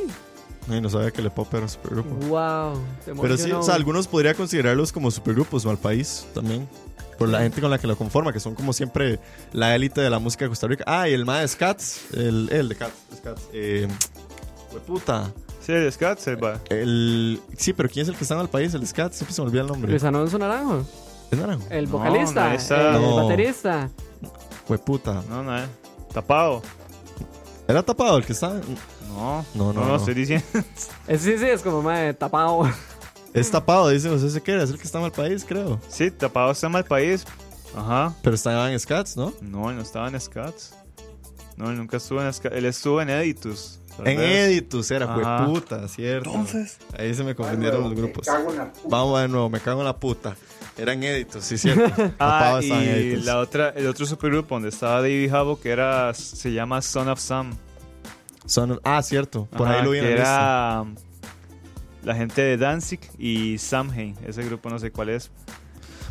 E: Ay, no sabía que Le Pop era un supergrupo.
D: Wow. te
E: Pero sí,
D: emocionó.
E: o sea, algunos podría considerarlos como supergrupos, mal país también. Por la gente con la que lo conforma, que son como siempre la élite de la música de Costa Rica. Ah, y el más Cats, el, el de Cats, es Cats. Eh, hueputa.
F: Sí, el Scat se va.
E: El, sí, pero ¿quién es el que está en el país? El Scats, siempre se me olvida el nombre.
D: Luis Alonso Naranjo,
E: ¿Es naranjo?
D: el
F: No,
D: vocalista,
F: no, esa-
D: el
E: No.
D: baterista.
E: Hueputa.
F: No, no, eh. Tapado.
E: ¿Era tapado el que está?
F: No.
E: No, no,
F: No, no,
E: no.
F: estoy diciendo.
D: Ese sí, sí, es como madre tapado.
E: Es tapado, dice, no sé si era, es el que está en el país, creo.
F: Sí, tapado está en mal país. Ajá.
E: Pero estaba en Scats, ¿no?
F: No, él no estaba en Scats. No, él nunca estuvo en Scats. Él estuvo en Editus. tal
E: En
F: vez.
E: Editus era,
F: Ajá.
E: hueputa, ¿cierto? Entonces. Ahí se me confundieron los grupos.
B: Me cago en la puta.
E: Vamos de nuevo, me cago en la puta. Eran éditos, sí, cierto.
F: Ah,
E: Tapado estaban
F: y
E: éditos.
F: la otra, el otro supergrupo donde estaba David Havoc que era, se llama Son of Sam.
E: Son- ah, cierto. Por
F: Ajá,
E: ahí lo vi en
F: que
E: la lista.
F: era um, la gente de Danzig y Samhain. Ese grupo no sé cuál es.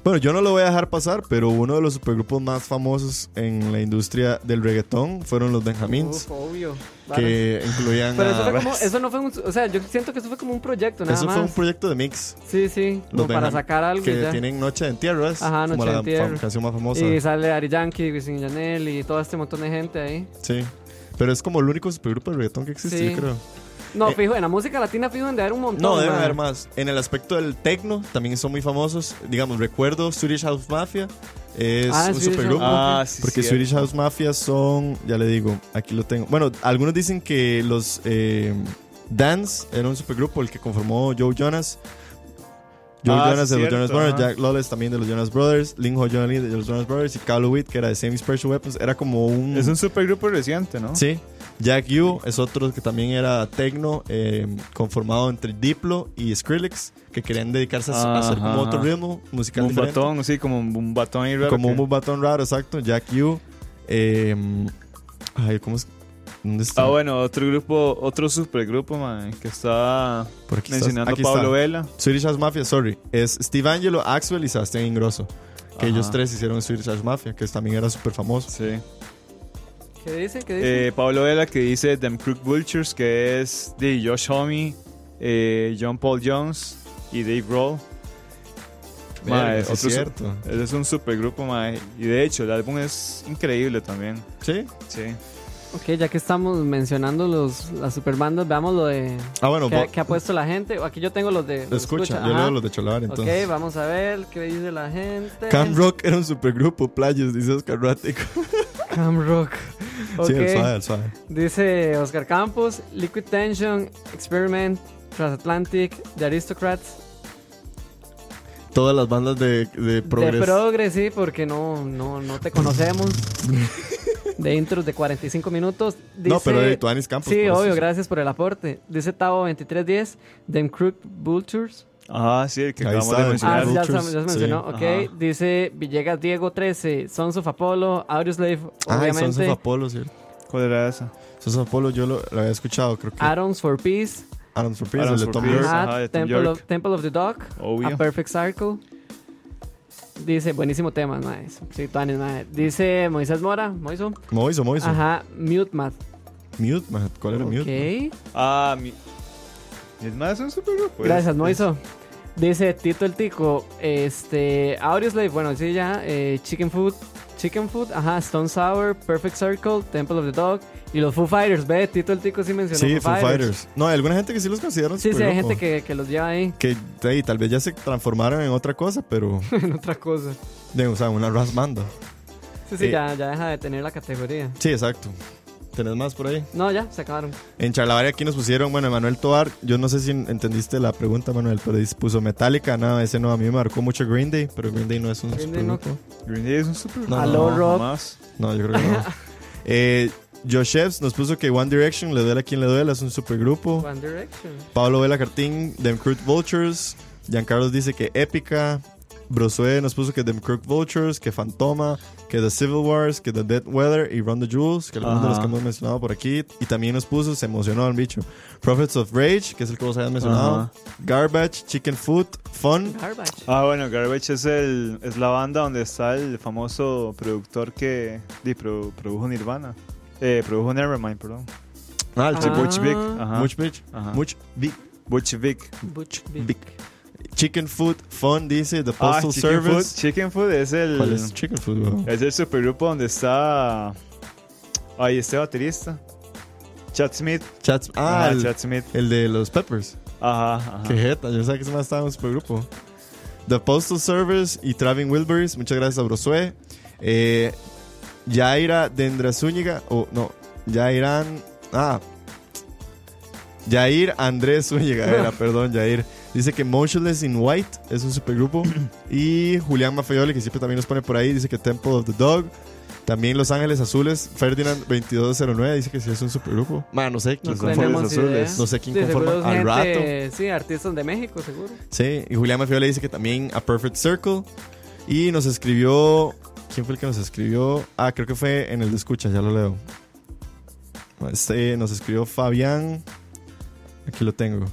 E: Bueno, yo no lo voy a dejar pasar, pero uno de los supergrupos más famosos en la industria del reggaetón fueron los Benjamins,
D: Uf, obvio. Vale.
E: que incluían
D: Pero eso,
E: a
D: fue como,
E: Rex.
D: eso no fue un. O sea, yo siento que eso fue como un proyecto, nada
E: Eso
D: más.
E: fue un proyecto de mix.
D: Sí, sí. Como
E: Los
D: para
E: Benjam-
D: sacar algo.
E: que
D: y ya.
E: tienen Noche de Entierro, es
D: Ajá,
E: como
D: Noche de
E: la
D: Entierro.
E: fam- canción más famosa.
D: Y sale Ari Yankee, Wisin y Yandel y todo este montón de gente ahí.
E: Sí. Pero es como el único supergrupo de reggaetón que existe,
D: Sí.
E: yo creo.
D: No,
E: Eh,
D: fijo, en la música latina fijo en de haber un montón.
E: No, debe
D: mae.
E: haber más. En el aspecto del techno, también son muy famosos. Digamos, recuerdo Swedish House Mafia. Es
D: Ah,
E: un
D: Swedish
E: supergrupo.
D: House
F: Ah, sí,
E: Porque
F: sí.
E: Swedish House Mafia son, ya le digo, aquí lo tengo. Bueno, algunos dicen que los eh, Dance era un supergrupo, el que conformó Joe Jonas. Joe
F: Ah,
E: Jonas de
F: cierto,
E: los Jonas Brothers,
F: ajá.
E: Jack Lawless también de los Jonas Brothers, Linho Johnny de los Jonas Brothers y Calo Witt, que era de Same Special Weapons. Era como un.
F: Es un supergrupo reciente, ¿no?
E: Sí. Jack U es otro que también era techno, eh, conformado entre Diplo y Skrillex, que querían dedicarse a, a hacer como
F: Ajá.
E: otro ritmo musical
F: Como un
E: diferente.
F: batón, sí, como un batón y raro.
E: como
F: que-
E: un batón raro, exacto. Jack U. eh, ay, ¿cómo es? ¿Dónde está?
F: Ah, bueno, otro grupo, otro supergrupo, man, que está
E: Por aquí está.
F: mencionando
E: Aquí
F: Pablo
E: está.
F: Vela.
E: Swedish House Mafia, sorry. Es Steve Angelo, Axwell y Sebastián Ingrosso. Que
F: Ajá.
E: ellos tres hicieron Swedish House Mafia, que también era súper famoso.
F: Sí.
D: ¿Qué dice? ¿Qué dice?
F: Eh, Pablo Vela que dice Them Crook Vultures, que es de Josh Homme, eh, John Paul Jones y Dave Grohl. Ma,
E: Verga,
F: es
E: sí,
F: otro su-
E: cierto.
F: Ese es un supergrupo, ma, y de hecho el álbum es increíble también.
E: Sí.
F: Sí.
D: Ok, ya que estamos mencionando los, las superbandas, veamos lo de.
E: Ah, bueno,
D: ¿Qué,
E: vos-
D: qué ha puesto la gente? Aquí yo tengo los de. los
E: escucha, yo
D: ajá.
E: leo los de Cholabar entonces.
D: Ok, vamos a ver qué dice la gente.
E: Cam Rock era un supergrupo, Playas, dice Oscar Rático.
D: Cam Rock.
E: Sí, el
D: Ok.
E: suave, el suave.
D: Dice Oscar Campos, Liquid Tension, Experiment, Transatlantic, The Aristocrats.
E: Todas las bandas de, de
D: De
E: progres.
D: Progress, sí, porque no, no, no te conocemos. de intros de 45 minutos.
E: no,
D: Dice-
E: pero de Tuanis Campos.
D: Sí,
E: por eso
D: obvio,
E: sí.
D: gracias por el aporte. Dice Tavo 2310, Them Crook Vultures.
F: Ah, sí, el que
E: Ahí
F: acabamos
E: está, el
F: de
D: Ah, ya,
F: mencionar.
D: se- ya
E: Vultures,
D: se mencionó,
F: sí.
D: ok.
F: Ajá.
D: Dice Villegas Diego 13, Sons of Apollo, Audioslave,
E: Ah, y Sons of
D: obviamente.
E: Apollo, ¿cierto?
F: ¿Cuál era esa?
E: Sons of Apollo yo lo, lo había escuchado, creo que.
D: Arons for Peace,
E: Adam Surprise,
F: Adam
E: el de Tom
F: Surprise.
E: York.
F: Ajá,
D: Hat,
F: de Tom
D: Temple,
F: York.
D: of, Temple of the Dog,
F: Obvio.
D: A Perfect Circle. Dice, buenísimo tema, nice. Sí, tuanis, mae. Dice Moisés Mora, Moiso.
E: Moiso, Moiso.
D: Ajá, Mute Math.
E: Mute, man. ¿Cuál era
D: Ok.
E: Mute?
F: Ah, mi... Es más, es un supergrupo.
E: Pues,
D: Gracias, Moiso. Dice Tito el Tico, este, Audioslave, bueno, sí, ya, eh, Chicken Food, Chicken Food, ajá, Stone Sour, Perfect Circle, Temple of the Dog y los Foo Fighters, ve, Tito el Tico sí mencionó
E: Sí,
D: Foo,
E: Foo Fighters. No, hay alguna gente que sí los consideran
D: Sí, sí, hay
E: supergrupo.
D: gente que, que los lleva ahí
E: que ahí, tal vez ya se transformaron en otra cosa, pero.
D: en otra cosa.
E: de, o sea, una ras banda.
D: Sí, sí,
E: Eh.
D: ya, ya deja de tener la categoría.
E: Sí, exacto. ¿Tenés más por ahí?
D: No, ya, se acabaron.
E: En Charlavaria aquí nos pusieron, bueno, Manuel Tovar, yo no sé si entendiste la pregunta, Manuel, pero dice, puso Metallica, no, ese no, a mí me marcó mucho Green Day, pero Green Day no es un
D: Green Day no.
E: supergrupo.
F: Green Day es un supergrupo.
E: No,
D: Aló,
F: no,
D: Rock.
F: jamás.
E: No, yo creo que no. eh, Joshevs nos puso que One Direction, le duele a quien le duele, es un supergrupo.
D: One Direction.
E: Pablo Vela Cartín, Them Crooked Vultures. Giancarlos dice que Épica. Brosue nos puso que Them Crooked Vultures, que Fantoma, que The Civil Wars, que The Dead Weather y Run the Jewels, que algunos de los
F: Ajá.
E: que hemos mencionado por aquí. Y también nos puso, se emocionó el bicho, Prophets of Rage, que es el que vos habías mencionado.
F: Ajá.
E: Garbage, Chicken Food, Fun.
D: Garbage.
F: Ah, bueno, Garbage es, el, es la banda donde está el famoso productor que di, pro- produjo Nirvana. Eh, produjo Nevermind, perdón.
E: Ah, el
D: Ah.
F: Sí,
E: chico.
F: Butch Vig. Ajá.
E: Much bitch.
F: Ajá.
E: Much big.
F: Butch Vig.
D: Butch
E: Big. Chicken Food, Fun, dice The
F: Ah,
E: Postal
F: Chicken
E: Service.
F: Food. Chicken Food es el,
E: ¿Cuál es
F: es?
E: Chicken Food, weón?
F: el supergrupo donde está. Ahí este baterista. Chad Smith.
E: Chats- ah,
F: Ajá,
E: el-
F: Chad Smith.
E: el de los Peppers.
F: Ajá, ajá.
E: Qué jeta, yo sabía que se me estaba en un supergrupo. The Postal Service y Travin Wilburys, muchas gracias a Brosue. Eh, Yaira Dendra Zúñiga, o no, Yairán. Ah, Yair Andrés Zúñiga era, perdón, Yair. Dice que Motionless in White es un supergrupo. y Julián Mafeoli, que siempre también nos pone por ahí, dice que Temple of the Dog. También Los Ángeles Azules, Ferdinand 2209, dice que sí es un supergrupo. Man, no sé,
D: No
E: quién conforma-
D: tenemos idea.
E: No sé quién
D: Sí,
E: conforma
D: seguro es
E: al rato.
D: gente- Sí, artistas de México, seguro.
E: Sí, y Julián Mafiola dice que también a Perfect Circle. Y nos escribió. ¿Quién fue el que nos escribió? Ah, creo que fue en el de escucha, ya lo leo. Este nos escribió Fabián. Aquí lo tengo.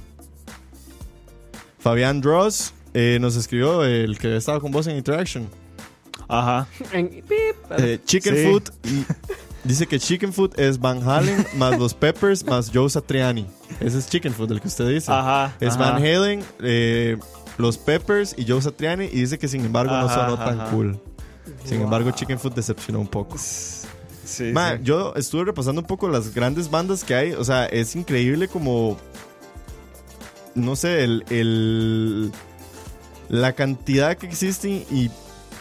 E: Fabián Dross, Eh, nos escribió el que estaba con vos en Interaction.
F: Ajá.
D: En- pip, a-
E: Eh, chicken
F: Sí.
E: Food. y- dice que Chicken Food es Van Halen más los Peppers más Joe Satriani. Ese es Chicken Food, el que usted dice.
F: Ajá.
E: Es
F: ajá.
E: Van Halen, eh, los Peppers y Joe Satriani. Y dice que sin embargo no
F: Ajá,
E: sonó tan
F: ajá.
E: cool. Sin embargo, Chicken Food decepcionó un poco.
F: Sí,
E: Ma,
F: sí.
E: yo estuve repasando un poco las grandes bandas que hay. O sea, es increíble como. No sé, el. el- la cantidad que existen y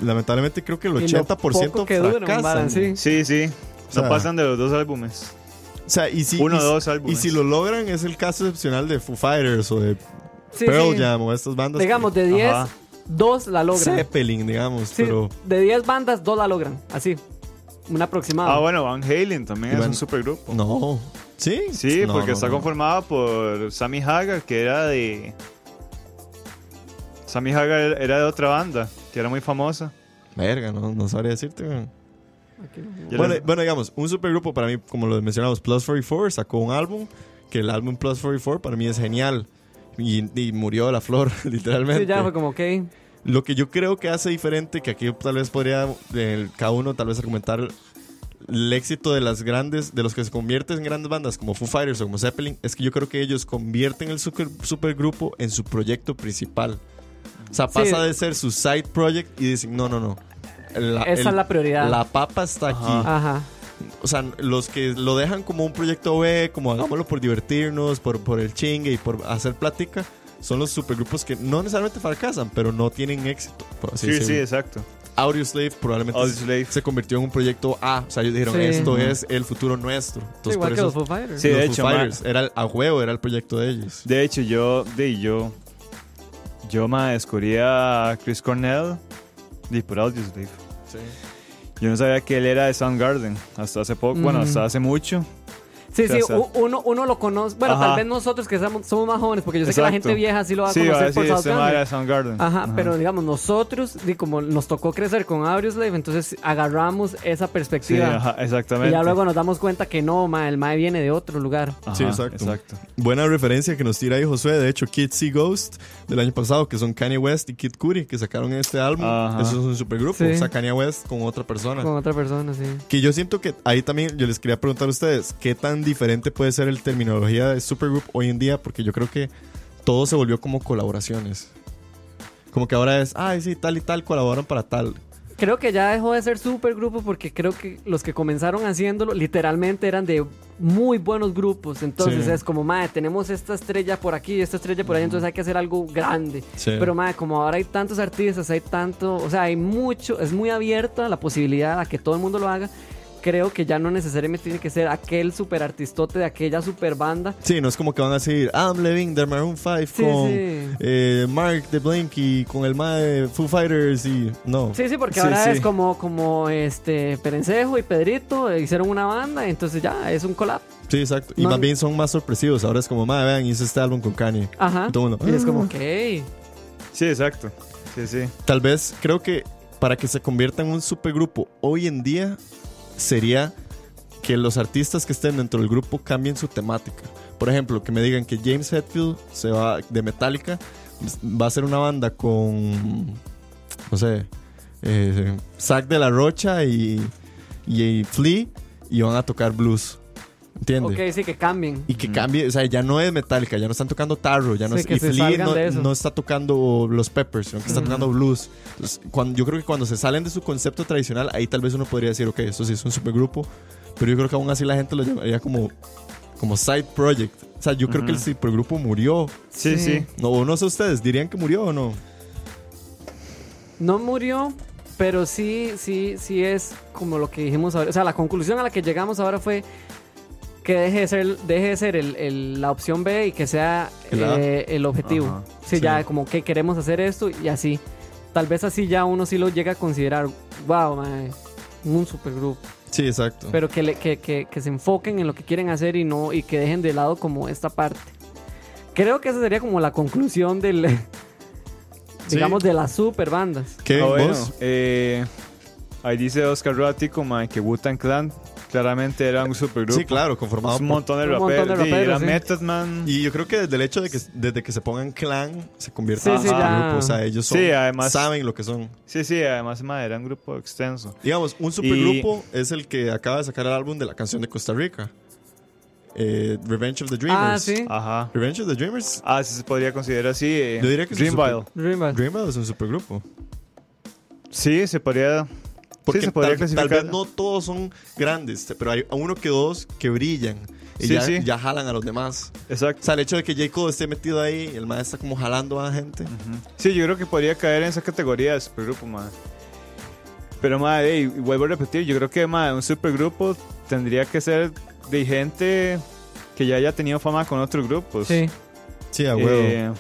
E: lamentablemente creo que el
D: Y lo
E: 80%
D: poco que duran,
E: fracasan.
D: varan, sí.
F: Sí, sí.
E: O sea,
F: no pasan de los dos álbumes.
E: O sea, y si,
F: Uno
E: y si-
F: o dos álbumes.
E: Y si lo logran, es el caso excepcional de Foo Fighters o de
D: Sí,
E: Pearl
D: sí.
E: Jam o estas bandas. que-
D: Digamos, de 10,
F: Ajá.
D: 2 la logran.
E: Zeppelin, digamos,
D: Sí,
E: pero.
D: de 10 bandas, 2 la logran. Así. Un aproximado.
F: Ah, bueno, Van Halen también
E: Y
F: es
E: Van-
F: un supergrupo.
E: No. Sí,
F: Sí,
E: No,
F: porque
E: no,
F: está
E: no.
F: conformada por Sammy Hagar, que era de. Sammy Hagar era de otra banda, que era muy famosa.
E: Verga, no, no sabría decirte, weón.
D: Aquí no.
F: Y
E: Bueno,
F: era-
E: bueno, digamos, un supergrupo para mí, como lo mencionamos, Plus 44 sacó un álbum, que el álbum Plus 44 para mí es genial. Y, y murió la flor, literalmente.
D: Sí, ya fue como, ok.
E: Lo que yo creo que hace diferente, que aquí tal vez podría eh, cada uno tal vez argumentar el éxito de las grandes, de los que se convierten en grandes bandas como Foo Fighters o como Zeppelin, es que yo creo que ellos convierten el super- supergrupo en su proyecto principal. O sea,
D: Sí.
E: pasa de ser su side project y dicen, no, no, no. La-
D: Esa es la prioridad.
E: La papa está aquí.
D: Ajá.
E: O sea, los que lo dejan como un proyecto B, como hagámoslo por divertirnos, por, por el chingue y por hacer plática, son los supergrupos que no necesariamente fracasan, pero no tienen éxito. por así
F: sí, sí,
E: decirlo.
F: exacto.
E: Audioslave probablemente
F: Audioslave.
E: se convirtió en un proyecto A. O sea, ellos dijeron,
D: Sí.
E: esto
D: Ujú.
E: es el futuro nuestro.
D: Sí,
E: Entonces, por
D: igual que
E: eso
D: los Foo Fighters.
F: Sí,
E: los
F: de
E: Foo
F: hecho, ma-
E: Fighters, era el- a huevo, era el proyecto de ellos.
F: De hecho, yo, de yo, yo ma, descubrí a Chris Cornell de por Audioslave. Yo no sabía que él era de Soundgarden hasta hace poco, bueno,
D: Mm.
F: hasta hace mucho.
D: Sí, sí,
F: O sea,
D: u- uno, uno lo conoce. Bueno,
F: Ajá.
D: tal vez nosotros que somos, somos más jóvenes, porque yo sé que la
F: Exacto.
D: gente vieja sí lo va a
F: sí,
D: conocer
F: sí,
D: por
F: este ma era de
D: Soundgarden.
F: Soundgarden.
D: Ajá, pero digamos, nosotros, y como nos tocó crecer con Audioslave, entonces agarramos esa
F: Sí,
D: perspectiva.
F: ajá, exactamente.
D: y ya luego nos damos cuenta que no, ma, el mae viene de otro lugar.
F: Ajá,
E: Sí, exacto.
F: exacto.
E: Buena referencia que nos tira ahí Josué, de hecho, Kid Sea Ghost del año pasado, que son Kanye West y Kid Cudi, que sacaron este álbum.
F: Ajá.
E: Eso es un supergrupo.
D: Sí.
E: O sea, Kanye West con otra persona.
D: Con otra persona, sí.
E: Que yo siento que ahí también yo les quería preguntar a ustedes, ¿qué tan diferente puede ser el terminología de supergroup hoy en día? Porque yo creo que todo se volvió como colaboraciones. Como que ahora es, ay, sí, tal y tal colaboran para tal.
D: Creo que ya dejó de ser supergrupo porque creo que los que comenzaron haciéndolo literalmente eran de muy buenos grupos. Entonces
E: Sí.
D: es como, madre, tenemos esta estrella por aquí, esta estrella por ahí, entonces hay que hacer algo grande.
E: Sí.
D: Pero, madre, como ahora hay tantos artistas, hay tanto, o sea, hay mucho, es muy abierta la posibilidad a que todo el mundo lo haga. Creo que ya no necesariamente tiene que ser aquel superartistote de aquella superbanda
E: Sí, no es como que van a decir, I'm living the Maroon 5
D: Sí,
E: con
D: sí.
E: eh, Mark de Blinky, con el ma de Foo Fighters y... No.
D: Sí, sí, porque
F: Sí,
D: ahora
F: sí.
D: es como, como este Perencejo y Pedrito eh, hicieron una banda, entonces ya es un collab.
E: Sí, exacto. Y
D: No.
E: más bien son más sorpresivos. Ahora es como, ma, vean, hice este álbum con Kanye.
D: Ajá.
E: Y todo el mundo,
D: Y es como,
E: "Ah".
D: ok.
F: Sí, exacto. Sí, sí.
E: Tal vez creo que para que se convierta en un supergrupo hoy en día sería que los artistas que estén dentro del grupo cambien su temática. Por ejemplo, que me digan que James Hetfield se va de Metallica va a ser una banda con no sé, eh, Zack de la Rocha y y Flea y van a tocar blues. ¿Entiendes?
D: Ok, sí, que cambien.
E: Y que cambie, o sea, ya no es Metallica, ya no están tocando tarro, ya no
D: Sí,
E: es,
D: que
E: y
D: se
E: Flea
D: salgan
E: no,
D: de eso.
E: no está tocando los Peppers, sino que está tocando blues. Entonces, cuando, yo creo que cuando se salen de su concepto tradicional, ahí tal vez uno podría decir, ok, esto sí es un supergrupo, pero yo creo que aún así la gente lo llamaría como, como side project. O sea, yo creo que el supergrupo murió.
F: Sí,
D: Sí.
F: sí.
E: No, no sé ustedes, ¿dirían que murió o no?
D: No murió, pero sí, sí, sí es como lo que dijimos ahora. O sea, la conclusión a la que llegamos ahora fue que deje de ser, deje de ser el- el- la opción B y que sea
E: El A.
D: eh, el objetivo.
F: Ajá,
D: sí,
E: sí.
D: ya como que queremos hacer esto y así. Tal vez así ya uno sí lo llega a considerar, wow, mae, un supergrupo.
E: Sí, exacto.
D: pero que, le- que, que- que se enfoquen en lo que quieren hacer y no y que dejen de lado como esta parte. Creo que esa sería como la conclusión del
E: Sí.
D: digamos de las super bandas.
E: ¿Qué?
F: Ah, bueno,
E: ¿Vos?
F: eh, ahí dice Oscar Ratti como que Wutan Clan, Claramente era un supergrupo.
E: Sí, claro, conformado
F: Un
E: por-
F: montón de
D: Un montón de
F: raperos. Sí, era
D: raperos, sí.
F: Method Man.
E: Y yo creo que desde el hecho de que desde que se pongan clan se convierte
D: Sí,
E: en
D: sí,
E: un
D: ya.
E: supergrupo. O sea, ellos son-
F: Sí, además-
E: saben lo que son.
F: Sí, sí, además mae, era un grupo extenso.
E: Digamos, un supergrupo es el que acaba de sacar el álbum de la canción de Costa Rica. Eh, Revenge of the Dreamers.
D: Ah, sí.
F: Ajá.
E: Revenge of the Dreamers.
F: Ah, sí se podría considerar así. eh,
E: Yo diría que es un
F: Dreamville.
D: Dreamers.
E: Dreamers es un supergrupo.
F: Sí, se podría.
E: Porque
F: sí, se podría
E: tal,
F: clasificar.
E: tal vez no todos son grandes, pero hay uno que dos que brillan y
F: Sí,
E: ya,
F: sí.
E: ya jalan a los demás. O
F: Exacto.
E: sea, el hecho de que Jacob esté metido ahí, el maestro está como jalando a la gente.
F: Sí, yo creo que podría caer en esa categoría de supergrupo, mae. Pero, mae, ey, vuelvo a repetir, yo creo que, mae, un supergrupo tendría que ser de gente que ya haya tenido fama con otros grupos.
D: Sí.
E: Sí, a
F: Eh,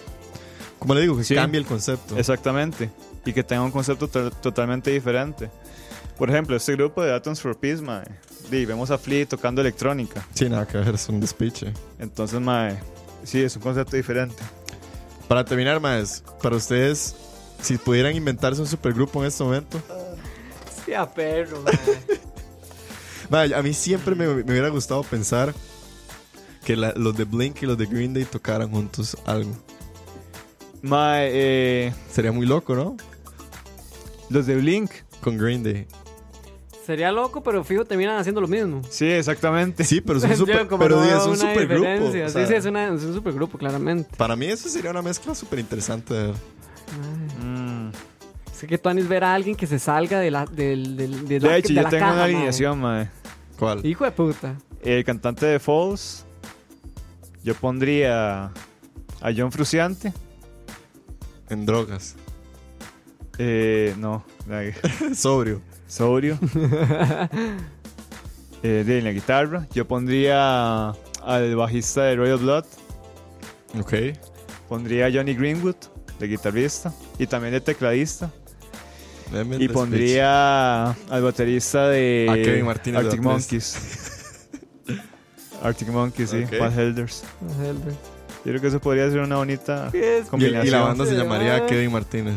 E: como le digo, que
F: sí.
E: cambia el concepto.
F: Exactamente. Y que tenga un concepto to- totalmente diferente. Por ejemplo, este grupo de Atoms for Peace, mae. di, vemos a Flea tocando electrónica.
E: Sí, nada que ver, es un despiche.
F: Entonces, mae, sí, es un concepto diferente.
E: Para terminar, maes, para ustedes, si pudieran inventarse un supergrupo en este momento,
D: Sí, a perro, mae.
E: Mae, a mí siempre me, me hubiera gustado pensar que la- los de Blink y los de Green Day tocaran juntos algo.
F: Mae, eh,
E: Sería muy loco, ¿no?
F: los de Blink.
E: Con Green Day.
D: Sería loco, pero fijo, terminan haciendo lo mismo.
F: Sí, exactamente.
E: Sí, pero es un super,
D: Yo como
E: pero
D: no
E: diga, es
D: veo
E: un
D: una
E: supergrupo.
D: diferencia.
E: o sea,
D: sí, sí, es, una- es un supergrupo, claramente.
E: Para mí eso sería una mezcla súper interesante. de ver.
F: Mm.
D: Es que tú anís ver a alguien que se salga de la, del, del, de
F: De
D: la-
F: hecho,
D: de
F: yo
D: la
F: tengo
D: caja,
F: una
D: mae.
F: alineación, mae.
E: ¿Cuál?
D: Hijo de puta.
F: El cantante de Falls. Yo pondría a John Fruciante.
E: En drogas.
F: Eh, no, la-
E: Sobrio.
F: Saurio. eh, de la guitarra. Yo pondría al bajista de Royal Blood.
E: Ok.
F: Pondría a Johnny Greenwood, de guitarrista. Y también de tecladista.
E: Deme el
F: Y
E: speech.
F: pondría al baterista de
E: A Kevin Martínez de
F: Arctic
E: baterista.
F: Monkeys. Arctic Monkeys, sí.
E: Ok.
F: Van Helders. Yo creo que eso podría ser una bonita
D: ¿Qué es?
E: Y, y la
F: combinación.
E: banda se
D: Sí,
E: llamaría
D: mae.
E: Kevin Martínez.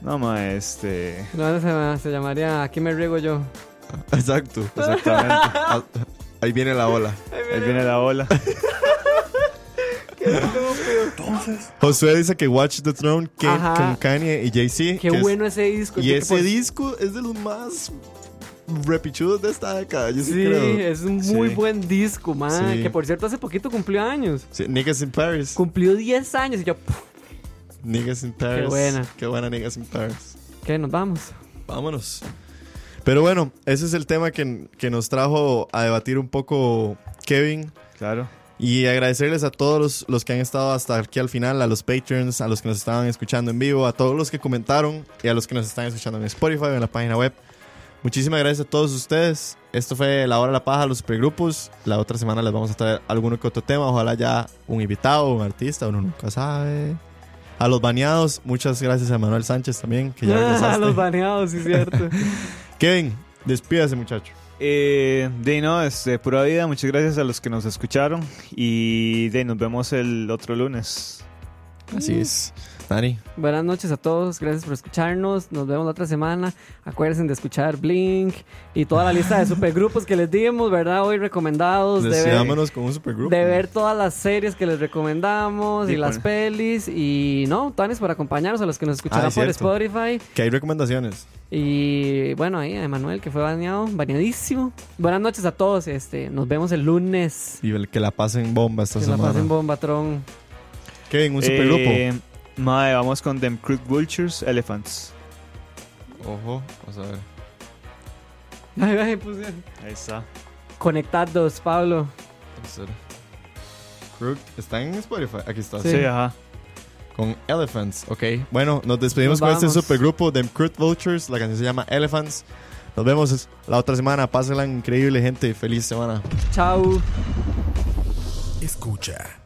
F: No, ma, este...
D: No, se, se llamaría Aquí me riego yo.
E: Exacto.
F: Exactamente.
E: Ah, Ahí viene la ola.
F: Ahí viene la ola.
E: Josué dice que Watch the Throne que,
D: Ajá.
E: con Kanye y Jay-Z.
D: Qué
E: que es-
D: bueno este ese disco.
E: y
D: que-
E: ese
D: que-
E: disco es de los más repichudos de esta década. Yo sí,
D: Sí,
E: creo.
D: es un muy
E: Sí.
D: buen disco, man.
E: Sí.
D: Que por cierto, hace poquito cumplió años.
E: Sí, Niggas in Paris.
D: Cumplió 10 años y yo, puf,
E: Niggas in Paris.
D: buena.
E: Qué buena Niggas in Paris.
D: ¿qué? Nos vamos.
E: Vámonos. Pero bueno, ese es el tema que, que nos trajo a debatir un poco Kevin.
F: Claro.
E: Y agradecerles a todos los, los que han estado hasta aquí al final, a los Patreons, a los que nos estaban escuchando en vivo, a todos los que comentaron y a los que nos están escuchando en Spotify o en la página web. Muchísimas gracias a todos ustedes. Esto fue La Hora de la Paja, los supergrupos. La otra semana les vamos a traer alguno que otro tema. Ojalá ya un invitado, un artista, uno nunca sabe. A los baneados, muchas gracias a Manuel Sánchez también, que ya
D: Ah,
E: regresaste.
D: los baneados, sí, cierto.
E: Kevin, despídase, muchacho.
F: Eh, de no, este, pura vida, muchas gracias a los que nos escucharon y de nos vemos el otro lunes.
E: Así
D: Mm.
E: es. Dani.
D: Buenas noches a todos, gracias por escucharnos. Nos vemos la otra semana. Acuérdense de escuchar Blink y toda la lista de supergrupos que les dimos, ¿verdad? Hoy recomendados. De ver,
E: Deseámonos pues con un supergrupo.
D: de ver todas las series que les recomendamos y
F: Sí,
D: las
F: bueno.
D: pelis. Y no, Tanis por acompañarnos a los que nos escucharán por
E: Ah, cierto.
D: Spotify.
E: Que hay recomendaciones.
D: Y bueno, ahí a Emanuel que fue bañado, bañadísimo. Buenas noches a todos, este, nos vemos el lunes.
E: Y el que la pasen bomba esta
D: Que la
E: semana.
D: pasen bombatrón.
E: Kevin, un supergrupo.
F: Eh, mae, vamos con Them Crooked Vultures Elephants.
E: Ojo, vamos a ver.
D: Ay, ay, pues puse-
F: Ahí está.
D: Conectados, Pablo.
E: Crook, ¿está en Spotify? Aquí está.
F: Sí,
D: Sí.
F: ajá.
E: Con Elephants, ok. Bueno, nos despedimos
D: Nos
E: con este
D: vamos.
E: supergrupo de Crude Vultures. La canción se llama Elephants. Nos vemos la otra semana. Pásenla increíble, gente. Feliz semana.
D: Chao.
A: Escucha.